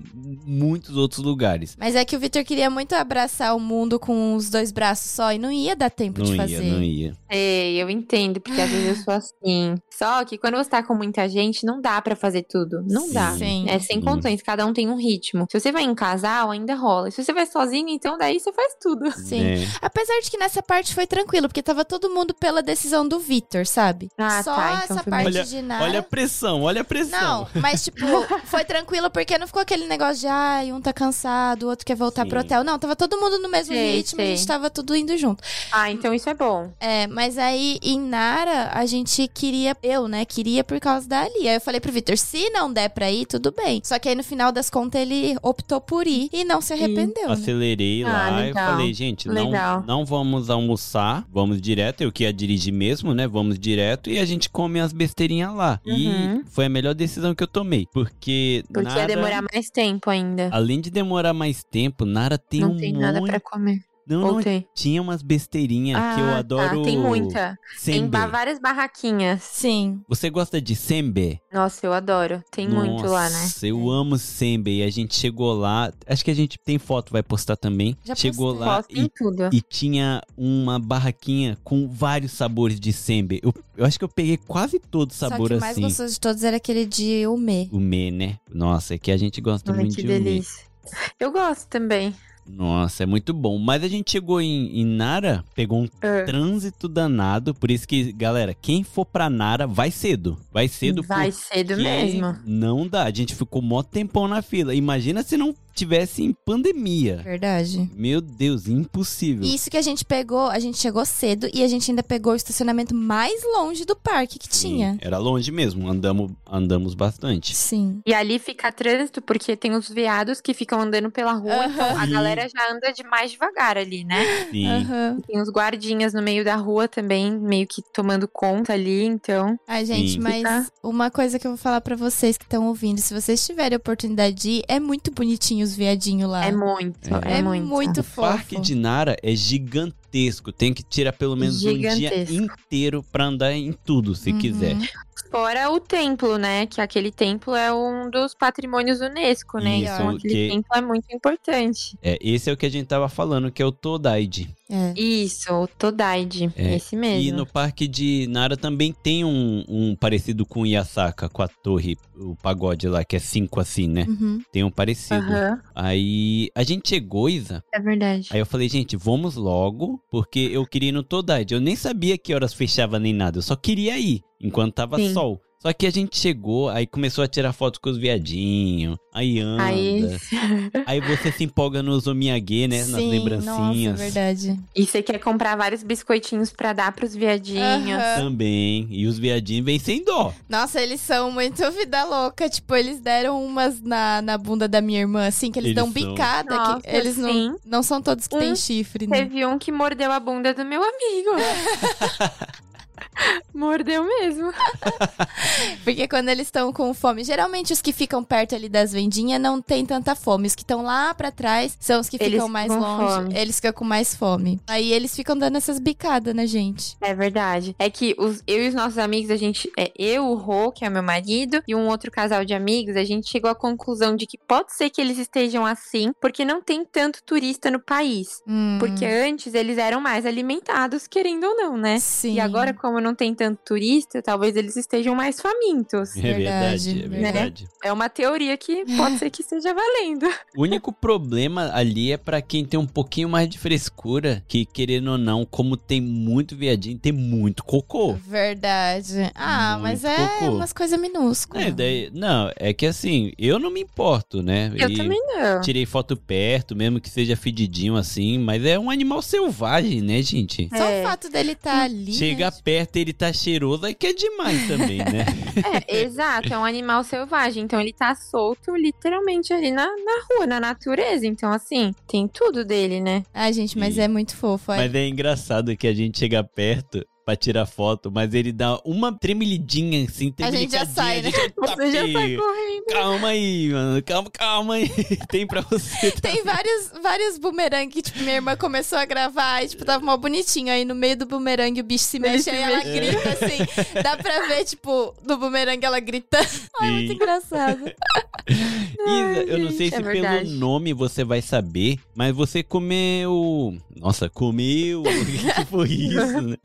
S3: muitos outros lugares.
S4: Mas é que o Vitor queria muito abraçar o mundo com os dois braços só e não ia dar tempo
S3: não
S4: de
S3: ia,
S4: fazer.
S3: não ia.
S1: Sei, eu entendo, porque às vezes eu sou assim. Só que quando você tá com muita gente, não dá pra fazer tudo. Não dá.
S4: Sim.
S1: É sem
S3: Sim.
S1: condições, cada um tem um ritmo. Se você vai em casal, ainda rola. Se você vai sozinho, então daí você faz tudo.
S4: Sim.
S3: né?
S4: Apesar de que nessa parte foi tranquilo, porque tava todo mundo pela decisão do Vitor, sabe?
S1: Ah,
S4: Só
S1: tá, então
S4: essa
S1: foi
S4: parte
S3: melhor.
S4: de nada.
S3: Olha a pressão, olha a pressão.
S4: Não, mas tipo, foi tranquilo porque não ficou aquele negócio de ai, um tá cansado, o outro quer voltar
S3: Sim.
S4: pro hotel. Não, tava todo mundo no mesmo
S1: Sei,
S4: ritmo, a
S1: sei.
S4: gente tava tudo indo junto.
S1: Ah, então isso é bom.
S4: É, mas aí em Nara, a gente queria, eu, né, queria por causa da Ali. Aí eu falei pro Vitor, se não der pra ir, tudo bem. Só que aí no final das contas ele optou por ir e não se arrependeu, né?
S3: Acelerei
S1: Ah,
S3: lá e
S1: legal.
S3: falei, gente, não,
S1: Legal.
S3: não vamos almoçar, vamos direto. Eu que ia dirigir mesmo, né? Vamos direto e a gente come as besteirinhas lá.
S1: Uhum.
S3: E foi a melhor decisão que eu tomei. Porque,
S1: Porque
S3: nada,
S1: ia demorar mais tempo ainda.
S3: além de demorar mais tempo, Nara tem
S1: não
S3: um
S1: tem
S3: monte...
S1: nada pra comer.
S3: Não,
S1: Ou
S3: não,
S1: tem?
S3: tinha umas besteirinhas é que eu
S1: Ah,
S3: adoro.
S1: Tá, tem muita. Tem
S3: Sembe.
S1: ba- várias barraquinhas.
S4: Sim.
S3: Você gosta de sembe?
S1: Nossa, eu adoro. Tem muito lá, né?
S3: Nossa, eu amo sembe. E a gente chegou lá, acho que a gente tem foto, vai postar também.
S4: Já
S3: chegou
S4: postei.
S3: lá
S1: Posso
S3: e
S1: em tudo.
S3: E tinha uma barraquinha com vários sabores de sembe. Eu, eu acho que eu peguei quase todo sabor
S4: Só que o mais
S3: assim.
S4: gostoso de todos era aquele de umê.
S3: O me, né? Nossa, é que a gente gosta
S1: Ai,
S3: muito
S1: que
S3: de umê.
S1: delícia. Eu gosto também.
S3: Nossa, é muito bom. Mas a gente chegou em, em Nara, pegou um
S1: Ah.
S3: trânsito danado. Por isso que, galera, quem for pra Nara, vai cedo. Vai cedo
S1: Vai
S3: porque
S1: cedo mesmo.
S3: não dá. A gente ficou mó tempão na fila. Imagina se não tivesse em pandemia.
S1: É.
S4: Verdade.
S3: Meu Deus, impossível.
S4: E Isso que a gente pegou, a gente chegou cedo e a gente ainda pegou o estacionamento mais longe do parque que
S3: Sim,
S4: tinha.
S3: Era longe mesmo, andamos, andamos bastante.
S4: Sim.
S1: E ali fica trânsito, porque tem os veados que ficam andando pela rua. Então a
S3: Ah, Sim.
S1: galera já anda de mais devagar ali, né?
S4: é
S3: Sim.
S4: Aham.
S1: Tem os guardinhas no meio da rua também, meio que tomando conta ali, então.
S4: Ai, gente,
S3: Sim.
S4: mas
S1: Tá.
S4: uma coisa que eu vou falar pra vocês que estão ouvindo, se vocês tiverem a oportunidade de ir, é muito bonitinho os viadinhos lá.
S3: Ah,
S1: É muito, é,
S4: É
S1: muito.
S4: muito
S3: O
S4: fofo.
S3: Parque de Nara é gigantesco. Tem que tirar pelo menos um
S1: Gigantesco.
S3: dia inteiro pra andar em tudo, se
S4: Uhum.
S3: quiser.
S1: Fora o templo, né? Que aquele templo é um dos patrimônios Unesco, né?
S3: Isso,
S1: então aquele
S3: que-
S1: templo é muito importante.
S3: É, esse é o que a gente tava falando, que é o Todaide.
S4: É.
S1: Isso, o Todaide,
S3: É,
S1: esse
S3: E
S1: mesmo.
S3: no Parque de Nara também tem um, um parecido com o Yasaka, com a torre, o pagode lá, que é cinco assim, né?
S4: Uhum.
S3: Tem um parecido.
S1: Aham,
S3: Aí a gente chegou, Isa.
S1: é verdade.
S3: Aí eu falei, gente, vamos logo, porque eu queria ir no Todaide. Eu nem sabia que horas fechava nem nada, eu só queria ir, enquanto tava
S1: Sim.
S3: sol. Só que a gente chegou, aí começou a tirar foto com os viadinhos, aí anda.
S1: Aí,
S3: Aí, você se empolga nos omiyage, né? nas
S4: Sim,
S3: lembrancinhas.
S4: Nossa, verdade.
S1: e você quer comprar vários biscoitinhos pra dar pros viadinhos.
S4: Aham.
S3: Também. E os viadinhos vêm sem dó.
S4: Nossa, eles são muito vida louca. Tipo, eles deram umas na, na bunda da minha irmã, assim, que eles,
S3: Eles
S4: dão
S3: são.
S4: bicada.
S1: Nossa,
S4: que eles
S1: sim.
S4: não, não são todos que têm
S1: Um
S4: chifre, né?
S1: Teve um que mordeu a bunda do meu amigo. Mordeu mesmo.
S4: Porque quando eles estão com fome, geralmente os que ficam perto ali das vendinhas não tem tanta fome. Os que estão lá pra trás são os que
S1: Eles
S4: ficam mais
S1: ficam com
S4: longe.
S1: fome.
S4: Eles ficam com mais fome. Aí eles ficam dando essas bicadas na gente.
S1: É verdade. É que os- eu e os nossos amigos, a gente. É eu, o Rô, que é meu marido, e um outro casal de amigos, a gente chegou à conclusão de que pode ser que eles estejam assim, porque não tem tanto turista no país.
S4: Hum,
S1: Porque antes eles eram mais alimentados, querendo ou não, né?
S4: Sim.
S1: E agora, como não tem tanto turista, talvez eles estejam mais famintos.
S3: É verdade, é
S4: Verdade, né?
S3: verdade.
S1: É uma teoria que
S4: É.
S1: pode ser que esteja valendo.
S3: O único problema ali é pra quem tem um pouquinho mais de frescura, que querendo ou não, como tem muito viadinho, tem muito cocô.
S4: Verdade. Ah,
S3: Muito
S4: mas é
S3: cocô.
S4: umas coisas minúsculas.
S3: É, daí- não, é que assim, eu não me importo, né?
S1: Eu
S3: E
S1: também não.
S3: Tirei foto perto, mesmo que seja fedidinho assim, mas é um animal selvagem, né, gente?
S4: Só
S1: É.
S4: o fato dele estar ali.
S3: Hum.
S4: né?
S3: Chega perto, ele tá cheiroso, aí que é demais também, né?
S1: É, exato, é um animal selvagem. Então ele tá solto literalmente ali na, na rua, na natureza. Então, assim, tem tudo dele, né?
S4: Ah, gente, mas
S3: E-
S4: é muito fofo. olha.
S3: Mas é engraçado que a gente chega perto pra tirar foto, mas ele dá uma tremilidinha assim,
S4: A gente
S3: tremelicadinha.
S4: já sai, né?
S3: a gente- tá
S1: Você já sai correndo.
S3: Calma aí, mano. Calma, calma aí. Tem pra você.
S4: Tem vários, vários bumerangue que, tipo, minha irmã começou a gravar e, tipo, tava mó bonitinho. Aí no meio do bumerangue o bicho se mexe,
S1: se
S4: aí ela
S1: mexe.
S3: É.
S4: grita, assim. Dá pra ver, tipo, do bumerangue ela grita. Ai, muito
S3: Sim.
S4: engraçado.
S3: Isa, eu não
S1: gente,
S3: sei
S1: é
S3: se pelo
S1: verdade.
S3: nome você vai saber, mas você comeu. Nossa, comeu. O que que foi isso, né?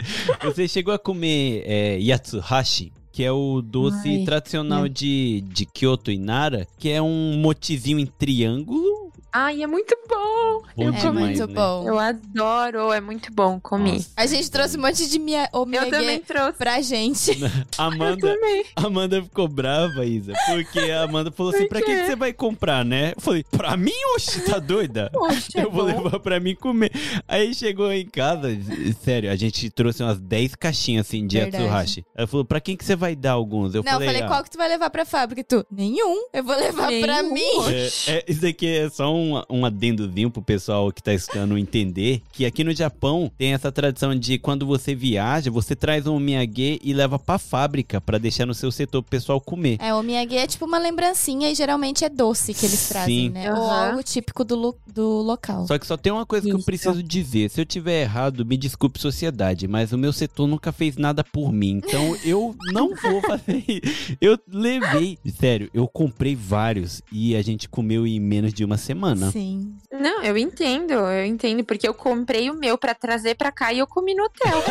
S3: Você chegou a comer é, yatsuhashi? Que é o doce
S1: Ai,
S3: tradicional de, de Kyoto e Nara, que é um motizinho em triângulo.
S1: Ai, é muito bom.
S3: Bom
S4: é
S3: demais,
S4: muito
S3: né?
S4: bom.
S1: Eu adoro, é muito bom comi.
S3: Nossa.
S4: A gente trouxe um monte de minha
S1: Eu também
S4: omega
S1: trouxe.
S4: pra gente.
S3: Amanda,
S1: Eu também.
S3: Amanda ficou brava, Isa, porque a Amanda falou assim:
S1: Por
S3: pra que,
S1: quê?
S3: que você vai comprar, né? Eu falei: pra mim, oxe, tá doida?
S1: Poxa, é
S3: eu vou
S1: bom.
S3: levar pra mim comer. Aí chegou em casa, s- sério, a gente trouxe umas 10 caixinhas assim de
S4: Verdade.
S3: Atsuhashi. Ela falou: pra quem que você vai dar alguns? Eu
S4: Não, eu falei,
S3: "Ah,
S4: qual que tu vai levar pra fábrica? E tu, nenhum. Eu vou levar pra
S1: Nenhum.
S4: mim.
S3: É, é, isso aqui é só um, um adendozinho pro pessoal que tá escutando entender que aqui no Japão tem essa tradição de quando você viaja, você traz um miyagi e leva pra fábrica pra deixar no seu setor pro pessoal comer.
S4: É, o omiyage é tipo uma lembrancinha e geralmente é doce que eles
S3: Sim.
S4: trazem, né? Ou
S1: Aham.
S4: algo típico do, lo- do local.
S3: Só que só tem uma coisa que eu
S1: Isso.
S3: preciso dizer. Se eu tiver errado, me desculpe, sociedade, mas o meu setor nunca fez nada por mim. Então eu não vou fazer isso. Eu levei. Sério, eu comprei vários e a gente comeu em menos de uma semana.
S4: Sim.
S1: Não, eu entendo, eu entendo, porque eu comprei o meu pra trazer pra cá e eu comi no hotel.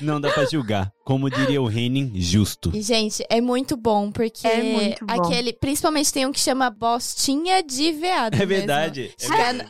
S3: Não dá pra julgar. Como diria o Henning, justo.
S4: E, gente, é muito bom, porque
S1: É muito bom.
S4: aquele. Principalmente tem um que chama Bostinha de Veado.
S3: É
S4: mesmo.
S3: verdade. É
S4: Chicano,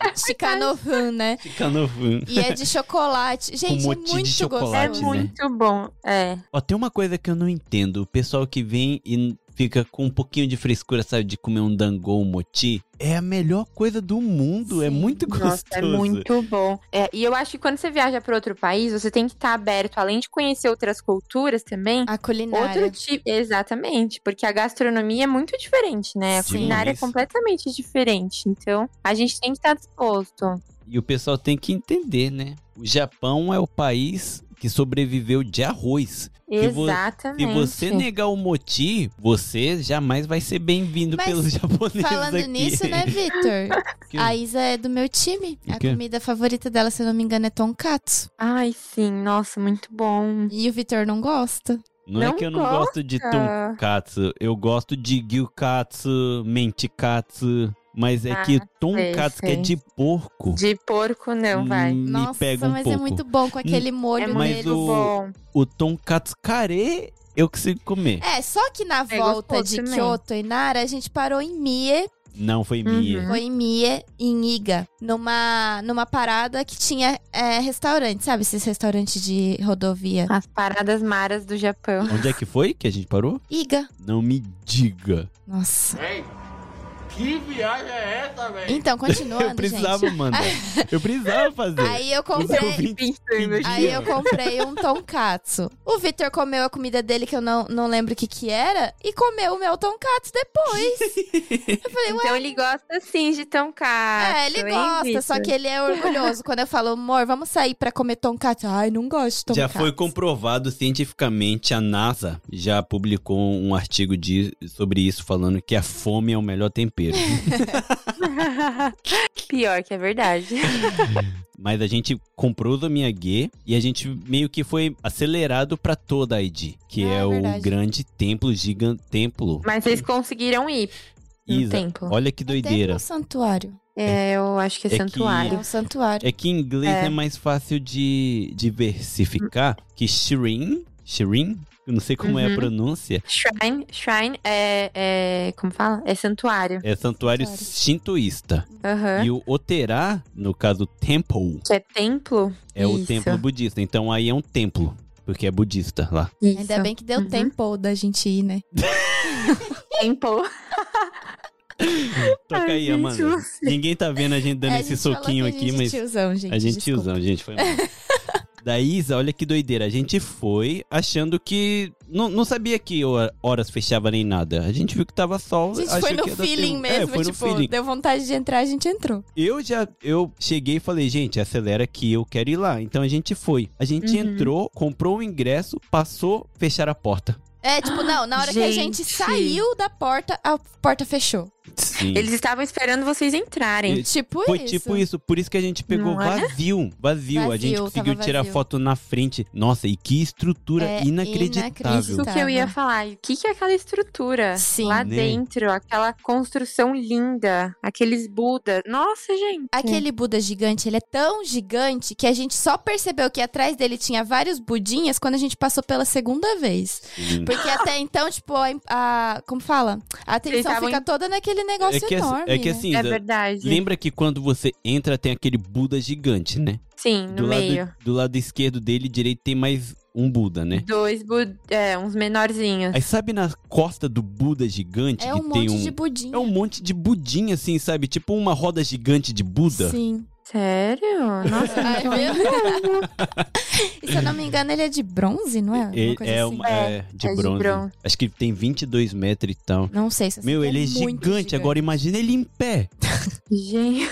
S4: Chicanohan, né?
S3: Chicano Fun.
S4: E é de chocolate. Gente, é
S3: motim de
S4: muito
S1: É
S3: chocolate, Verdade,
S4: gostoso.
S3: né?
S1: muito bom. É.
S3: Ó, tem uma coisa que eu não entendo. O pessoal que vem e fica com um pouquinho de frescura, sabe, de comer um dangon, um moti, é a melhor coisa do mundo. É
S4: Sim.
S3: muito gostoso.
S1: Nossa, é muito bom. É, e eu acho que quando você viaja pra outro país, você tem que estar aberto, além de conhecer outras culturas também.
S4: A culinária.
S1: Outro tipo, exatamente, porque a gastronomia é muito diferente, né? A
S3: Sim.
S1: culinária é
S3: Demais.
S1: completamente diferente. Então, a gente tem que estar disposto.
S3: E o pessoal tem que entender, né? O Japão é o país que sobreviveu de arroz. vo-
S1: Exatamente.
S3: Se você negar o moti, você jamais vai ser bem-vindo
S4: Mas,
S3: pelos japoneses
S4: Falando
S3: aqui.
S4: nisso, né, Vitor?
S3: Porque-
S4: A Isa é do meu time.
S3: O
S4: A
S3: quê?
S4: comida favorita dela, se eu não me engano, é tonkatsu.
S1: Ai, sim, nossa, muito bom.
S4: E o Vitor não gosta.
S3: Não, é
S1: não
S3: que eu não
S1: gosta.
S3: gosto de
S1: Ah,
S3: tonkatsu, eu gosto de gyukatsu, mentikatsu, mas é
S1: Ah,
S3: que tonkatsu que é
S1: sei.
S3: de porco. Hum,
S1: De porco não, vai.
S3: Me
S4: Nossa,
S3: pega um
S4: mas é
S3: pouco.
S4: muito bom com aquele molho
S1: É
S4: dele.
S3: mas
S1: muito
S3: o-
S1: bom.
S3: O tonkatsu carê eu consigo comer.
S4: É, só que na
S1: É
S4: volta
S1: gostoso
S4: de
S1: também.
S4: Kyoto e Nara, a gente parou em Mie,
S3: Não foi
S1: Uhum.
S3: minha.
S4: foi em Mie, em Iga, numa, numa parada que tinha é, restaurante, sabe? Esses restaurantes de rodovia.
S1: As paradas maras do Japão.
S3: Onde é que foi que a gente parou?
S4: Iga.
S3: Não me diga.
S4: Nossa.
S2: Hey,
S5: Que viagem é essa, velho?
S4: Então, continuando,
S3: Eu precisava,
S4: gente.
S3: mano. Eu precisava fazer.
S4: Aí eu
S3: Os
S4: comprei.
S3: ouvintes
S1: Pensando,
S4: Aí eu comprei um tonkatsu. O Vitor comeu a comida dele, que eu não, não lembro o que que era, e comeu o meu tonkatsu depois. Ah, eu falei, ué,
S6: Então ele gosta sim de tão caro.
S4: é, ele gosta, só que ele é orgulhoso. Quando eu falo, amor, vamos sair pra comer tonkatsu. Ai, não gosto de
S3: Já
S4: tonkatsu.
S3: foi comprovado cientificamente, a NASA já publicou um artigo de- sobre isso, falando que a fome é o melhor tempero.
S1: Pior que é verdade.
S3: Mas a gente comprou da minha Gue e a gente meio que foi acelerado pra toda a ID, que
S4: Ah,
S3: é,
S4: é
S3: o
S4: verdade.
S3: grande templo, gigante templo.
S1: Mas vocês conseguiram ir no
S3: Isa,
S1: templo.
S3: olha que
S4: Tem
S3: doideira.
S4: um santuário.
S1: É, eu acho que é,
S3: É que-
S4: É
S1: santuário.
S4: um santuário.
S3: É que em inglês é,
S1: É.
S3: mais fácil de diversificar que Shirin. Shirin? Eu não sei como é a
S1: Uhum.
S3: pronúncia.
S1: Shrine, shrine é, é- Como fala? É santuário.
S3: É santuário
S4: Sério.
S3: shintoísta.
S4: É.
S1: Aham.
S3: E o Oterá, no caso, temple,
S1: Que é templo?
S3: é o
S1: Isso.
S3: templo budista. Então aí é um templo, porque é budista lá.
S1: Isso.
S4: Ainda bem que deu
S1: Uhum.
S4: tempo da gente ir, né?
S1: Templo.
S3: Toca
S1: Ai,
S3: aí,
S1: gente,
S3: Amanda.
S1: você-
S3: Ninguém tá vendo a gente dando
S4: É, a
S3: esse
S4: gente falou
S3: soquinho
S4: que
S3: aqui, mas
S4: tiozão, gente,
S3: a gente
S4: desculpa.
S3: usando, gente. Foi mal. Da Isa, olha que doideira. A gente foi achando que. Não, não sabia que hor- horas fechava nem nada. A gente viu que tava sol.
S4: A gente
S3: achou
S4: foi
S3: que
S4: no
S3: ia dar
S4: feeling
S3: tempo. É,
S4: mesmo,
S3: foi no
S4: tipo,
S3: feeling.
S4: deu vontade de entrar, a gente entrou.
S3: Eu já eu cheguei e falei, gente, acelera que eu quero ir lá. Então a gente foi. A gente
S1: Uhum.
S3: entrou, comprou o ingresso, passou, fecharam a porta.
S4: É, tipo, não, na hora que a gente
S1: Gente.
S4: saiu da porta, a porta fechou.
S3: Sim.
S1: Eles estavam esperando vocês entrarem.
S3: E-
S4: Tipo
S3: Foi
S4: isso.
S3: tipo isso, por isso que a gente pegou
S1: Não é?
S3: vazio, vazio. A
S4: Vazio,
S3: gente
S4: tava
S3: conseguiu tirar
S4: vazio.
S3: foto na frente. Nossa, e que estrutura
S4: É
S3: inacreditável.
S1: Isso que eu ia falar. E O que, que é aquela estrutura?
S4: Sim.
S1: Lá
S3: Né?
S1: dentro, aquela construção linda, aqueles Budas. Nossa, gente.
S4: Aquele Buda gigante, ele é tão gigante que a gente só percebeu que atrás dele tinha vários budinhas quando a gente passou pela segunda vez.
S3: Sim.
S4: Porque até então, tipo, a, a- como fala? A atenção
S1: estavam
S4: fica toda naquele negócio
S3: É que, assim-
S4: enorme.
S3: é que
S4: né?
S3: assim,
S1: É
S3: Isa,
S1: verdade.
S3: lembra que quando você entra tem aquele Buda gigante, né?
S1: Sim, no
S3: do,
S1: meio.
S3: lado, do lado esquerdo dele e direito tem mais um Buda, né?
S1: Dois Bud... é, uns menorzinhos.
S3: Aí sabe na costa do Buda gigante
S4: é
S3: que
S4: um
S3: tem
S4: monte
S3: um.
S4: de budinha.
S3: É um monte de budinha, assim, sabe? Tipo uma roda gigante de Buda. É um
S4: Sim.
S1: Sério? Nossa,
S4: Ai, meu... e se eu não me engano, ele é de bronze, não é? Alguma
S3: Ele-
S4: coisa
S3: é,
S4: assim.
S3: uma- é de,
S1: é de
S3: bronze.
S1: bronze.
S3: Acho que tem 22 metros e tal.
S4: Não sei se eu sei
S3: Meu,
S4: que
S3: ele é
S4: muito
S3: gigante. Agora imagina ele em pé.
S1: gente.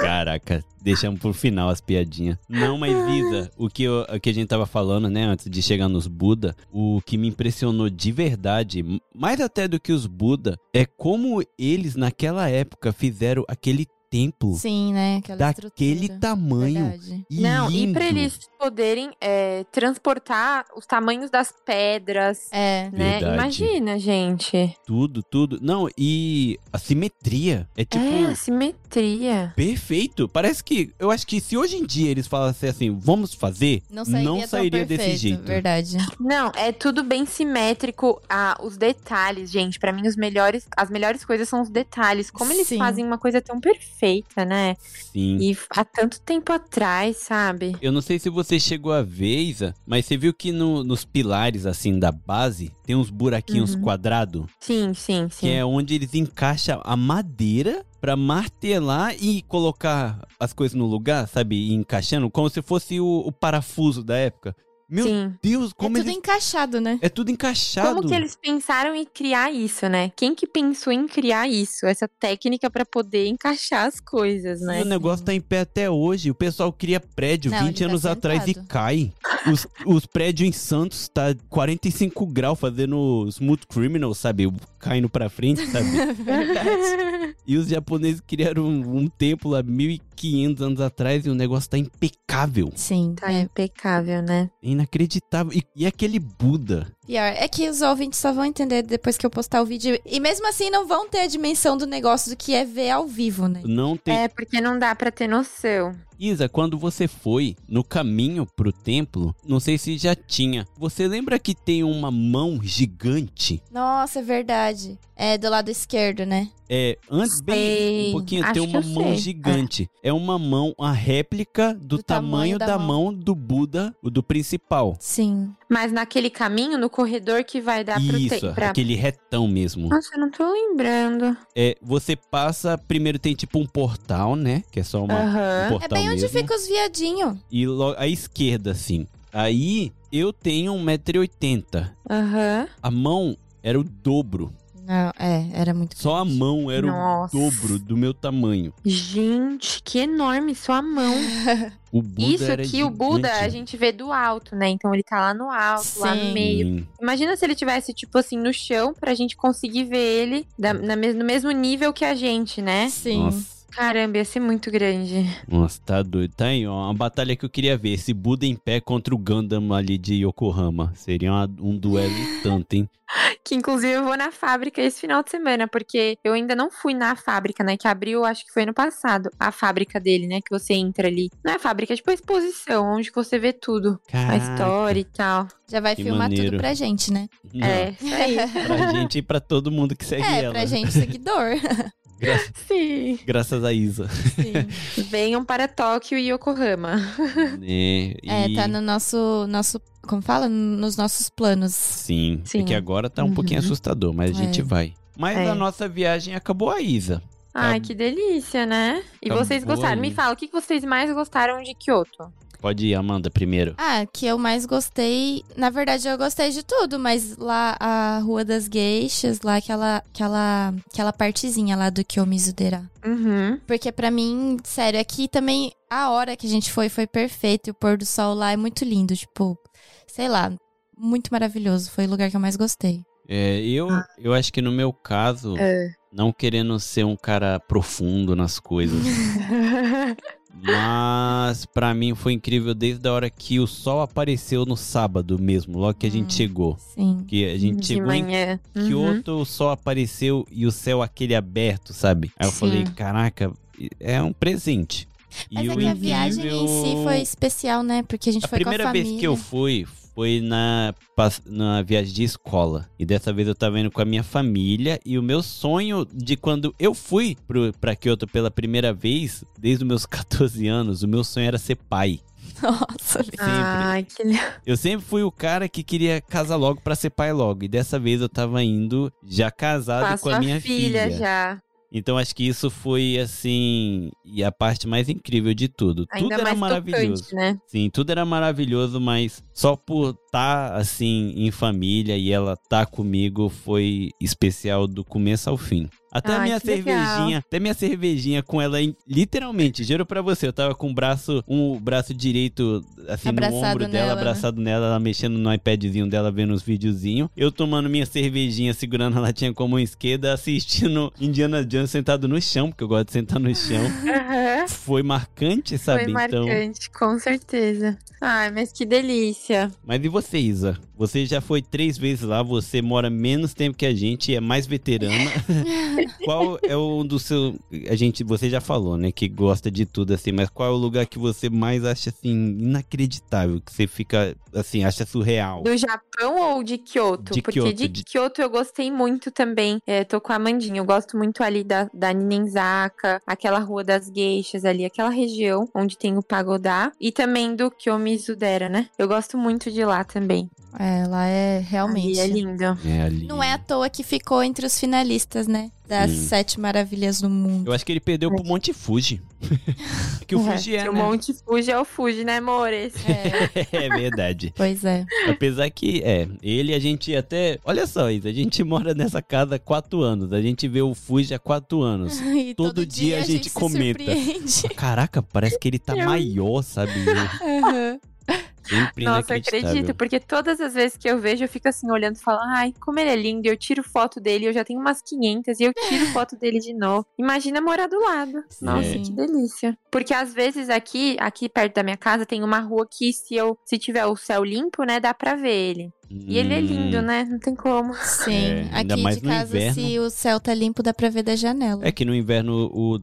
S3: Caraca, deixamos pro final as piadinhas. Não, mas Isa, o que, eu- o que a gente tava falando, né, antes de chegar nos Buda, o que me impressionou de verdade, m- mais até do que os Buda, é como eles naquela época fizeram aquele templo
S4: Sim, né? Aquela
S3: daquele
S4: estrutura.
S3: tamanho.
S4: Verdade.
S3: E
S1: Não, e pra
S3: lindo.
S1: eles poderem é, transportar os tamanhos das pedras,
S4: É.
S1: né?
S3: Verdade.
S1: Imagina, gente.
S3: Tudo, tudo. Não, e a simetria é tipo
S1: É, a simetria.
S3: perfeito. Parece que eu acho que se hoje em dia eles falassem assim, vamos fazer,
S4: Não sairia, tão
S3: sairia desse
S4: perfeito,
S3: jeito.
S4: Verdade.
S1: Não, é tudo bem simétrico. Ah, os detalhes, gente. Pra mim, os melhores, as melhores coisas são os detalhes. Como eles
S4: Sim.
S1: fazem uma coisa tão perfeita, né?
S3: Sim.
S1: E f- há tanto tempo atrás, sabe?
S3: Eu não sei se você chegou a ver, Isa, mas você viu que no- nos pilares, assim, da base, tem uns buraquinhos
S1: Uhum.
S3: quadrados,
S1: Sim, sim,
S3: que
S1: sim.
S3: é onde eles encaixam a madeira pra martelar e colocar as coisas no lugar, sabe? E encaixando, como se fosse o, o parafuso da época. Meu
S1: sim.
S3: Deus, como
S4: é
S3: eles...
S4: tudo encaixado, né?
S3: É tudo encaixado.
S1: Como que eles pensaram em criar isso, né? Quem que pensou em criar isso? Essa técnica pra poder encaixar as coisas,
S3: E
S1: né?
S3: o negócio tá em pé até hoje. O pessoal cria prédio
S4: Não,
S3: 20
S4: ele tá
S3: anos atrás e
S4: sentado.
S3: cai. Os, os prédios em Santos tá 45 graus fazendo smooth criminal, sabe? Caindo pra frente, sabe? E os japoneses criaram um, um templo há 1500 anos atrás e o negócio tá impecável.
S4: Sim.
S1: Tá
S4: é.
S1: impecável, né?
S3: É inacreditável. E, e aquele Buda?
S4: Pior. É que os ouvintes só vão entender depois que eu postar o vídeo. E mesmo assim não vão ter a dimensão do negócio do que é ver ao vivo, né?
S3: Não tem.
S1: É, porque não dá pra ter noção.
S3: Isa, quando você foi no caminho pro templo, não sei se já tinha. Você lembra que tem uma mão gigante?
S4: Nossa, é verdade. verdade. É do lado esquerdo, né?
S3: É, antes, bem
S1: Sei.
S3: um pouquinho,
S1: Acho
S3: tem
S1: que
S3: uma
S1: eu
S3: mão
S1: sei.
S3: gigante. É uma mão, a réplica do,
S4: Do
S3: tamanho,
S4: tamanho
S3: da,
S4: da
S3: mão. do Buda, o do principal.
S4: Sim.
S1: Mas naquele caminho, no corredor que vai dar pro...
S3: Isso,
S1: Te... pra- Ah.
S3: aquele retão mesmo.
S1: Nossa, eu não tô lembrando.
S3: É, você passa, primeiro tem tipo um portal, né? Que é só uma,
S1: Aham.
S3: um
S4: É
S3: portal
S4: bem onde
S3: mesmo.
S4: fica os viadinhos.
S3: E lo- à esquerda, assim. Aí, eu tenho 1,80m.
S1: Aham.
S3: A mão era o dobro.
S4: Não, é, era muito
S3: Só a
S4: grande.
S3: mão era
S1: Nossa.
S3: o dobro do meu tamanho.
S1: Gente, que enorme sua mão.
S3: O Buda
S1: Isso
S3: era
S1: aqui, o Buda,
S3: gigante.
S1: a gente vê do alto, né? Então ele tá lá no alto, lá
S4: Sim.
S1: no meio.
S3: Sim.
S1: Imagina se ele tivesse, tipo assim, no chão, pra gente conseguir ver ele da- na mes- no mesmo nível que a gente, né?
S4: Sim.
S3: Nossa,
S1: Caramba, ia ser muito grande.
S3: nossa, tá doido. Tá aí, ó. Uma batalha que eu queria ver. Esse Buda em pé contra o Gundam ali de Yokohama. Seria uma- um duelo e tanto, hein?
S1: Que inclusive eu vou na fábrica esse final de semana, porque eu ainda não fui na fábrica, né? Que abriu, acho que foi ano passado, a fábrica dele, né? Que você entra ali. Não é fábrica, é tipo a exposição, onde você vê tudo. A
S3: Caraca.
S1: história e tal.
S4: Já vai
S3: Que
S4: filmar
S3: maneiro.
S4: tudo pra gente, né?
S3: Não,
S1: É, isso aí.
S3: Pra gente e pra todo mundo que segue
S4: é,
S3: ela.
S4: pra gente seguidor.
S3: Gra-
S1: Sim.
S3: graças a Isa.
S4: Sim.
S1: Venham para Tóquio e Yokohama.
S3: né?
S4: É,
S3: E-
S4: tá no nosso, nosso. Como fala? Nos nossos planos.
S3: Sim,
S1: Sim.
S3: É que agora tá um
S1: Uhum.
S3: pouquinho assustador, mas a
S4: É.
S3: gente vai. Mas
S1: É.
S3: a nossa viagem acabou a Isa.
S1: Ai,
S3: Tá-
S1: que delícia, né? E
S3: tá
S1: vocês
S3: boa
S1: gostaram?
S3: aí.
S1: Me fala, o que que vocês mais gostaram de Kyoto?
S3: Pode ir, Amanda, primeiro.
S4: Ah, que eu mais gostei. Na verdade, eu gostei de tudo, mas lá a Rua das Geixas, lá aquela, aquela, aquela partezinha lá do Kiyomizu-dera.
S1: Uhum.
S4: Porque pra mim, sério, aqui também a hora que a gente foi foi perfeita e o pôr do sol lá é muito lindo, tipo, sei lá, muito maravilhoso. Foi o lugar que eu mais gostei.
S3: É, eu,
S4: Ah.
S3: eu acho que no meu caso,
S1: É.
S3: não querendo ser um cara profundo nas coisas, mas pra mim foi incrível desde a hora que o sol apareceu no sábado mesmo, logo que a gente
S4: Hum.
S3: chegou.
S4: Sim.
S3: Que a gente
S1: de
S3: chegou em
S1: manhã.
S3: Que
S1: Uhum.
S3: outro sol apareceu e o céu aquele aberto, sabe? Aí eu
S1: Sim.
S3: falei, caraca, é um presente.
S4: Mas
S3: e
S4: é
S3: o
S4: que a viagem em si
S3: incrível-
S4: foi especial, né? Porque a gente
S3: A
S4: foi com a família.
S3: primeira vez que eu fui foi na, pas- na viagem de escola. E dessa vez eu tava indo com a minha família. E o meu sonho de quando eu fui pro, pra Kyoto pela primeira vez, desde os meus 14 anos, o meu sonho era ser pai.
S4: Nossa,
S3: Sempre.
S1: Ai, que legal.
S3: Eu sempre fui o cara que queria casar logo pra ser pai logo. E dessa vez eu tava indo já casado com
S1: Com a
S3: a
S1: sua
S3: minha filha.
S1: filha já.
S3: Então acho que isso foi assim, e a parte mais incrível de tudo. tudo
S1: Ainda
S3: era
S1: mais
S3: maravilhoso.
S1: tocante, né?
S3: Sim, tudo era maravilhoso, mas só por estar assim em família e ela tá comigo foi especial do começo ao fim. Até a
S1: Ai,
S3: minha
S1: que legal.
S3: cervejinha, até minha cervejinha com ela, em- literalmente, juro pra você, eu tava com o braço, um o braço direito assim no
S4: Abraçado
S3: ombro dela,
S4: nela, né?
S3: abraçado nela, ela mexendo no iPadzinho dela, vendo os videozinhos. Eu tomando minha cervejinha, segurando a latinha com a mão esquerda, assistindo Indiana Jones sentado no chão, porque eu gosto de sentar no chão.
S1: Aham.
S3: Foi marcante, sabe?
S1: Foi
S3: então,
S1: marcante, com certeza. Ai, mas que delícia.
S3: Mas e você, Isa? Você já foi três vezes lá, você mora menos tempo que a gente, é mais veterana. qual é um do seu. A gente, você já falou, né? Que gosta de tudo assim, mas qual é o lugar que você mais acha assim, inacreditável? Que você fica assim, acha surreal?
S1: Do Japão ou de Kyoto?
S3: De
S1: Porque
S3: Kyoto,
S1: de,
S3: de-
S1: Kyoto eu gostei muito também. É, tô com a Mandinha. Eu gosto muito ali da, da Ninenzaka, aquela rua das geixas ali, aquela região onde tem o pagodá. E também do Kyomizudera, né? Eu gosto muito de lá também.
S4: É, lá é
S1: Ali
S4: realmente.
S1: é lindo.
S3: É ali.
S4: Não é à toa que ficou entre os finalistas, né? Das
S3: Sim.
S4: sete maravilhas do mundo.
S3: Eu acho que ele perdeu pro Monte Fuji. que o
S1: É,
S3: Fuji é,
S1: que o
S3: né?
S1: Monte Fuji é o Fuji, né, amores?
S4: É,
S3: É verdade.
S4: pois é.
S3: Apesar que, é, ele a gente até. Olha só, Isa, a gente mora nessa casa há quatro anos. A gente vê o Fuji há quatro anos.
S4: E
S3: Todo dia a gente
S4: se
S3: comenta.
S4: surpreende.
S3: Caraca, parece que ele tá
S1: Eu-
S3: maior, sabe?
S4: Aham.
S3: Sempre
S1: Nossa, eu
S3: inacreditável.
S1: acredito, porque todas as vezes que eu vejo, eu fico assim olhando e falo, ai, como ele é lindo, e eu tiro foto dele, eu já tenho umas 500 e eu tiro foto dele de novo. Imagina morar do lado.
S3: É.
S1: Nossa,
S4: Sim.
S1: que delícia. Porque às vezes aqui, aqui perto da minha casa, tem uma rua que se eu, se tiver o céu limpo, né, dá pra ver ele. E ele é
S3: Hum.
S1: lindo, né? Não tem como.
S3: É
S4: Sim,
S3: ainda
S4: aqui
S3: mais
S4: de
S3: no
S4: casa,
S3: inverno.
S4: se o céu tá limpo, dá pra ver da janela.
S3: É que no inverno o,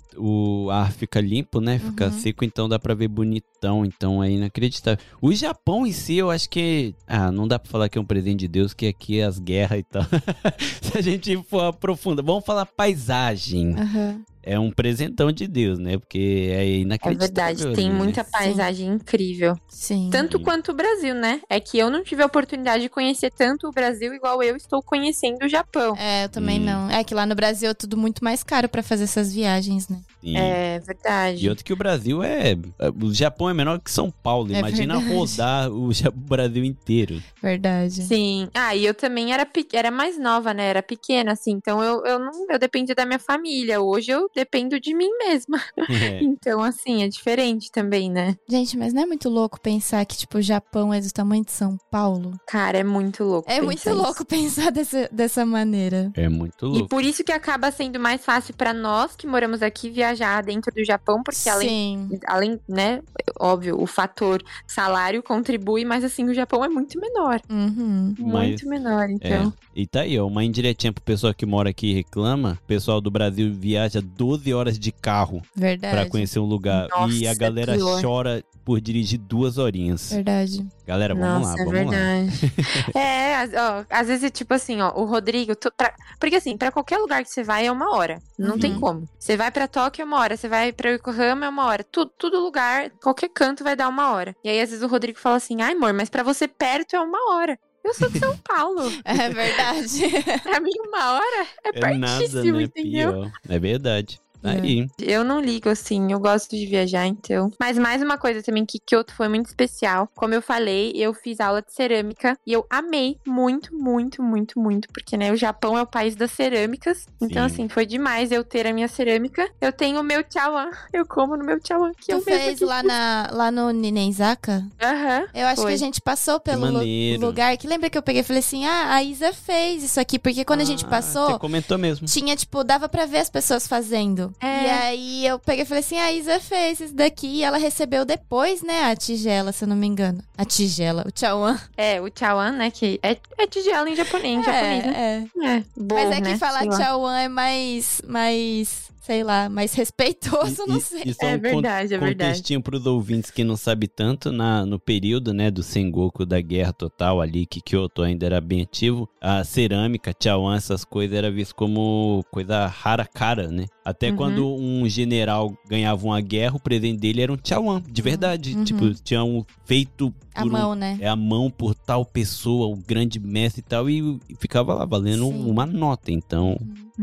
S3: o ar fica limpo, né? Fica
S4: Uhum.
S3: seco, então dá pra ver bonitão. Então é inacreditável. O Japão em si, eu acho que. Ah, não dá pra falar que é um presente de Deus, que aqui é as guerras e tal. Se a gente for aprofunda. Vamos falar paisagem.
S4: Aham.
S3: É um presentão de Deus, né? Porque é
S1: É
S3: inacreditável.
S1: verdade, tem
S3: né?
S1: muita paisagem incrível.
S4: Sim.
S1: Tanto
S3: Sim.
S1: quanto o Brasil, né? É que eu não tive a oportunidade de conhecer tanto o Brasil igual eu estou conhecendo o Japão.
S4: É, eu também
S3: Hum.
S4: não. É que lá no Brasil é tudo muito mais caro pra fazer essas viagens, né?
S3: Sim.
S1: É
S3: E
S1: verdade.
S3: outro que o Brasil é. O Japão é menor que São Paulo.
S4: É
S3: Imagina
S4: verdade.
S3: rodar o Ja- o Brasil inteiro.
S4: Verdade.
S1: Sim. Ah, e eu também era, pe- era mais nova, né? Era pequena, assim. Então eu, eu não eu dependia da minha família. Hoje eu dependo de mim mesma.
S3: É.
S1: Então, assim, é diferente também, né?
S4: Gente, mas não é muito louco pensar que, tipo, o Japão é do tamanho de São Paulo?
S1: Cara, é muito louco.
S4: É
S1: pensar
S4: muito
S1: isso.
S4: louco pensar dessa, dessa maneira.
S3: É muito louco.
S1: E por isso que acaba sendo mais fácil pra nós que moramos aqui viajar dentro do Japão, porque além
S4: Sim.
S1: além, né, óbvio, o fator salário contribui, mas assim, o Japão é muito menor.
S4: Uhum.
S3: Mas-
S1: Muito menor,
S3: É.
S1: então.
S3: E tá aí, ó. Uma indiretinha pro pessoal que mora aqui e reclama. O pessoal do Brasil viaja 12 horas de carro pra
S4: Verdade.
S3: conhecer um lugar. e a
S1: Nossa,
S3: galera
S1: pior.
S3: chora por dirigir duas
S4: É.
S3: horinhas.
S4: Verdade.
S3: Galera, Então, vamos
S1: Nossa,
S3: lá,
S1: é
S3: vamos lá.
S1: verdade. é, as- ó, às vezes é tipo assim, ó, o Rodrigo. tu- pra- porque assim, pra qualquer lugar que você vai é uma hora. Não tem
S3: Uhum.
S1: como. Você vai pra Tóquio é uma hora, você vai pra Yokohama é uma hora. Tudo, tudo lugar, qualquer canto vai dar uma hora. E aí, às vezes, o Rodrigo fala assim: ai, amor, mas pra você perto é uma hora. Eu sou de São Paulo.
S4: É verdade.
S1: pra mim, uma hora é,
S3: É nada,
S1: pertíssimo,
S3: né?
S1: entendeu?
S3: Pior. É verdade. Tá
S4: É.
S3: aí.
S1: Eu não ligo, assim, eu gosto de viajar, então. Mas mais uma coisa também que Kyoto foi muito especial. Como eu falei, eu fiz aula de cerâmica e eu amei muito, muito, muito, muito. Porque, né, o Japão é o país das cerâmicas. Então,
S3: Sim.
S1: assim, foi demais eu ter a minha cerâmica. Eu tenho o meu tchauan. Eu como no meu tchauan, que é
S4: Tu
S1: eu mesma
S4: fez
S1: que
S4: lá,
S1: fiz.
S4: na, lá no Ninenzaka?
S1: Aham.
S4: Eu acho que
S1: Foi.
S4: a gente passou pelo lu-
S3: maneiro.
S4: lugar. Que lembra que eu peguei e falei assim: ah, a Isa fez isso aqui. Porque quando a gente
S3: Ah,
S4: passou,
S3: Você comentou mesmo.
S4: tinha, tipo, dava pra ver as pessoas fazendo.
S1: É.
S4: E aí eu peguei e falei assim: a Isa fez isso daqui. E ela recebeu depois, né, a tigela, se eu não me engano. A tigela, o Tchauan.
S1: É, o tchauan, né, que é, é tigela em japonês, em japonês, né?
S4: é.
S1: É, bom,
S4: Mas é que
S1: né?
S4: falar
S1: sei lá.
S4: Tchauan é mais, mais, sei lá, mais respeitoso,
S3: E-
S4: não
S3: e-
S4: sei.
S3: e só
S1: É
S3: um con-
S1: verdade, é verdade.
S3: contextinho pros ouvintes que não sabe tanto, na, no período, né, do Sengoku, da Guerra Total ali, que Kyoto ainda era bem ativo, a cerâmica, Chawan, essas coisas, era visto como coisa rara cara, né? Até
S1: Uhum.
S3: quando um general ganhava uma guerra, o presente dele era um Chawan, de verdade.
S4: Uhum.
S3: Tipo, tinha um feito
S4: A
S3: por um-
S4: mão, né?
S3: é a mão por tal pessoa, o grande mestre e tal, e ficava lá valendo
S4: Sim.
S3: uma nota, então...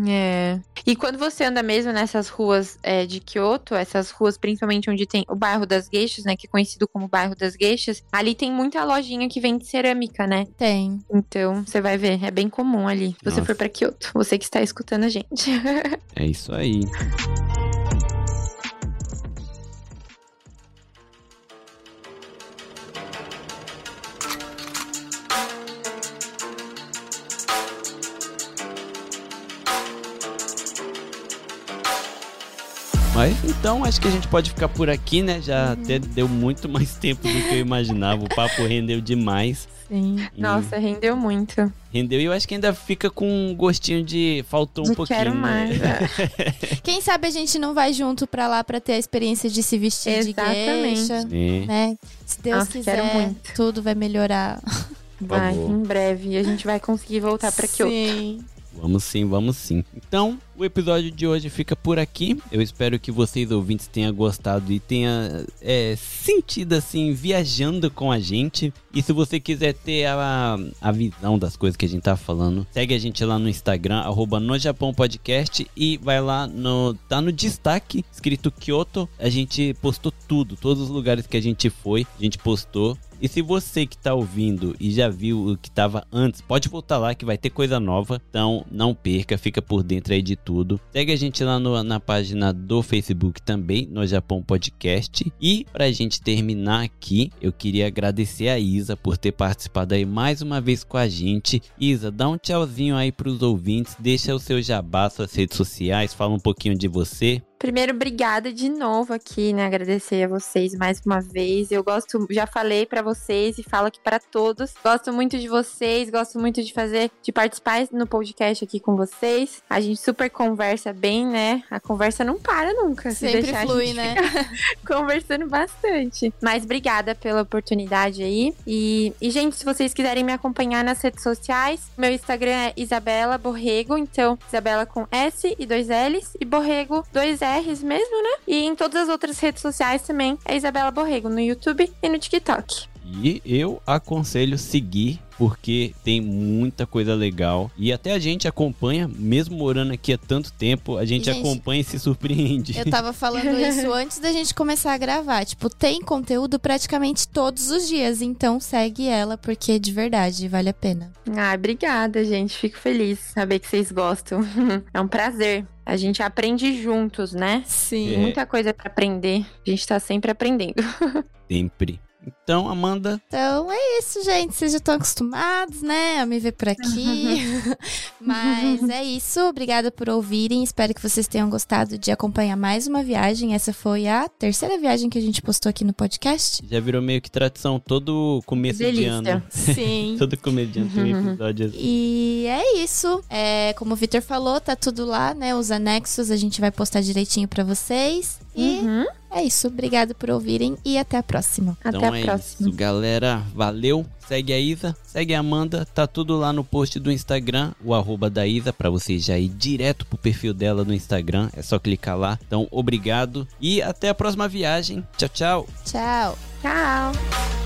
S1: É. E quando você anda mesmo nessas ruas é, de Kyoto, essas ruas principalmente onde tem o bairro das Geixas, né, que é conhecido como bairro das Geixas, ali tem muita lojinha que vende cerâmica, né?
S4: Tem.
S1: Então, você vai ver, é bem comum ali. Se você
S3: Nossa.
S1: for pra Kyoto, você que está escutando a gente.
S3: É isso aí. Mas então acho que a gente pode ficar por aqui, né? Já até deu muito mais tempo do que eu imaginava. O papo rendeu demais.
S4: Sim.
S3: E
S1: Nossa, rendeu muito.
S3: Rendeu e eu acho que ainda fica com um gostinho de. Faltou um
S1: não
S3: pouquinho.
S1: quero
S3: né?
S1: mais.
S4: Quem sabe a gente não vai junto pra lá pra ter a experiência de se vestir
S1: Exatamente.
S4: de geisha,
S3: Né?
S4: né? Se Deus
S1: Nossa,
S4: quiser,
S1: quero muito.
S4: tudo vai melhorar.
S1: Vai,
S3: favor.
S1: em breve. A gente vai conseguir voltar Tá pra Kyoto.
S4: Sim.
S3: Vamos sim, vamos sim. Então, o episódio de hoje fica por aqui. Eu espero que vocês ouvintes tenham gostado e tenha é, sentido assim, viajando com a gente. E se você quiser ter a, a visão das coisas que a gente tá falando, segue a gente lá no Instagram, arroba no Japão Podcast e vai lá no. Tá no destaque, escrito Kyoto. A gente postou tudo, todos os lugares que a gente foi, a gente postou. E se você que tá ouvindo e já viu o que tava antes, pode voltar lá que vai ter coisa nova. Então não perca, fica por dentro aí de tudo. Segue a gente lá no- na página do Facebook também, no Japão Podcast. E pra gente terminar aqui, eu queria agradecer a Isa por ter participado aí mais uma vez com a gente. Isa, dá um tchauzinho aí pros ouvintes, deixa o seu jabá, suas redes sociais, fala um pouquinho de você.
S1: Primeiro, obrigada de novo aqui, né? Agradecer a vocês mais uma vez. Eu gosto, já falei pra vocês e falo aqui pra todos. Gosto muito de vocês, gosto muito de fazer, de participar no podcast aqui com vocês. A gente super conversa bem, né? A conversa não para nunca. se
S4: Sempre
S1: deixar, a
S4: flui,
S1: gente
S4: né?
S1: conversando bastante. Mas obrigada pela oportunidade aí. E, e, gente, se vocês quiserem me acompanhar nas redes sociais, meu Instagram é Isabela Borrego. Então, Isabela com S e dois L's e Borrego dois R's mesmo, né? E em todas as outras redes sociais também é Isabela Borrego, no YouTube e no TikTok.
S3: E eu aconselho seguir, porque tem muita coisa legal. E até a gente acompanha, mesmo morando aqui há tanto tempo, a gente,
S4: Gente,
S3: acompanha e se surpreende.
S4: Eu tava falando isso antes da gente começar a gravar. Tipo, tem conteúdo praticamente todos os dias. Então segue ela, porque de verdade vale a pena.
S1: Ah, obrigada, gente. Fico feliz de saber que vocês gostam. é um prazer. A gente aprende juntos, né?
S4: Sim.
S3: É.
S1: Muita coisa pra aprender. A gente tá sempre aprendendo.
S3: Sempre. Então, Amanda,
S4: Então é isso, gente. Vocês já estão acostumados, né? A me ver por aqui. Mas é isso. Obrigada por ouvirem. Espero que vocês tenham gostado de acompanhar mais uma viagem. Essa foi a terceira viagem que a gente postou aqui no podcast.
S3: já virou meio que tradição todo começo de
S1: Delícia.
S3: ano.
S4: Sim.
S3: Todo começo de ano tem um episódio assim.
S4: E é isso. É, como o Vitor falou, tá tudo lá, né? Os anexos a gente vai postar direitinho pra vocês. E
S1: Uhum.
S4: é isso. Obrigado por ouvirem e até a próxima.
S1: Até
S3: então
S1: a
S3: é
S1: próxima.
S3: isso, galera. Valeu. Segue a Isa, segue a Amanda. Tá tudo lá no post do Instagram, o arroba da Isa, pra você já ir direto pro perfil dela no Instagram. É só clicar lá. Então, obrigado. E até a próxima viagem. Tchau, tchau.
S4: Tchau.
S1: Tchau.